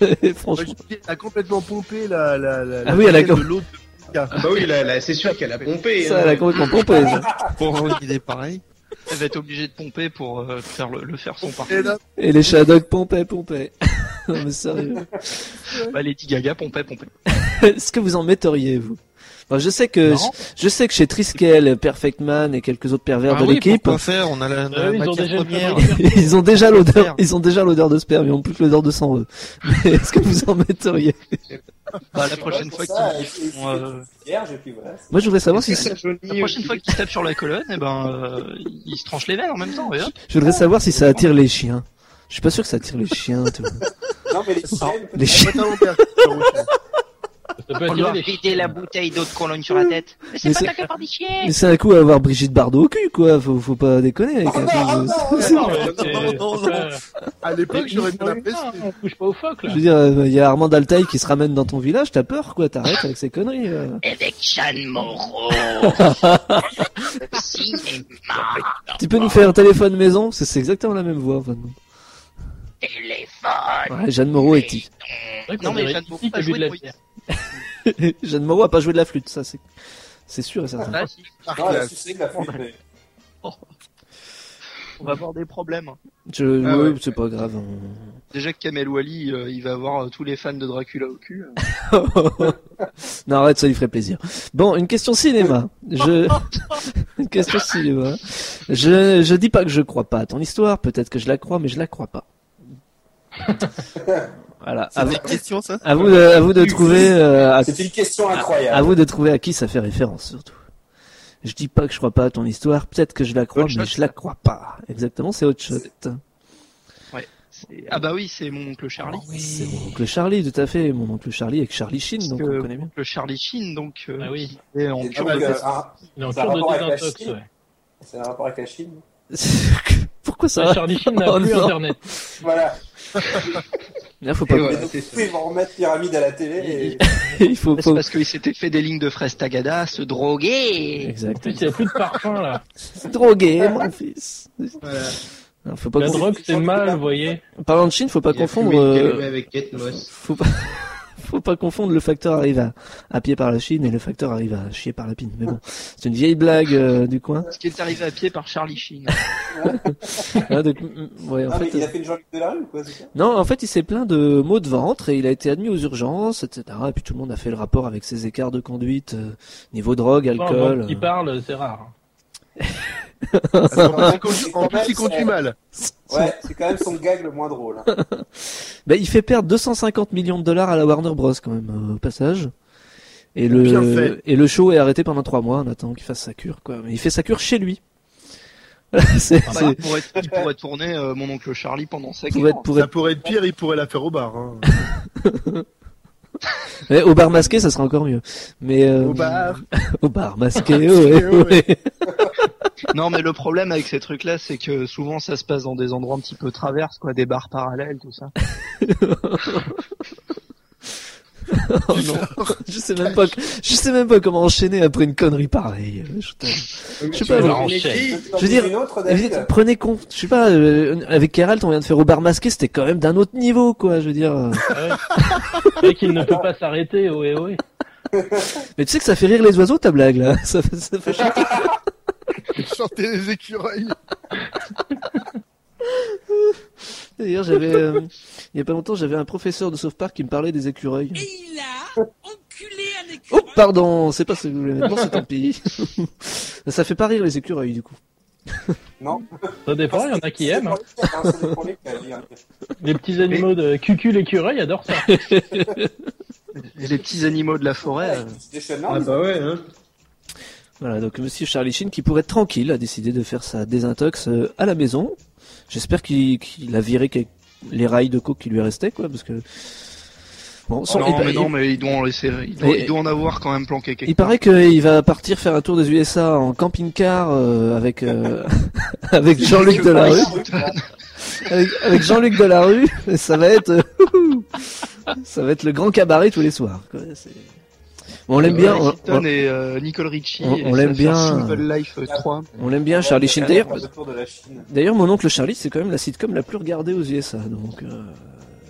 C: Franchement.
G: Elle a complètement pompé la, la, la,
C: Ah oui, elle a
G: de l'autre.
A: Ah bah oui, là, là, c'est sûr qu'elle a pompé.
C: Ça,
A: hein.
C: elle
F: euh,
C: a complètement pompé. ça.
I: Pour une idée pareille.
D: Elle va être obligée de pomper pour euh, faire le, le faire son parfum.
G: Et là,
C: Et les Shadok pompaient, pompaient. non mais sérieux.
D: Bah, Lady Gaga pompait, pompait.
C: Est-ce que vous en metteriez vous Bon, je sais que
D: Non.
C: je sais que chez Triskel, Perfect Man et quelques autres pervers
I: Ah
C: de
I: oui,
C: l'équipe,
I: pourquoi faire On a la, la
J: Euh, ils ont
I: matière
J: déjà une
I: première.
J: fabrique.
C: ils ont déjà l'odeur,
I: Faire.
C: ils ont déjà l'odeur de sperme, ils ont plus que l'odeur de sang eux. Mais Est-ce que vous en metteriez
D: Bah, la prochaine fois
F: Pour ça,
D: qu'ils
F: et- et-
D: font, euh,
F: Vierge, et puis voilà.
C: Moi, je voudrais savoir si
A: Est-ce que ça jaunit
D: la prochaine
A: aussi
D: fois qu'ils tapent sur la colonne, eh ben, euh, ils se tranchent les veines en même temps. Et hop.
C: je voudrais savoir si ça attire les chiens. Je suis pas sûr que ça attire les chiens. tu vois.
F: Non, mais les chiennes,
C: Les
G: elle
C: chiens.
G: va t'inventer un rocher.
J: Ça peut attirer les chiens.
B: bouteille d'eau de Cologne sur la tête. Mais
C: Mais
B: c'est pas
C: c'est-
B: attaqué par des chiens.
C: Mais c'est un coup à avoir Brigitte Bardot au cul, quoi. Faut, faut pas déconner. avec un truc de-
J: Non, Ah, mais c'est-
E: Non, non,
J: c'est
E: non.
J: pas-
G: À l'époque, j'aurais bien
J: Mais non,
G: apprécié.
J: On touche pas au phoque là.
C: Je veux dire, euh, il y a Armand Altaï qui se ramène dans ton village, t'as peur quoi, t'arrêtes avec ces conneries. euh.
B: Avec Jeanne Moreau. Cinéma.
C: Tu peux nous faire un téléphone maison Parce que c'est exactement la même voix. enfin, non.
B: Téléphone.
C: Ouais, Jeanne Moreau est qui
J: C'est vrai qu'on
D: Non, mais
J: dirait
D: Jeanne Moreau
J: ici
D: a
J: qu'il y a eu
D: joué
J: de la
D: de
J: bière.
C: Jeanne Moreau a pas joué de la flûte, ça c'est c'est sûr et certain.
D: Là, si,
F: non, elle a sucé de la flûte, mais-
D: on va avoir des problèmes.
C: Je...
A: Ah
C: ouais,
A: ouais.
C: c'est pas grave. on-
D: Déjà que Kamel Wally, euh, il va avoir euh, tous les fans de Dracula au cul. euh.
C: non arrête, ça lui ferait plaisir. Bon, une question cinéma. Je une question cinéma. Je je dis pas que je crois pas à ton histoire. Peut-être que je la crois, mais je la crois pas. voilà. À vous,
I: Avec question, ça
C: à vous de, à vous de trouver euh, à
F: C'était une question
C: À
F: incroyable.
C: vous de trouver à qui ça fait référence, surtout. Je dis pas que je crois pas à ton histoire, peut-être que je la crois,
D: Hot
C: mais
D: Shot.
C: je la crois pas. Exactement, c'est Hot Shot.
D: C'est- Ah bah oui, c'est mon oncle Charlie.
I: Ah
C: C'est mon oncle Charlie, tout à fait. Mon oncle Charlie avec Charlie Sheen, donc
D: Parce que
C: on connaît bien.
D: Le Charlie Sheen, donc, euh,
J: Ah oui.
D: qui est en
F: C'est
D: cure
F: donc,
D: de
F: euh,
D: fesse.
F: un-
J: Il est en
F: Ça a
J: cure
F: rapport
J: de
F: avec la
J: désintox.
F: Chine.
J: ouais.
F: c'est un rapport avec la Chine.
C: Pourquoi ça
J: Ça, Charlie Sheen n'a
C: Oh
J: plus
C: non.
J: internet.
F: Voilà.
C: Là, faut
A: Et
C: pas.
F: Et
A: voilà,
F: donc,
A: c'est
F: du
A: ça.
F: coup, ils vont remettre Pyramide à la télé. Et...
C: Il faut
D: C'est
C: pas.
D: parce qu'il s'était fait des lignes de fraises Tagada, se droguer.
J: En
C: Exact.
J: plus, il n'y a plus de parfum là.
C: Drogué, mon fils.
A: Voilà.
C: Non, faut pas.
J: La
C: confondre-
J: drogue, c'est mal, vous voyez.
C: Parlant de Chine, faut pas
A: Il a
C: confondre.
A: fumé une
C: euh,
A: calumet avec Kate Moss.
C: Faut pas. Faut pas confondre le facteur arrive à, à pied par la Chine et le facteur arrive à chier par la pine. Mais bon, c'est une vieille blague euh, du coin.
D: Ce qui est arrivé à pied par Charlie Sheen.
C: Hein, donc, mm, mm, ouais, en
F: Non, Ah, mais
C: fait,
F: il a fait une Jean-Luc Delarue ou quoi, c'est ça
C: Non, en fait, il s'est plaint de maux de ventre et il a été admis aux urgences, etc. Et puis tout le monde a fait le rapport avec ses écarts de conduite, euh, niveau drogue, alcool.
J: Qui
C: euh.
J: parle, c'est rare.
G: Attends,
C: Ah,
G: En plus, il conduit- en plus, il conduit mal.
F: Ouais, c'est quand même son gag le moins drôle. hein.
C: Bah, il fait perdre 250 millions de dollars à la Warner Bros quand même euh, au passage. Et
G: Bien
C: le
G: fait.
C: et le show est arrêté pendant trois mois. On attend qu'il fasse sa cure, quoi. Mais il fait sa cure chez lui. c'est,
D: Ah bah,
C: c'est-
D: il, pourrait, il pourrait tourner euh, mon oncle Charlie pendant 5
C: pour
D: ans.
C: être pour
G: Ça
C: être
G: pourrait être pire, il pourrait la faire au bar. hein.
C: ouais, eh, au bar masqué, ça sera encore mieux. Mais euh,
G: Au bar.
C: au bar masqué, ouais, ouais.
D: Non, mais le problème avec ces trucs-là, c'est que souvent ça se passe dans des endroits un petit peu traverses, quoi, des bars parallèles, tout ça.
C: Oh non. je sais même pas, je sais même pas comment enchaîner après une connerie pareille. euh, Je t'avoue.
A: Je
C: sais pas,
J: alors,
F: Je peux t'en
C: Je veux
F: dire
C: dire,
F: une autre,
C: Mais
F: David
C: vite, prenez compte, je sais pas, euh, avec Keralt, on vient de faire au bar masqué, c'était quand même d'un autre niveau, quoi, je veux dire. euh.
J: Ah ouais. C'est vrai qu'il ne peut pas s'arrêter, ohé ohé.
C: Mais tu sais que ça fait rire les oiseaux ta blague là. Ça, fait- ça fait chier.
G: Sortez les écureuils.
C: D'ailleurs, j'avais euh, il y a pas longtemps, j'avais un professeur de South Park qui me parlait des écureuils. Oh pardon, c'est pas ce que je voulais mettre. Bon, c'est tant pis. ça fait pas rire les écureuils du coup.
F: Non.
J: Ça dépend, il y en a qui aiment. hein. Les petits
D: animaux
J: de cucul écureuil adorent ça.
D: Et les petits animaux de la forêt. euh,
F: Ah
A: bah ouais.
C: Voilà, donc monsieur Charlie Sheen qui pourrait être tranquille a décidé de faire sa désintox euh, à la maison. J'espère qu'il qu'il a viré quel- les rails de coke qui lui restaient quoi parce que bon, sans-
D: Oh non,
C: il pa-
D: mais non,
C: il-
D: mais il doit en laisser. Il doit,
C: bah, Et-
D: il doit en avoir quand même planqué quelque
C: Il paraît qu'il va partir faire un tour des USA en camping-car euh, avec euh, avec Jean-Luc Delarue. Avec, avec Jean-Luc Delarue, ça va être euh, ouhou, ça va être le grand cabaret tous les soirs. quoi. C'est- Bon, on l'aime bien. on-
D: Clinton
C: on-
D: et euh, Nicole Richie.
C: on-
D: et
C: on
D: ça
C: l'aime
D: va faire
C: bien.
D: Simple Life euh, 3.
C: On l'aime bien, Charlie Sheen. D'ailleurs,
F: D'ailleurs, autour de la Chine.
C: d'ailleurs, mon oncle Charlie, c'est quand même la sitcom la plus regardée aux USA. Donc euh,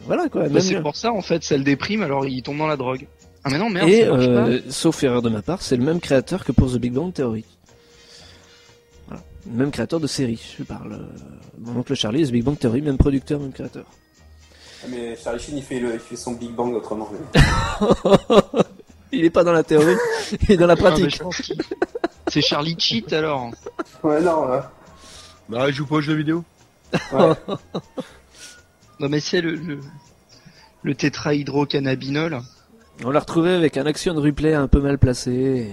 C: voilà quoi.
D: Bah,
C: même
D: c'est
C: bien.
D: pour ça en fait, ça le déprime alors il tombe dans la drogue. Ah mais non merde.
C: Et
D: ça marche pas.
C: euh, sauf erreur de ma part, c'est le même créateur que pour The Big Bang Theory. Voilà. Le Même créateur de série, je parle. euh, Mon oncle Charlie et The Big Bang Theory, même producteur, même créateur.
F: Ah, Mais Charlie Sheen, il fait, le, il fait son Big Bang autrement. mais-
C: il est pas dans la théorie, il est dans la
D: Ah, mais
C: pratique.
D: je pense qu'il- c'est Charlie Cheat alors.
F: ouais, non, hein.
G: Bah, je joue pas aux jeux vidéo.
D: Non Bah, mais c'est le le, le tétrahydrocannabinol.
C: On l'a retrouvé avec un action de replay un peu mal placé.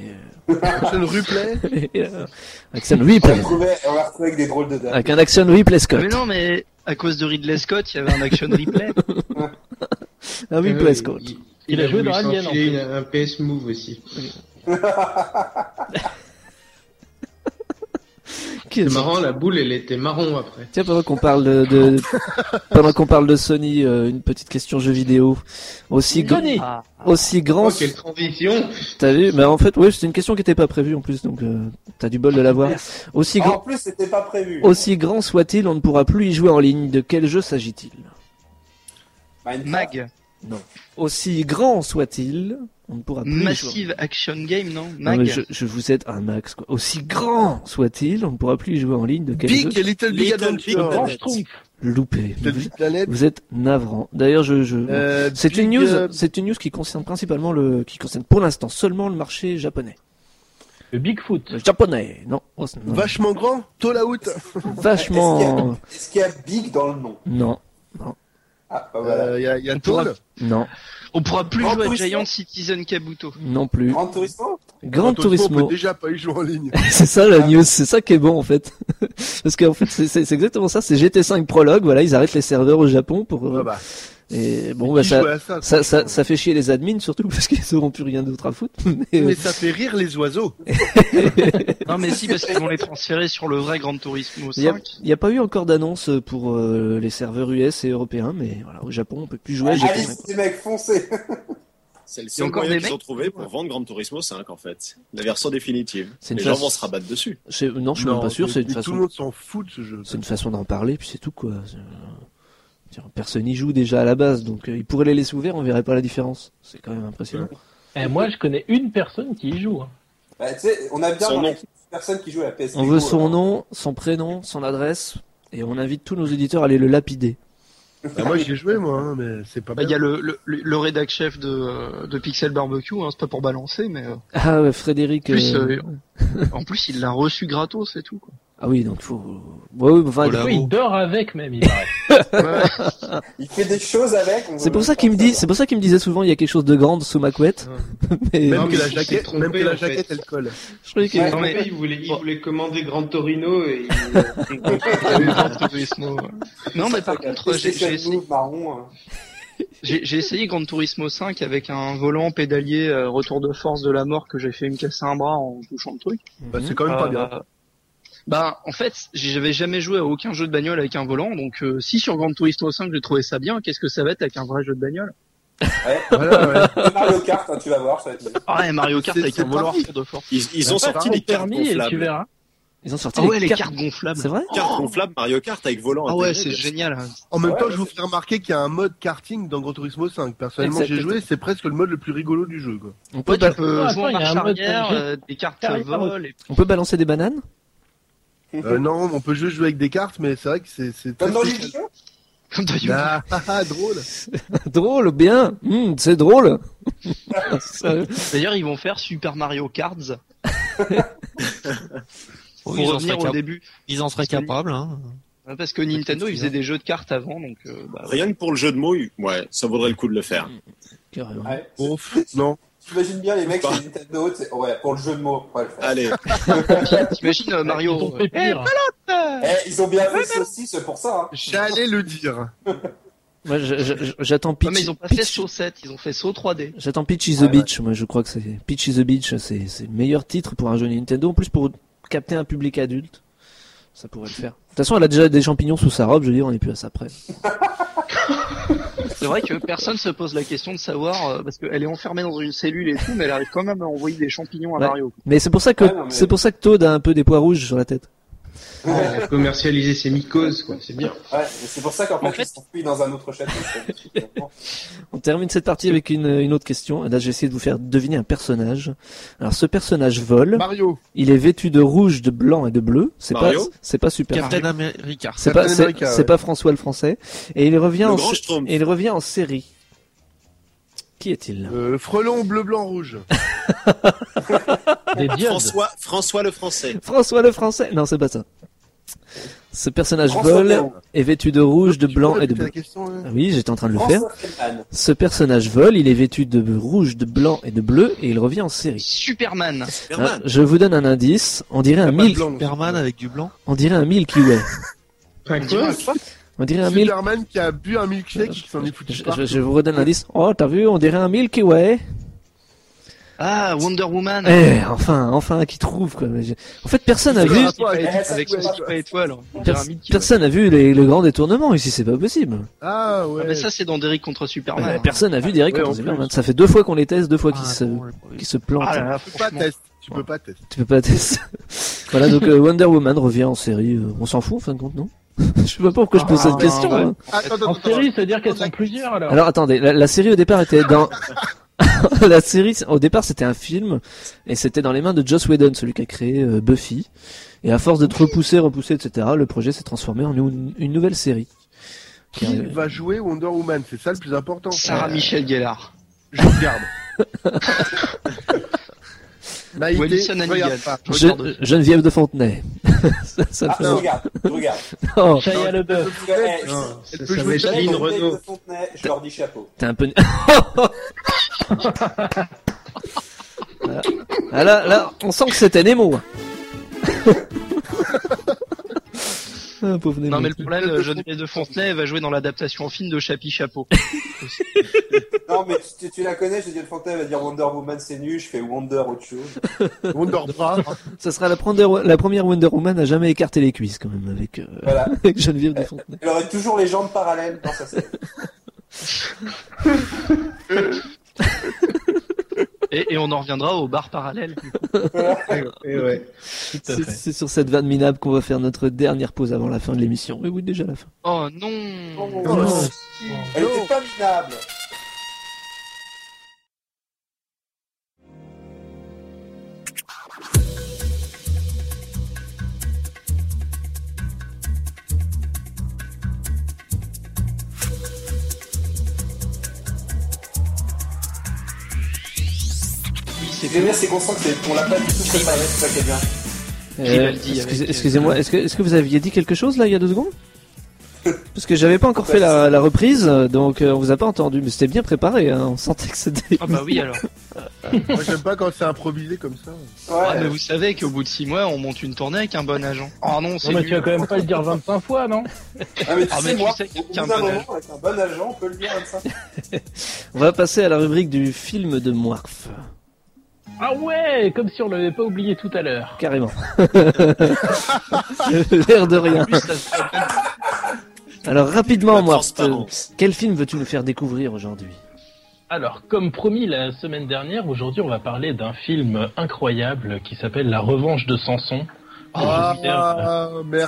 G: Action replay.
C: Et... et, euh, action
F: On l'a
C: replay.
F: retrouvé, on l'a retrouvé avec des drôles de dames.
C: Avec un action replay
A: Ah,
C: Scott.
D: Mais non mais à cause de Ridley Scott, il y avait un action replay.
C: Un Ah replay Scott.
A: Euh, Il,
J: Il a joué
A: voulu
J: dans Alien,
A: s'enfiler
J: en fait.
A: une- un PS Move aussi.
C: Qui est-
A: C'est marrant, la boule, elle était marron après.
C: Tiens, pendant qu'on parle de, de- pendant qu'on parle de Sony, euh, une petite question jeu vidéo. Aussi, gr-
J: Sony
C: aussi grand.
A: Oh, quelle transition
C: T'as vu Mais en fait, oui, c'était une question qui était pas prévue en plus, donc euh, t'as du bol de l'avoir. Aussi
F: Ah, En
C: grand,
F: plus, c'était pas prévu.
C: aussi grand soit-il, on ne pourra plus y jouer en ligne. De quel jeu s'agit-il
F: Minecraft.
D: Mag,
C: Aussi grand soit-il, on ne pourra plus. y jouer.
D: Massive Action Game non
C: Non,
D: Mag.
C: mais je, je vous aide un max. Quoi. Aussi grand soit-il, on ne pourra plus y jouer en ligne. De quel
G: Big
C: jeu
G: et Little Big
E: Little
G: Adventure.
E: Big
G: Little
J: Orange Trump.
C: Loupé. Vous,
G: Big Planet.
C: vous êtes navrant. D'ailleurs, je, je...
G: euh,
C: C'est
G: Big,
C: une news.
G: euh,
C: C'est une news qui concerne principalement le, qui concerne pour l'instant seulement le marché japonais.
J: Le Bigfoot.
C: Le japonais, non, oh, c'est- non.
G: Vachement grand. Toll out.
C: vachement,
F: Est-ce qu'il y a Big dans le nom
C: non,
F: Ah, bah voilà.
G: Euh, y a, y a
D: On pourra-
G: Toll.
C: non,
D: On pourra plus
F: Grand
D: jouer à
F: Turismo.
D: Giant Citizen Kabuto.
C: non plus.
G: Oh,
F: Grand Turismo
C: Grand
G: Grand Turismo, On
C: Turismo,
G: peut déjà pas y jouer en ligne.
C: c'est ça
G: Ah.
C: la news, c'est ça qui est bon en fait, parce qu'en fait c'est- c'est c'est exactement ça, c'est GT5 Prologue, voilà, ils arrêtent les serveurs au Japon pour, euh,
G: Ah bah,
C: et bon
G: qui
C: bah ça,
G: joue à
C: ça,
G: ça,
C: ça,
G: franchement
C: ça fait chier les admins surtout parce qu'ils n'auront plus rien d'autre à foutre. Mais, euh,
G: Mais ça fait rire les oiseaux.
D: Non mais si parce qu'ils vont les transférer sur le vrai Gran Turismo
C: Il y a-
D: 5.
C: il n'y a, pas eu encore d'annonce pour euh, les serveurs US et européens, mais voilà, au Japon on peut plus jouer à GT5.
F: Allez, c'est des mecs, foncez
E: C'est le
D: Il y a
E: seul
D: encore
E: moyen
D: des
E: qu'ils ont
D: mecs
E: trouvé pour vendre Gran Turismo 5 en fait. La version définitive.
C: C'est une
E: Les gens
C: façon-
E: vont se rabattre dessus.
C: Je sais- Non, je suis même pas sûr,
G: mais-
C: c'est une
G: mais
C: façon. Ah,
G: Tout le monde s'en fout de ce jeu.
C: C'est une façon d'en parler, puis c'est tout quoi. C'est, euh, tiens, Personne n'y joue déjà à la base, donc euh, ils pourraient les laisser ouverts, on verrait pas la différence. C'est quand même impressionnant.
J: Eh, moi, je connais une personne qui y joue. hein.
F: Bah, tu sais, on a bien
E: Son
F: dans
E: nom.
F: l'équipe des personnes qui jouent à la PS.
C: On veut
G: euh,
C: son nom, son prénom, son adresse, et on invite tous nos éditeurs à aller le lapider.
G: Bah, moi j'y ai joué moi, hein, mais c'est pas
D: Bah, Il y
G: bien.
D: a le, le, le- le rédac chef de, euh, de Pixel Barbecue, hein, c'est pas pour balancer, mais euh,
C: Ah ouais, Frédéric.
D: plus,
C: euh,
D: euh, en plus il l'a reçu gratos et tout. Quoi.
C: Ah oui, donc faut. Ouais, ouais, enfin,
I: Oh là.
J: Oui, il dort avec même, il paraît.
F: Il fait des choses avec. on
C: c'est pour
F: veut
C: ça
F: pas
C: qu'il me dit,
F: savoir.
C: c'est pour ça qu'il me disait souvent il y a quelque chose de grand sous ma couette. Mais
G: Même
A: Non,
G: que
A: mais
G: la
A: il
G: jaquette,
A: s'est trompé,
G: même que la
A: en fait.
G: jaquette elle colle.
C: je croyais qu'il-
A: Ouais,
D: Non, mais-
A: mais... il, voulait, il
D: Bon.
A: voulait commander Grand Torino et il-
D: non mais par
F: Avec un
D: contre j'ai- j'ai
F: PlayStation
D: essayé,
F: Move marron. hein.
D: j'ai- j'ai essayé Gran Turismo 5 avec un volant pédalier euh, retour de force de la mort que j'ai fait me casser un bras en touchant le truc.
G: Bah, c'est quand
C: Ah.
G: même pas
D: Euh,
G: bien.
D: Bah en fait j'avais jamais joué à aucun jeu de bagnole avec un volant, donc euh, si sur Gran Turismo 5 j'ai trouvé ça bien, qu'est-ce que ça va être avec un vrai jeu de bagnole
G: Voilà, ouais.
F: C'est Mario Kart, hein, tu vas voir, ça va être bien.
D: Ah ouais, Mario Kart
G: C'est-
D: avec
G: c'est
D: un volant
G: parti.
D: retour de force.
E: Ils, ils ont
J: Bah,
E: sorti
J: prends
E: des
J: ton
E: cartes
J: permis et tu
E: gonflables.
J: verras.
C: Ils ont sorti
D: Ah ouais,
C: les,
D: les
C: cartes
D: cartes gonflables.
C: C'est vrai
E: Carte gonflable Mario Kart avec volant.
D: Ah ouais,
E: intégré,
D: c'est
E: bien sûr.
D: génial.
G: En même
F: Ouais,
G: temps,
F: ouais,
G: je vous fais remarquer qu'il y a un mode karting dans Gran Turismo 5. Personnellement, j'ai
C: Exactement.
G: joué, c'est presque le mode le plus rigolo du jeu. Quoi.
C: On peut,
D: Ouais,
C: ba-
D: tu peux
H: attends,
D: jouer en
H: il y a un
D: marche
H: mode
D: arrière,
H: jeu.
D: euh, des cartes
H: Carré,
D: vol. Et...
C: on peut balancer des bananes
G: Euh, non, on peut juste jouer avec des cartes, mais c'est vrai que c'est c'est très
F: Comme dans les
G: spécial.
F: vidéos
D: Comme dans Yu-Gi-Oh.
G: Ah, ah, ah, drôle.
C: Drôle, bien. Hmm, c'est drôle. Sérieux.
D: D'ailleurs, ils vont faire Super Mario Cards
I: Oh,
D: pour
I: ils, en
D: revenir
I: seraient
D: au
I: cap-
D: début.
I: ils en seraient
D: Parce que-
I: capables. Hein.
D: Hein, Parce que Nintendo,
I: Peut-être
D: ils faisaient des jeux de cartes avant, donc euh, bah, ouais.
E: Rien que pour le jeu de mots, ouais, ça vaudrait le coup de le faire.
D: Mmh.
C: Carrément.
F: Ouais.
G: Ouf, non.
F: J'imagine bien les mecs
E: Pas.
F: chez Nintendo, c'est- ouais, pour le jeu de mots, on va le faire.
E: Allez,
D: t'imagines euh,
H: Ils ont
D: Mario.
H: fait pire.
F: Eh, ils ont bien fait saucisse pour ça. Hein.
G: J'allais le dire.
C: Moi, je- je- je- j'attends Peach.
D: Non, mais ils ont pas fait
C: Peach-
D: Saut 7, ils ont fait Saut 3D.
C: J'attends Peach is
F: Ouais,
C: the
F: ouais.
C: Beach. Moi, je crois que c'est Peach is the Beach, c'est c'est le meilleur titre pour un jeu Nintendo. En plus, pour capter un public adulte, ça pourrait le faire. De toute façon, elle a déjà des champignons sous sa robe. Je veux dire, on est plus à ça près.
D: C'est vrai que personne se pose la question de savoir, euh, parce qu'elle est enfermée dans une cellule et tout, mais elle arrive quand même à envoyer des champignons à
C: Ouais.
D: Mario.
C: Mais c'est pour ça que
F: Ouais, non, mais-
C: c'est pour ça que Toad a un peu des pois rouges sur la tête.
A: Il a commercialisé ses mycoses, quoi. C'est bien.
F: Ouais, mais c'est pour ça qu'en fait,
D: fait-
F: ils sont pris dans un autre château. finalement.
C: On termine cette partie avec une, une autre question. Là, j'ai essayé de vous faire deviner un personnage. Alors, ce personnage
E: Bah.
C: vole.
G: Mario.
C: Il est vêtu de rouge, de blanc et de bleu. C'est pas
E: Mario
C: c'est pas super.
I: Captain America.
C: C'est pas,
G: Captain
C: c'est,
G: America,
C: c'est
G: ouais.
C: pas François le Français. Et il revient
E: le
C: en,
E: grand
C: sé-
E: Strom.
C: et il revient en série. Qui est-il
G: Euh, frelon bleu blanc rouge.
I: Ah,
H: Des diodes.
E: François, François le Français.
C: François le Français Non, c'est pas ça. Ce personnage
F: François
C: vole
F: Mitterrand.
C: est vêtu de rouge, de
G: Tu
C: blanc
G: peux
C: et de
G: répéter la
C: bleu.
G: question, hein
C: Ah Oui, j'étais en train de le faire.
F: François Feldman.
C: Ce personnage vole, il est vêtu de rouge, de blanc et de bleu et il revient en série.
D: Superman.
C: Ah,
E: Superman.
C: je vous donne un indice. On dirait un
G: Pas de
C: mille,
G: blanc, non.
I: Superman avec du blanc.
C: on dirait un Milky-Way.
A: Enfin, quoi
C: On dirait un mille.
G: Superman qui a bu un milkshake qui s'en est
C: Je,
G: foutu partout.
C: je- je vous redonne l'indice. Oh, t'as vu, on dirait un Milky-Way.
D: Ah, Wonder Woman.
C: Eh, enfin, enfin, qui trouve quoi. Mais je- En fait, personne n'a
G: C'est
C: vu.
G: grave. rapport avec-
D: avec son super étoile. on dirait un
C: Pers-
D: Mickey.
C: personne n'a vu les- le grand détournement ici, c'est pas possible.
G: Ah
D: Ah,
G: ouais.
D: mais ça, c'est dans Derrick contre
C: Ouais,
D: Superman.
C: personne n'a vu direct
G: Ouais,
C: quand
G: en
C: on s'est fait
G: plus.
C: mal. Ça fait deux fois qu'on les teste, deux fois qu'ils
I: Ah,
D: euh,
C: se,
I: bon, j'ai pas vu.
C: qu'ils se plantent.
D: Ah là là,
G: tu peux pas
D: franchement.
G: tester. Tu peux pas tester.
C: Tu peux pas tester. voilà, donc euh, Wonder Woman revient en série. euh, on s'en fout, en fin de compte, non Je sais pas pourquoi je pose
D: Ah,
C: cette
D: non,
C: question.
D: ouais.
C: hein.
G: Attends, attends,
H: En
G: attends.
H: série, c'est-à-dire qu'elles sont plusieurs alors.
C: Alors attendez, la, la série au départ était dans... la série, au départ c'était un film, et c'était dans les mains de Joss Whedon, celui qui a créé euh, Buffy. Et à force d'être repoussé, repoussé, etc., le projet s'est transformé en une, une nouvelle série.
G: Qui va jouer Wonder Woman C'est ça le plus important.
D: Sarah Michelle Gellar.
G: Je regarde. Maïté,
D: Ou Alison Hannigan.
G: regarde pas.
D: Je
C: Je-
D: regarde.
C: Geneviève de Fontenay. ça, ça
F: Ah,
C: fait-
F: je regarde, je regarde.
C: Oh,
H: Shia LeBeouf.
F: Parce que, eh,
A: Non, ça,
G: peut
A: ça va
G: jouer
A: être
F: j'adore
A: Lynn
F: les mecs de
A: Renault.
F: Fontenay, Je leur dis chapeau.
C: t'es un peu... Voilà. Ah, là, là, on sent que c'était Nemo. hein. ah, pauvre Nemo.
D: Non, mais le problème, euh, Geneviève de Fontenay elle va jouer dans l'adaptation en film de Chapi Chapeau.
F: Non, mais tu- tu, tu la connais, je dis le Fontenay va dire Wonder Woman c'est nul, je fais Wonder autre chose.
G: Wonder Bra.
C: Ça sera la, prendre- la première Wonder Woman à jamais écarter les cuisses, quand même, avec, euh,
F: Voilà.
C: avec Geneviève de Fontenay.
F: Elle aurait toujours les jambes parallèles dans sa série.
D: Et, et on en reviendra au bar parallèle.
A: Et Eh ouais.
H: à
C: C'est
H: fait.
C: c'est sur cette vanne minable qu'on va faire notre dernière pause avant la fin de l'émission. Mais oui, déjà la fin.
D: Oh non
F: Oh, Elle était pas minable.
D: Oui, c'est
F: Ce qui est bien, c'est qu'on sent que c'est- qu'on l'a pas du tout préparé, c'est ça qui est bien.
D: Grimaldi
C: excuse-
D: avec, euh,
C: Excusez-moi, est-ce que, est-ce que vous aviez dit quelque chose là il y a deux secondes Parce que j'avais pas encore fait la, la reprise, euh, donc euh, on vous a pas entendu, mais c'était bien préparé, hein, on sentait que c'était...
D: Ah bah oui alors.
G: Moi j'aime pas quand c'est improvisé comme ça.
A: Oh,
D: Ah, mais
F: Ouais,
D: vous savez qu'au bout de 6 mois, on monte une tournée avec un bon agent. Oh non, c'est
H: Non, mais
D: nul.
H: tu vas quand même pas le dire 25 fois, non
F: Ah, mais tu
D: Ah, mais
F: sais,
D: tu
F: moi,
D: sais qu'il y a
F: au bout d'un
D: un bon
F: moment, avec un bon agent, on peut le dire comme ça.
C: On va passer à la rubrique du film de Moirf,
H: Ah ouais, comme si on l'avait pas oublié tout à l'heure.
C: carrément. L'air de rien.
D: Plus, ça se fait même
C: Alors
E: Pas
C: rapidement
E: de
C: Moirf, euh,
E: transparence.
C: quel film veux-tu nous faire découvrir aujourd'hui
H: Alors, comme promis la semaine dernière, aujourd'hui on va parler d'un film incroyable qui s'appelle La Revanche de Samson.
G: Ah, merci.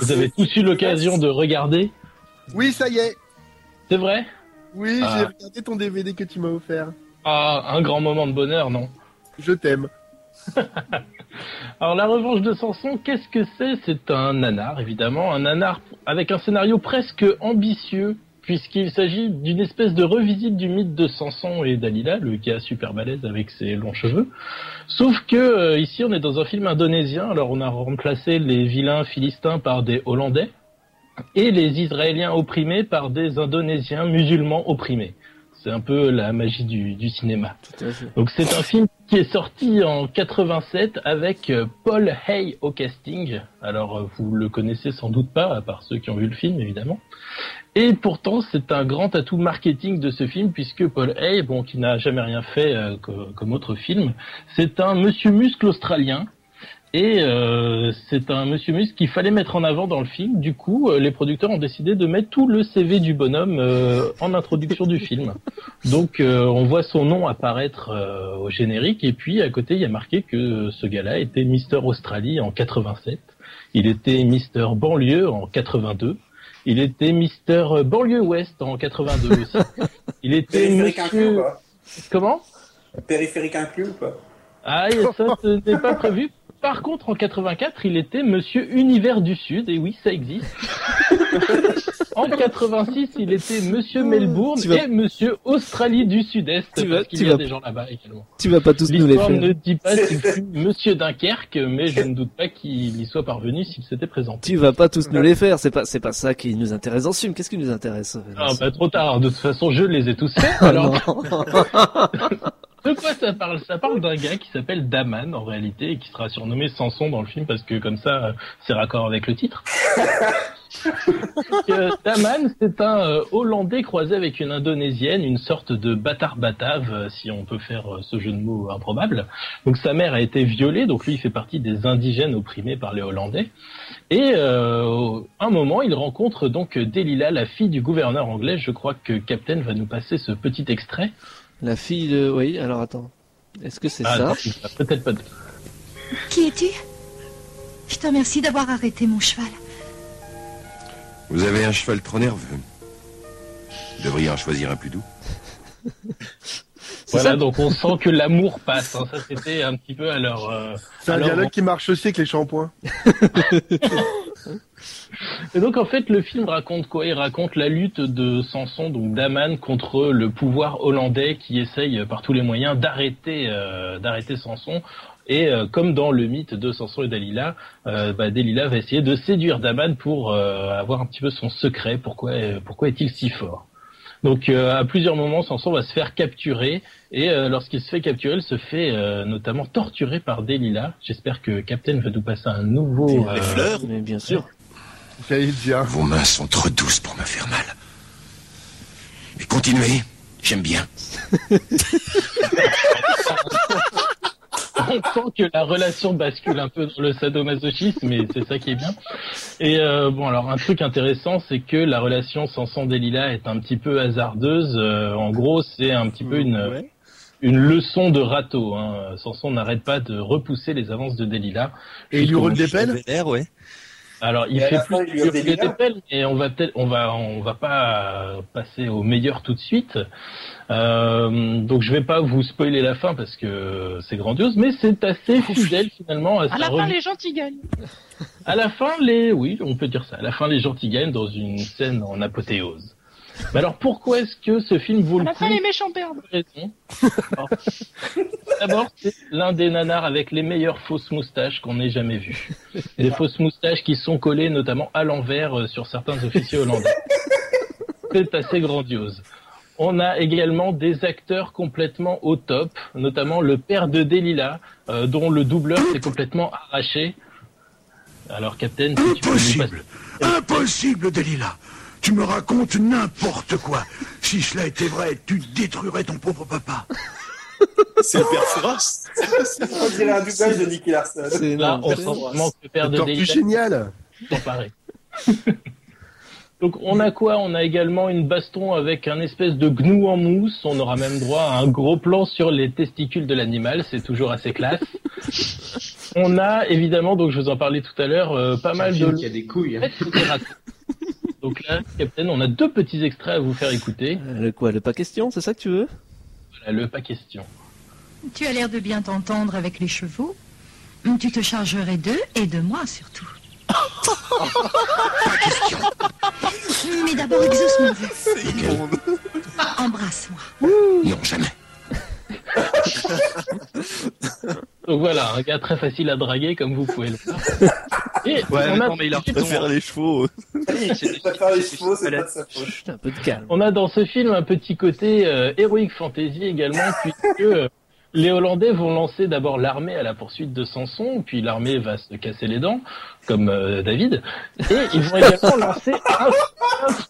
J: euh, Vous avez tous eu l'occasion de regarder.
G: Oui, ça y est.
J: C'est vrai
G: Oui,
J: Ah.
G: j'ai regardé ton DVD que tu m'as offert.
J: Ah, un grand moment de bonheur, non
G: Je t'aime.
J: Alors, La Revanche de Samson, qu'est-ce que c'est C'est un nanar, évidemment, un nanar avec un scénario presque ambitieux, puisqu'il s'agit d'une espèce de revisite du mythe de Samson et Dalila, le gars super balèze avec ses longs cheveux. Sauf que euh, ici, on est dans un film indonésien, alors on a remplacé les vilains philistins par des Hollandais, et les Israéliens opprimés par des Indonésiens musulmans opprimés. C'est un peu la magie du, du cinéma. Donc c'est un film qui est sorti en 87 avec euh, Paul Hay au casting. Alors euh, vous le connaissez sans doute pas, à part ceux qui ont vu le film évidemment. Et pourtant c'est un grand atout marketing de ce film puisque Paul Hay, bon qui n'a jamais rien fait euh, co- comme autre film, c'est un monsieur muscle australien. Et euh, c'est un monsieur muscle qu'il fallait mettre en avant dans le film. Du coup, euh, les producteurs ont décidé de mettre tout le CV du bonhomme euh, en introduction du film. Donc, euh, on voit son nom apparaître euh, au générique. Et puis, à côté, il y a marqué que ce gars-là était Mister Australie en 87. Il était Mister Banlieue en 82. Il était Mister euh, Banlieue Ouest en 82 aussi. Il était
F: Périphérique inclus ou
J: Monsieur...
F: pas
J: Comment
F: Périphérique inclus ou pas
J: ah, et ça, ce n'est pas prévu. Par contre, en 84, il était Monsieur Univers du Sud, et oui, ça existe. en 86, il était Monsieur Melbourne
C: Tu vas-
J: et Monsieur Australie du Sud-Est,
C: Tu vas-
J: parce qu'il
C: tu
J: y a
C: vas-
J: des gens là-bas également.
C: Tu vas pas tous nous les
J: L'histoire
C: faire.
J: ne dit pas s'il fut Monsieur Dunkerque, mais je ne doute pas qu'il y soit parvenu s'il s'était présenté.
C: Tu vas pas tous nous les faire. C'est pas, c'est pas ça qui nous intéresse dans ce film. Qu'est-ce qui nous intéresse euh, dans
J: Ah,
C: ce-
J: bah, trop tard. De toute façon, je les ai tous faits.
C: Ah,
J: Alors,
C: non.
J: de quoi ça parle Ça parle d'un gars qui s'appelle Daman, en réalité, et qui sera surnommé Samson dans le film, parce que comme ça, euh, c'est raccord avec le titre. Euh, Daman, c'est un euh, Hollandais croisé avec une Indonésienne, une sorte de bâtard batave, euh, si on peut faire euh, ce jeu de mots improbable. Donc sa mère a été violée, donc lui il fait partie des indigènes opprimés par les Hollandais. Et euh, au- un moment, il rencontre donc Delila, la fille du gouverneur anglais. Je crois que Captain va nous passer ce petit extrait.
C: La fille de, oui, alors attends. Est-ce que c'est
J: Ah,
C: ça?
J: non, il va Peut-être pas. de-
L: Qui es-tu Je te remercie d'avoir arrêté mon cheval.
M: Vous avez un cheval trop nerveux. Vous devriez en choisir un plus doux.
J: Voilà,
G: ça.
J: donc on sent que l'amour passe. hein. Ça c'était un petit peu à leur. euh,
G: C'est un
J: à leur-
G: dialogue qui marche aussi avec les shampoings.
J: Et donc en fait, le film raconte quoi Il raconte la lutte de Samson, donc d'Aman, contre le pouvoir hollandais qui essaye euh, par tous les moyens d'arrêter euh, d'arrêter Samson. Et euh, comme dans le mythe de Samson et Dalila, euh, bah, Dalila va essayer de séduire Daman pour euh, avoir un petit peu son secret. Pourquoi euh, pourquoi est-il si fort donc euh, à plusieurs moments, Samson va se faire capturer et euh, lorsqu'il se fait capturer, il se fait euh, notamment torturer par Delilah. J'espère que Captain va nous passer un nouveau. euh,
C: Les fleurs Oh, euh, Mais bien sûr.
M: Vos mains sont trop douces pour me faire mal. Mais continuez, j'aime bien.
J: on sent que la relation bascule un peu dans le sadomasochisme, mais c'est ça qui est bien. Et euh, bon, alors un truc intéressant, c'est que la relation Samson Delila est un petit peu hasardeuse. Euh, en gros, c'est un petit peu une une leçon de râteau. Hein. Samson n'arrête pas de repousser les avances de Delila.
G: Et il lui roule des pelles
J: ouais. Alors il
G: Et à
J: fait
G: la fin,
J: plus
G: il lui offre
J: que
G: des
J: des
G: lilas
J: pelles et on va peut-être on va on va pas euh, passer au meilleur tout de suite. Euh, donc je vais pas vous spoiler la fin parce que c'est grandiose, mais c'est assez fidèle finalement à, sa
N: À la fin,
J: revue-
N: les gens qui gagnent.
J: à la fin, les, oui, on peut dire ça. À la fin, les gentils gagnent dans une scène en apothéose. Mais alors, pourquoi est-ce que ce film vaut
N: À
J: le
N: la
J: coup
N: fin, les méchants perdent.
J: raison. Alors, D'abord, c'est l'un des nanars avec les meilleures fausses moustaches qu'on ait jamais vues. Des fausses moustaches qui sont collées notamment à l'envers euh, sur certains officiers hollandais. C'est assez grandiose. On a également des acteurs complètement au top, notamment le père de Delila, euh, dont le doubleur s'est complètement arraché. Alors, Captain, si tu peux nous passer-
O: Impossible, Delilah Tu me racontes n'importe quoi. Si cela était vrai, tu détruirais ton pauvre papa.
E: C'est le père Fouras.
F: On dirait un doublage de Nicky Larson.
J: Là, on sent vraiment que le père de
G: Tortue
J: Delila
G: génial
J: s'est emparé. Donc on a quoi On a également une baston avec un espèce de gnou en mousse. On aura même droit à un gros plan sur les testicules de l'animal. C'est toujours assez classe. On a évidemment, donc je vous en parlais tout à l'heure, euh, pas mal de.
A: Il y a des couilles. hein.
J: Donc là, Captain, on a deux petits extraits à vous faire écouter.
C: Euh, Le quoi Le pas question, c'est ça que tu veux
J: Voilà, le pas question.
L: Tu as l'air de bien t'entendre avec les chevaux. Tu te chargerais d'eux et de moi surtout. Pas question. Mais d'abord, exauce-moi. Embrasse-moi.
M: Non, jamais.
J: Donc voilà, un gars très facile à draguer, comme vous pouvez le voir. Et
D: Ouais,
J: on
D: mais
J: a-
D: non, mais il a raison.
E: les chevaux.
F: Faire les chevaux, c'est pas de sa faute.
C: Un peu de calme.
J: On a dans ce film un petit côté euh, héroïque fantasy également, puisque euh, les Hollandais vont lancer d'abord l'armée à la poursuite de Samson, puis l'armée va se casser les dents, comme euh, David, et ils vont également lancer un cyclope,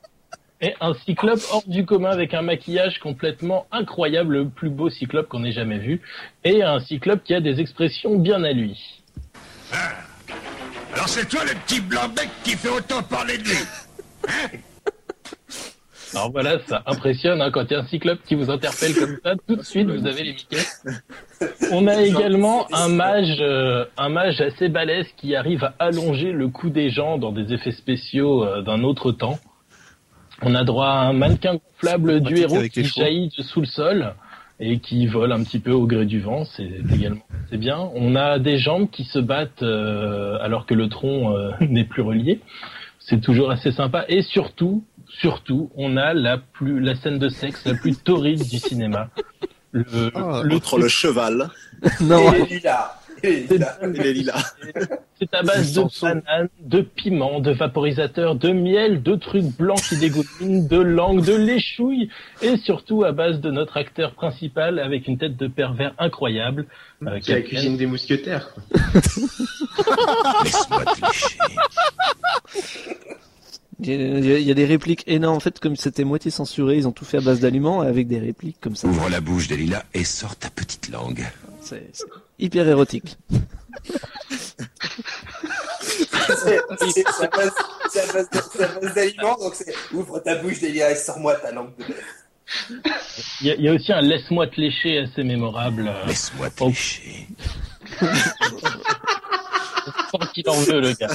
J: et un cyclope hors du commun avec un maquillage complètement incroyable, le plus beau cyclope qu'on ait jamais vu, et un cyclope qui a des expressions bien à lui.
O: Alors c'est toi le petit blanc-bec qui fait autant parler de lui
J: Alors voilà, ça impressionne hein, quand il y a un cyclope qui vous interpelle comme ça, tout de suite vous avez les miquettes. On a également un mage, euh, un mage assez balèze qui arrive à allonger le cou des gens dans des effets spéciaux euh, d'un autre temps. On a droit à un mannequin gonflable du
I: Pratique
J: héros
I: avec les
J: qui
I: chevaux.
J: jaillit de sous le sol et qui vole un petit peu au gré du vent. C'est également c'est bien. On a des jambes qui se battent euh, alors que le tronc euh, n'est plus relié. C'est toujours assez sympa. Et surtout, surtout, on a la plus la scène de sexe la plus torride du cinéma. Le, le
E: L'autre, Ah, le cheval.
C: Non.
F: Il est lilas. Il est lilas.
E: Il est lilas.
J: C'est à base de bananes, de piments, de vaporisateurs, de miel, de trucs blancs qui dégoulinent, de langue, de léchouille, et surtout à base de notre acteur principal avec une tête de pervers incroyable.
A: C'est
J: euh,
A: Mmh. la
J: Captain.
A: cuisine des mousquetaires. quoi.
M: Laisse-moi te lécher.
C: Il y, a- il y a- il y a des répliques énormes. En fait, comme c'était moitié censuré, ils ont tout fait à base d'aliments avec des répliques comme ça.
M: Ouvre la bouche, Delilah, et sors ta petite langue.
C: C'est c'est hyper érotique.
F: C'est c'est- c'est à base- c'est à base de- c'est à base d'aliments, donc c'est ouvre ta bouche, Delia, et sors-moi ta langue. de-
J: Il y, a- il y a aussi un laisse-moi te lécher assez mémorable. euh,
M: Laisse-moi te lécher.
J: je pense qu'il en veut le gars.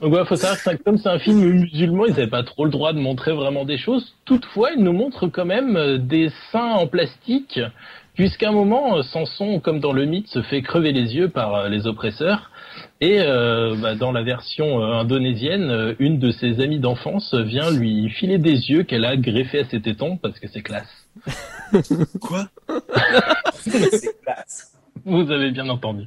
J: Donc voilà, faut savoir que c'est- comme c'est un film musulman, ils n'avaient pas trop le droit de montrer vraiment des choses. Toutefois, ils nous montrent quand même euh, des seins en plastique, puisqu'à un moment, euh, Samson, comme dans le mythe, se fait crever les yeux par euh, les oppresseurs. Et euh, bah, dans la version euh, indonésienne, euh, une de ses amies d'enfance vient lui filer des yeux qu'elle a greffés à ses tétons, parce que c'est classe.
E: Quoi
F: C'est classe.
J: Vous avez bien entendu.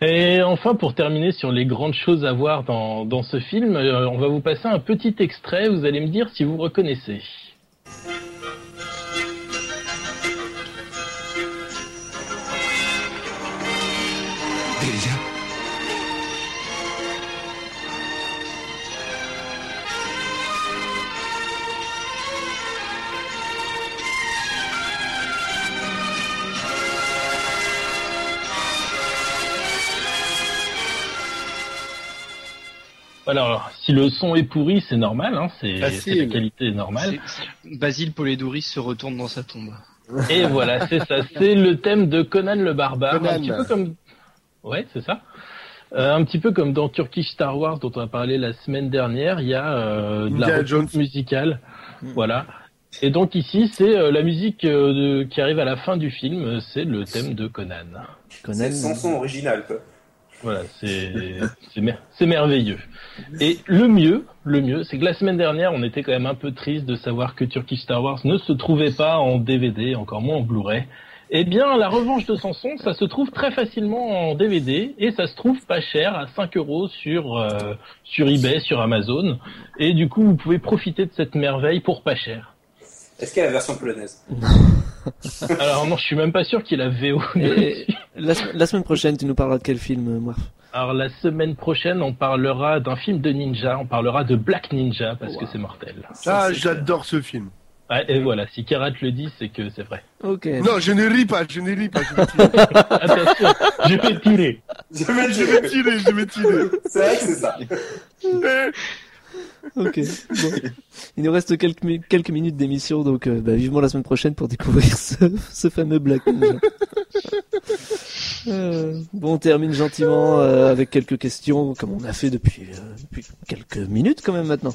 J: Et enfin, pour terminer sur les grandes choses à voir dans, dans ce film, euh, on va vous passer un petit extrait. Vous allez me dire si vous reconnaissez.
M: Delilah.
J: Voilà, alors, si le son est pourri, c'est normal, hein, c'est
D: Facile.
J: c'est la qualité est normale.
D: Basile Polédouris se retourne dans sa tombe.
J: Et voilà, c'est ça, c'est le thème de Conan le barbare,
G: Conan.
J: un petit peu comme, ouais, c'est ça, Euh, un petit peu comme dans Turkish Star Wars dont on a parlé la semaine dernière, il y a euh, de la
G: Indiana
J: reprise
G: Jones. Mm.
J: musicale, voilà. Et donc ici, c'est euh, la musique euh, de- qui arrive à la fin du film, euh, c'est le thème de Conan.
F: C'est
C: Conan,
F: le Samson original, quoi.
J: Voilà, c'est c'est mer- c'est merveilleux. Et le mieux, le mieux, c'est que la semaine dernière, on était quand même un peu triste de savoir que Turkish Star Wars ne se trouvait pas en DVD, encore moins en Blu-ray. Eh bien, la revanche de Samson, ça se trouve très facilement en DVD et ça se trouve pas cher, à 5 euros sur euh, sur eBay, sur Amazon. Et du coup, vous pouvez profiter de cette merveille pour pas cher.
F: Est-ce qu'il y a la version polonaise
J: Alors non, je suis même pas sûr qu'il a VO.
C: Et la, la semaine prochaine, tu nous parleras de quel film, euh, Moirf
J: Alors la semaine prochaine, on parlera d'un film de ninja, on parlera de Black Ninja parce que c'est mortel.
G: Ah, j'adore ce film.
J: Ah, et voilà, si Karat le dit, c'est que c'est vrai.
C: Ok.
G: Non, je ne ris pas, je ne ris pas. Je vais
J: Attention, Ah, je vais tirer.
F: Je vais-
G: tirer, je vais tirer.
F: C'est vrai que c'est ça.
C: Ok. Bon. Il nous reste quelques, mi- quelques minutes d'émission, donc euh, bah, vivement la semaine prochaine pour découvrir ce, ce fameux Black Ninja. Euh, bon, on termine gentiment euh, avec quelques questions, comme on a fait depuis, euh, depuis quelques minutes quand même maintenant.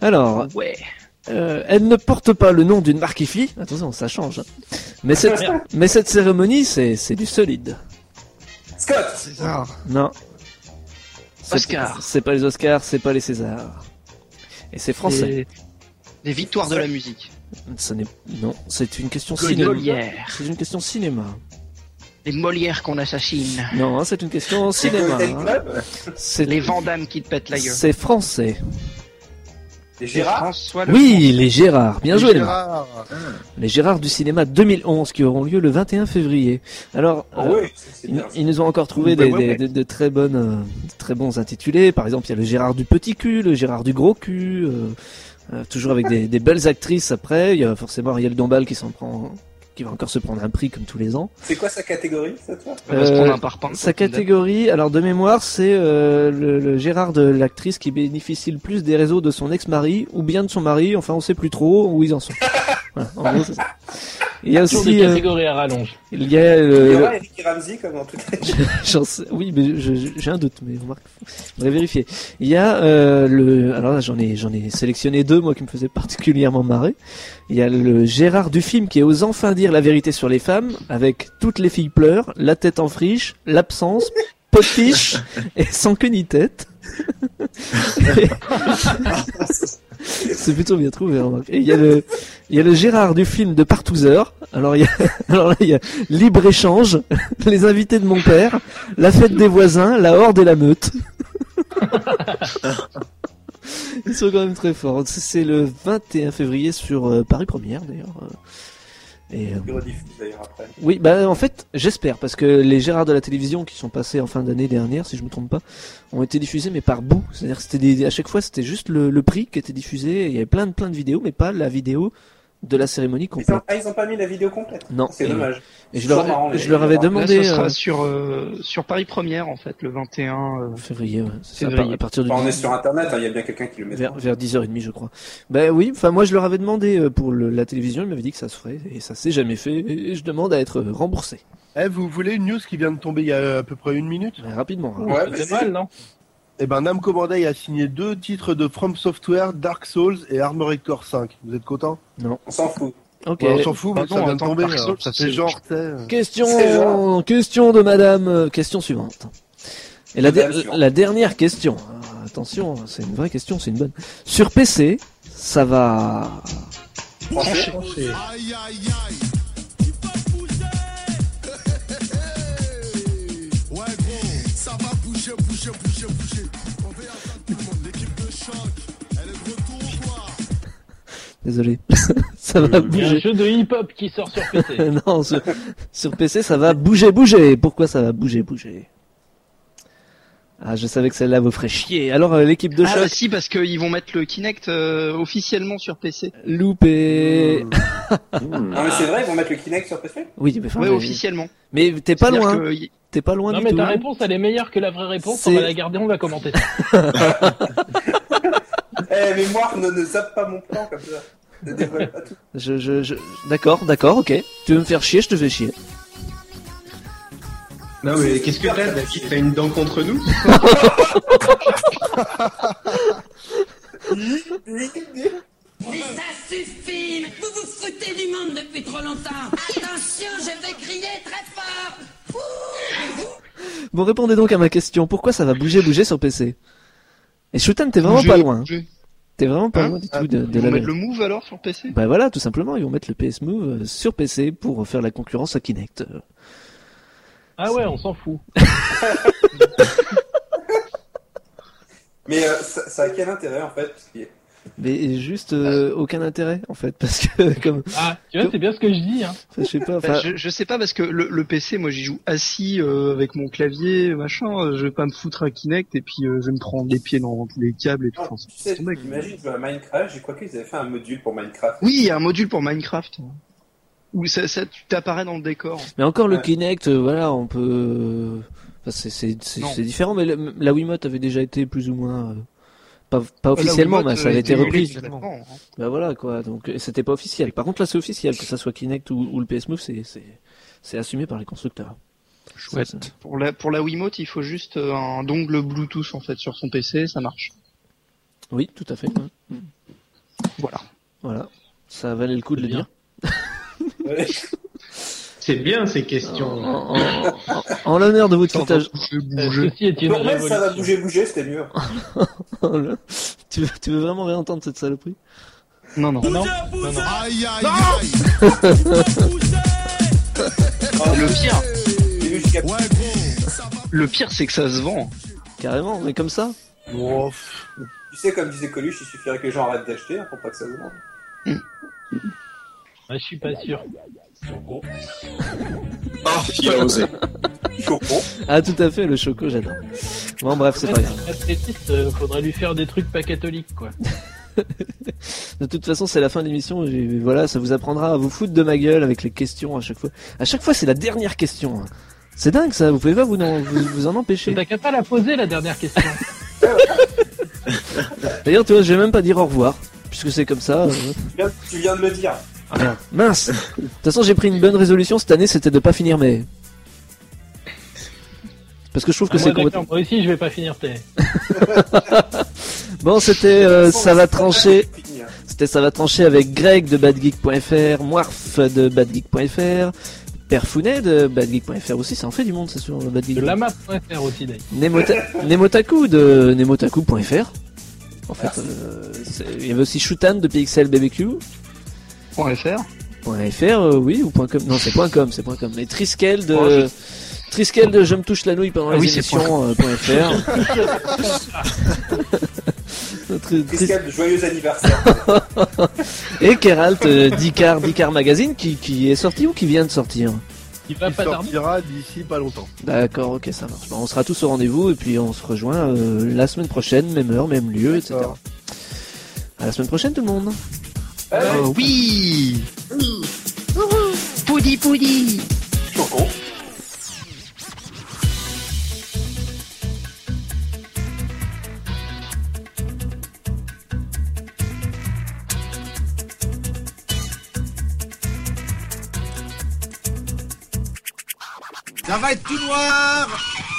C: Alors,
D: ouais.
C: euh, elle ne porte pas le nom d'une marque IFI. Attention, ça change. Mais cette, mais cette cérémonie, c'est c'est du solide.
F: Scott
D: César
C: Non. C'est-
D: Oscar.
C: C'est pas les Oscars, c'est pas les Césars. Et c'est français.
D: Les, les victoires de la musique.
C: Ce n'est non, c'est une question
D: Les
C: cinéma.
D: Molières.
C: C'est une question cinéma.
D: Les Molières qu'on assassine.
C: Non, hein, c'est une question cinéma.
D: Golden
C: hein.
D: Globe
C: C'est
D: Les Vandamme qui te pètent la gueule.
C: C'est français.
F: Les
D: Gérard François Le
C: Oui, les Gérards. Bien
D: Les
C: joué, les
D: Gérards.
G: Ah.
C: Marc. Les Gérards du cinéma 2011 qui auront lieu le 21 février. Alors, euh,
F: Ah ouais, c'est
C: ils,
F: bien.
C: ils nous ont encore trouvé des,
F: Ouais, ouais,
C: des- de, de très bonnes, euh, de très bons intitulés. Par exemple, il y a le Gérard du petit cul, le Gérard du gros cul. euh, euh, toujours avec des, des belles actrices après. Il y a forcément Ariel Dombal qui s'en prend, qui va encore se prendre un prix comme tous les ans.
F: C'est quoi sa catégorie, ça, toi
C: Euh, Sa catégorie, alors de mémoire, c'est euh, le, le Gérard de l'actrice qui bénéficie le plus des réseaux de son ex-mari ou bien de son mari. Enfin, on sait plus trop où ils en sont. Voilà, en gros, c'est ça. Il y a
J: Toujours
C: aussi.
J: des
C: euh,
J: catégories à rallonge.
C: il y a.
F: Il
C: euh,
F: y
C: le-
F: aura Eric Ramsey comme dans toute la
C: J'en sais- oui, mais je- je- j'ai un doute, mais remarque, faudrait vérifier. Il y a euh, le, alors là j'en ai j'en ai sélectionné deux moi qui me faisaient particulièrement marrer. Il y a le Gérard du film qui ose enfin dire la vérité sur les femmes, avec toutes les filles pleurent, la tête en friche, l'absence, potiche et sans queue ni tête. C'est plutôt bien trouvé. hein, remarque. Et il y a le, il y a le Gérard du film de Partouzeur. Alors il y a, alors là il y a libre échange, les invités de mon père, la fête des voisins, la horde et la meute. Ils sont quand même très forts. C'est le 21 février sur euh, Paris Première d'ailleurs. euh. Et euh,
F: Il rediffuse d'ailleurs après.
C: oui, bah en fait, j'espère parce que les Gérards de la télévision qui sont passés en fin d'année dernière, si je me trompe pas, ont été diffusés mais par bout. C'est-à-dire que c'était des- à chaque fois c'était juste le, le prix qui était diffusé. et Il y avait plein de plein de vidéos, mais pas la vidéo de la cérémonie
F: Ils ont-
C: complète.
F: Ah, ils ont pas mis la vidéo complète.
C: Non.
F: C'est
C: Et-
F: dommage.
C: et je
F: C'est
C: leur-
F: toujours marrant,
C: je
F: les-
C: leur avais
F: les-
C: demandé,
D: Là, ce sera
C: euh,
D: sur, euh, sur Paris Première, en fait, le 21 euh,
C: février. ouais, c'est ça, à,
D: février.
C: par- à partir du
F: Enfin, on est sur internet, hein, il y a bien quelqu'un qui le met.
C: vers, vers 10h30 je crois. Ben oui, enfin moi je leur avais demandé euh, pour le- la télévision, ils m'avaient dit que ça se ferait et ça s'est jamais fait et je demande à être remboursé.
G: Eh, vous voulez une news qui vient de tomber il y a à peu près une minute
C: Bah, Rapidement. hein.
G: Ouais, c'est mal, non Eh ben, Namco Bandai a signé deux titres de From Software, Dark Souls et Armored Core 5. Vous êtes content
C: Non.
F: On s'en fout.
C: Ok.
G: Ouais, on s'en fout, mais
C: Pardon,
G: ça vient Bah, de
C: attends,
G: tomber.
C: Dark Souls,
G: alors.
C: ça,
G: c'est
C: c'est-
G: genre, tu sais, euh,
C: Question, question de madame, euh, question suivante. Et la,
G: Madame
C: der-
G: suivante.
C: la dernière question. Ah, attention, c'est une vraie question, c'est une bonne. Sur PC, ça va.
F: Franchement,
C: Désolé. ça va
J: Il y a un
C: bouger.
J: jeu de hip-hop qui sort sur PC.
C: non, sur, sur PC, ça va bouger, bouger. Pourquoi ça va bouger, bouger Ah, je savais que celle-là vous ferait chier. Alors, euh, l'équipe de
D: ah,
C: choc.
D: bah si, parce qu'ils vont mettre le Kinect euh, officiellement sur PC.
C: Loupé.
D: Euh,
E: Hmm.
F: Non, mais c'est vrai, ils vont mettre le Kinect sur PC
C: Oui, Ah, mais enfin,
D: Ouais,
C: mais-
D: officiellement.
C: Mais t'es pas
D: C'est-à-dire
C: loin.
D: que y-
C: T'es pas loin
J: Non
C: du
J: mais
C: tout. hein.
J: ta réponse elle est meilleure que la vraie réponse, on
C: C'est-
J: va la garder, on va commenter.
F: Eh, mais moi, ne, ne zappe pas mon plan comme ça. Ne dévoile pas tout.
C: Je, je, je... D'accord, d'accord, ok. Tu veux me faire chier, je te fais chier.
A: Non, mais qu'est-ce que t'as, David T'as une dent contre nous
N: Mais ça suffit mais Vous vous foutez du monde depuis trop longtemps Attention, je vais crier très fort
C: Bon, répondez donc à ma question. Pourquoi ça va bouger, bouger sur PC Et Shootan, t'es vraiment
D: Bouger,
C: pas loin. hein.
D: bouger.
C: T'es vraiment pas
D: Hein
C: loin du
D: Ah,
C: tout de, de
D: ils
C: la
D: vont
C: vérité.
D: mettre le Move alors sur PC
C: Bah voilà, tout simplement, ils vont mettre le PS Move euh, sur PC pour faire la concurrence à Kinect. Euh,
J: Ah ouais, on s'en fout.
F: Mais euh, ça, ça a quel intérêt en fait parce que-
C: Mais juste euh,
D: Ah.
C: aucun intérêt, en fait, parce que comme...
J: Ah, tu vois, c'est bien ce que je dis. Hein.
C: Je sais pas,
D: Bah,
C: enfin...
D: je, je sais pas parce que le, le PC, moi j'y joue assis euh, avec mon clavier, machin. euh, je vais pas me foutre à Kinect et puis euh, je vais me prendre les pieds dans tous les câbles et tout. Enfin,
F: Tu
D: c'est-
F: sais, j'imagine jouer à Minecraft, j'ai crois qu'ils avaient fait un module pour Minecraft.
D: Oui, il y a un module pour Minecraft où ça, ça tu t'apparais dans le décor.
C: Mais encore le
D: Ouais.
C: Kinect, euh, voilà, on peut... Enfin, c'est- c'est c'est-
D: Non.
C: c'est différent, mais le- la Wiimote avait déjà été plus ou moins... euh, Pas,
D: Ah,
C: pas officiellement, mais
D: euh,
C: ça avait été repris.
D: complètement, hein.
C: Bah voilà quoi, donc et c'était pas officiel. Par contre là c'est officiel, que ça soit Kinect ou, ou le PS Move, c'est, c'est, c'est assumé par les constructeurs.
D: Chouette.
C: Ça, ça-
D: Pour la, pour la Wiimote, il faut juste euh, un dongle Bluetooth en fait sur son PC, ça marche.
C: Oui, tout à fait. ouais.
D: Voilà.
C: Voilà. Ça valait le coup de le dire.
A: C'est bien ces questions.
C: En, en- en l'honneur de votre footage.
F: Normal, ça va bouger, bouger, c'était mieux.
C: tu, veux, tu veux vraiment réentendre cette saloperie
D: Non, non.
C: non.
M: Aïe, aïe,
D: Le pire. Le pire, c'est que ça se vend.
C: Carrément, mais comme ça
F: Tu sais, comme disait Coluche, il suffirait que les gens arrêtent d'acheter hein, pour pas que ça se vende.
J: je suis pas sûr.
E: Ah, il a osé.
C: Ah tout à fait, le choco j'adore. Bon bref, c'est pas grave.
J: Athlétiste, euh, faudrait lui faire des trucs pas catholiques, quoi.
C: De toute façon, c'est la fin de l'émission. J'ai- Voilà, ça vous apprendra à vous foutre de ma gueule avec les questions à chaque fois. À chaque fois, c'est la dernière question. hein. C'est dingue ça. Vous pouvez pas vous en, vous, vous en empêcher.
J: T'as qu'à pas la poser, la dernière question.
C: D'ailleurs, tu vois, je vais même pas dire au revoir puisque c'est comme ça. euh.
F: Tu viens- Tu viens de le dire.
C: Ah, merde. Mince. De toute façon, j'ai pris une bonne résolution cette année, c'était de pas finir mais. Parce que je trouve que
J: Ah,
C: c'est
J: moi, d'accord,
C: complètement.
J: moi aussi, je vais pas finir tes.
C: bon, c'était euh, ça va trancher.
F: hein.
C: C'était ça va trancher avec Greg de badgeek.fr, Moirf de badgeek.fr, Perfounet de badgeek.fr aussi. Ça en fait du monde, c'est sûr. Le badgeek.
J: De lama.fr aussi, d'ailleurs.
C: Nemota- Nemotaku de nemotaku.fr. En
J: Ah.
C: fait, euh, c'est- il y avait aussi Shutan de Pixel BBQ.
D: .fr.
C: .fr, euh, oui, ou .com. Non, c'est .com, c'est .com. Mais Triskel de
D: Oh,
C: Triskel de Je me touche la nouille pendant
D: Ah
C: les
D: oui, c'est
C: émissions
D: point.
C: euh, point .fr. Tris- Tris-
F: Triskel, joyeux anniversaire.
C: Et Keralt euh, d'Icar d'Icar Magazine qui, qui est sorti ou qui vient de sortir.
J: Il
G: va sortira d'ici pas longtemps.
C: D'accord, ok, ça marche. Bon, on sera tous au rendez-vous et puis on se rejoint euh, la semaine prochaine, même heure, même lieu, etc. À la semaine prochaine, tout le monde.
D: Euh, oui Poudi poudi
K: Ça va être tout noir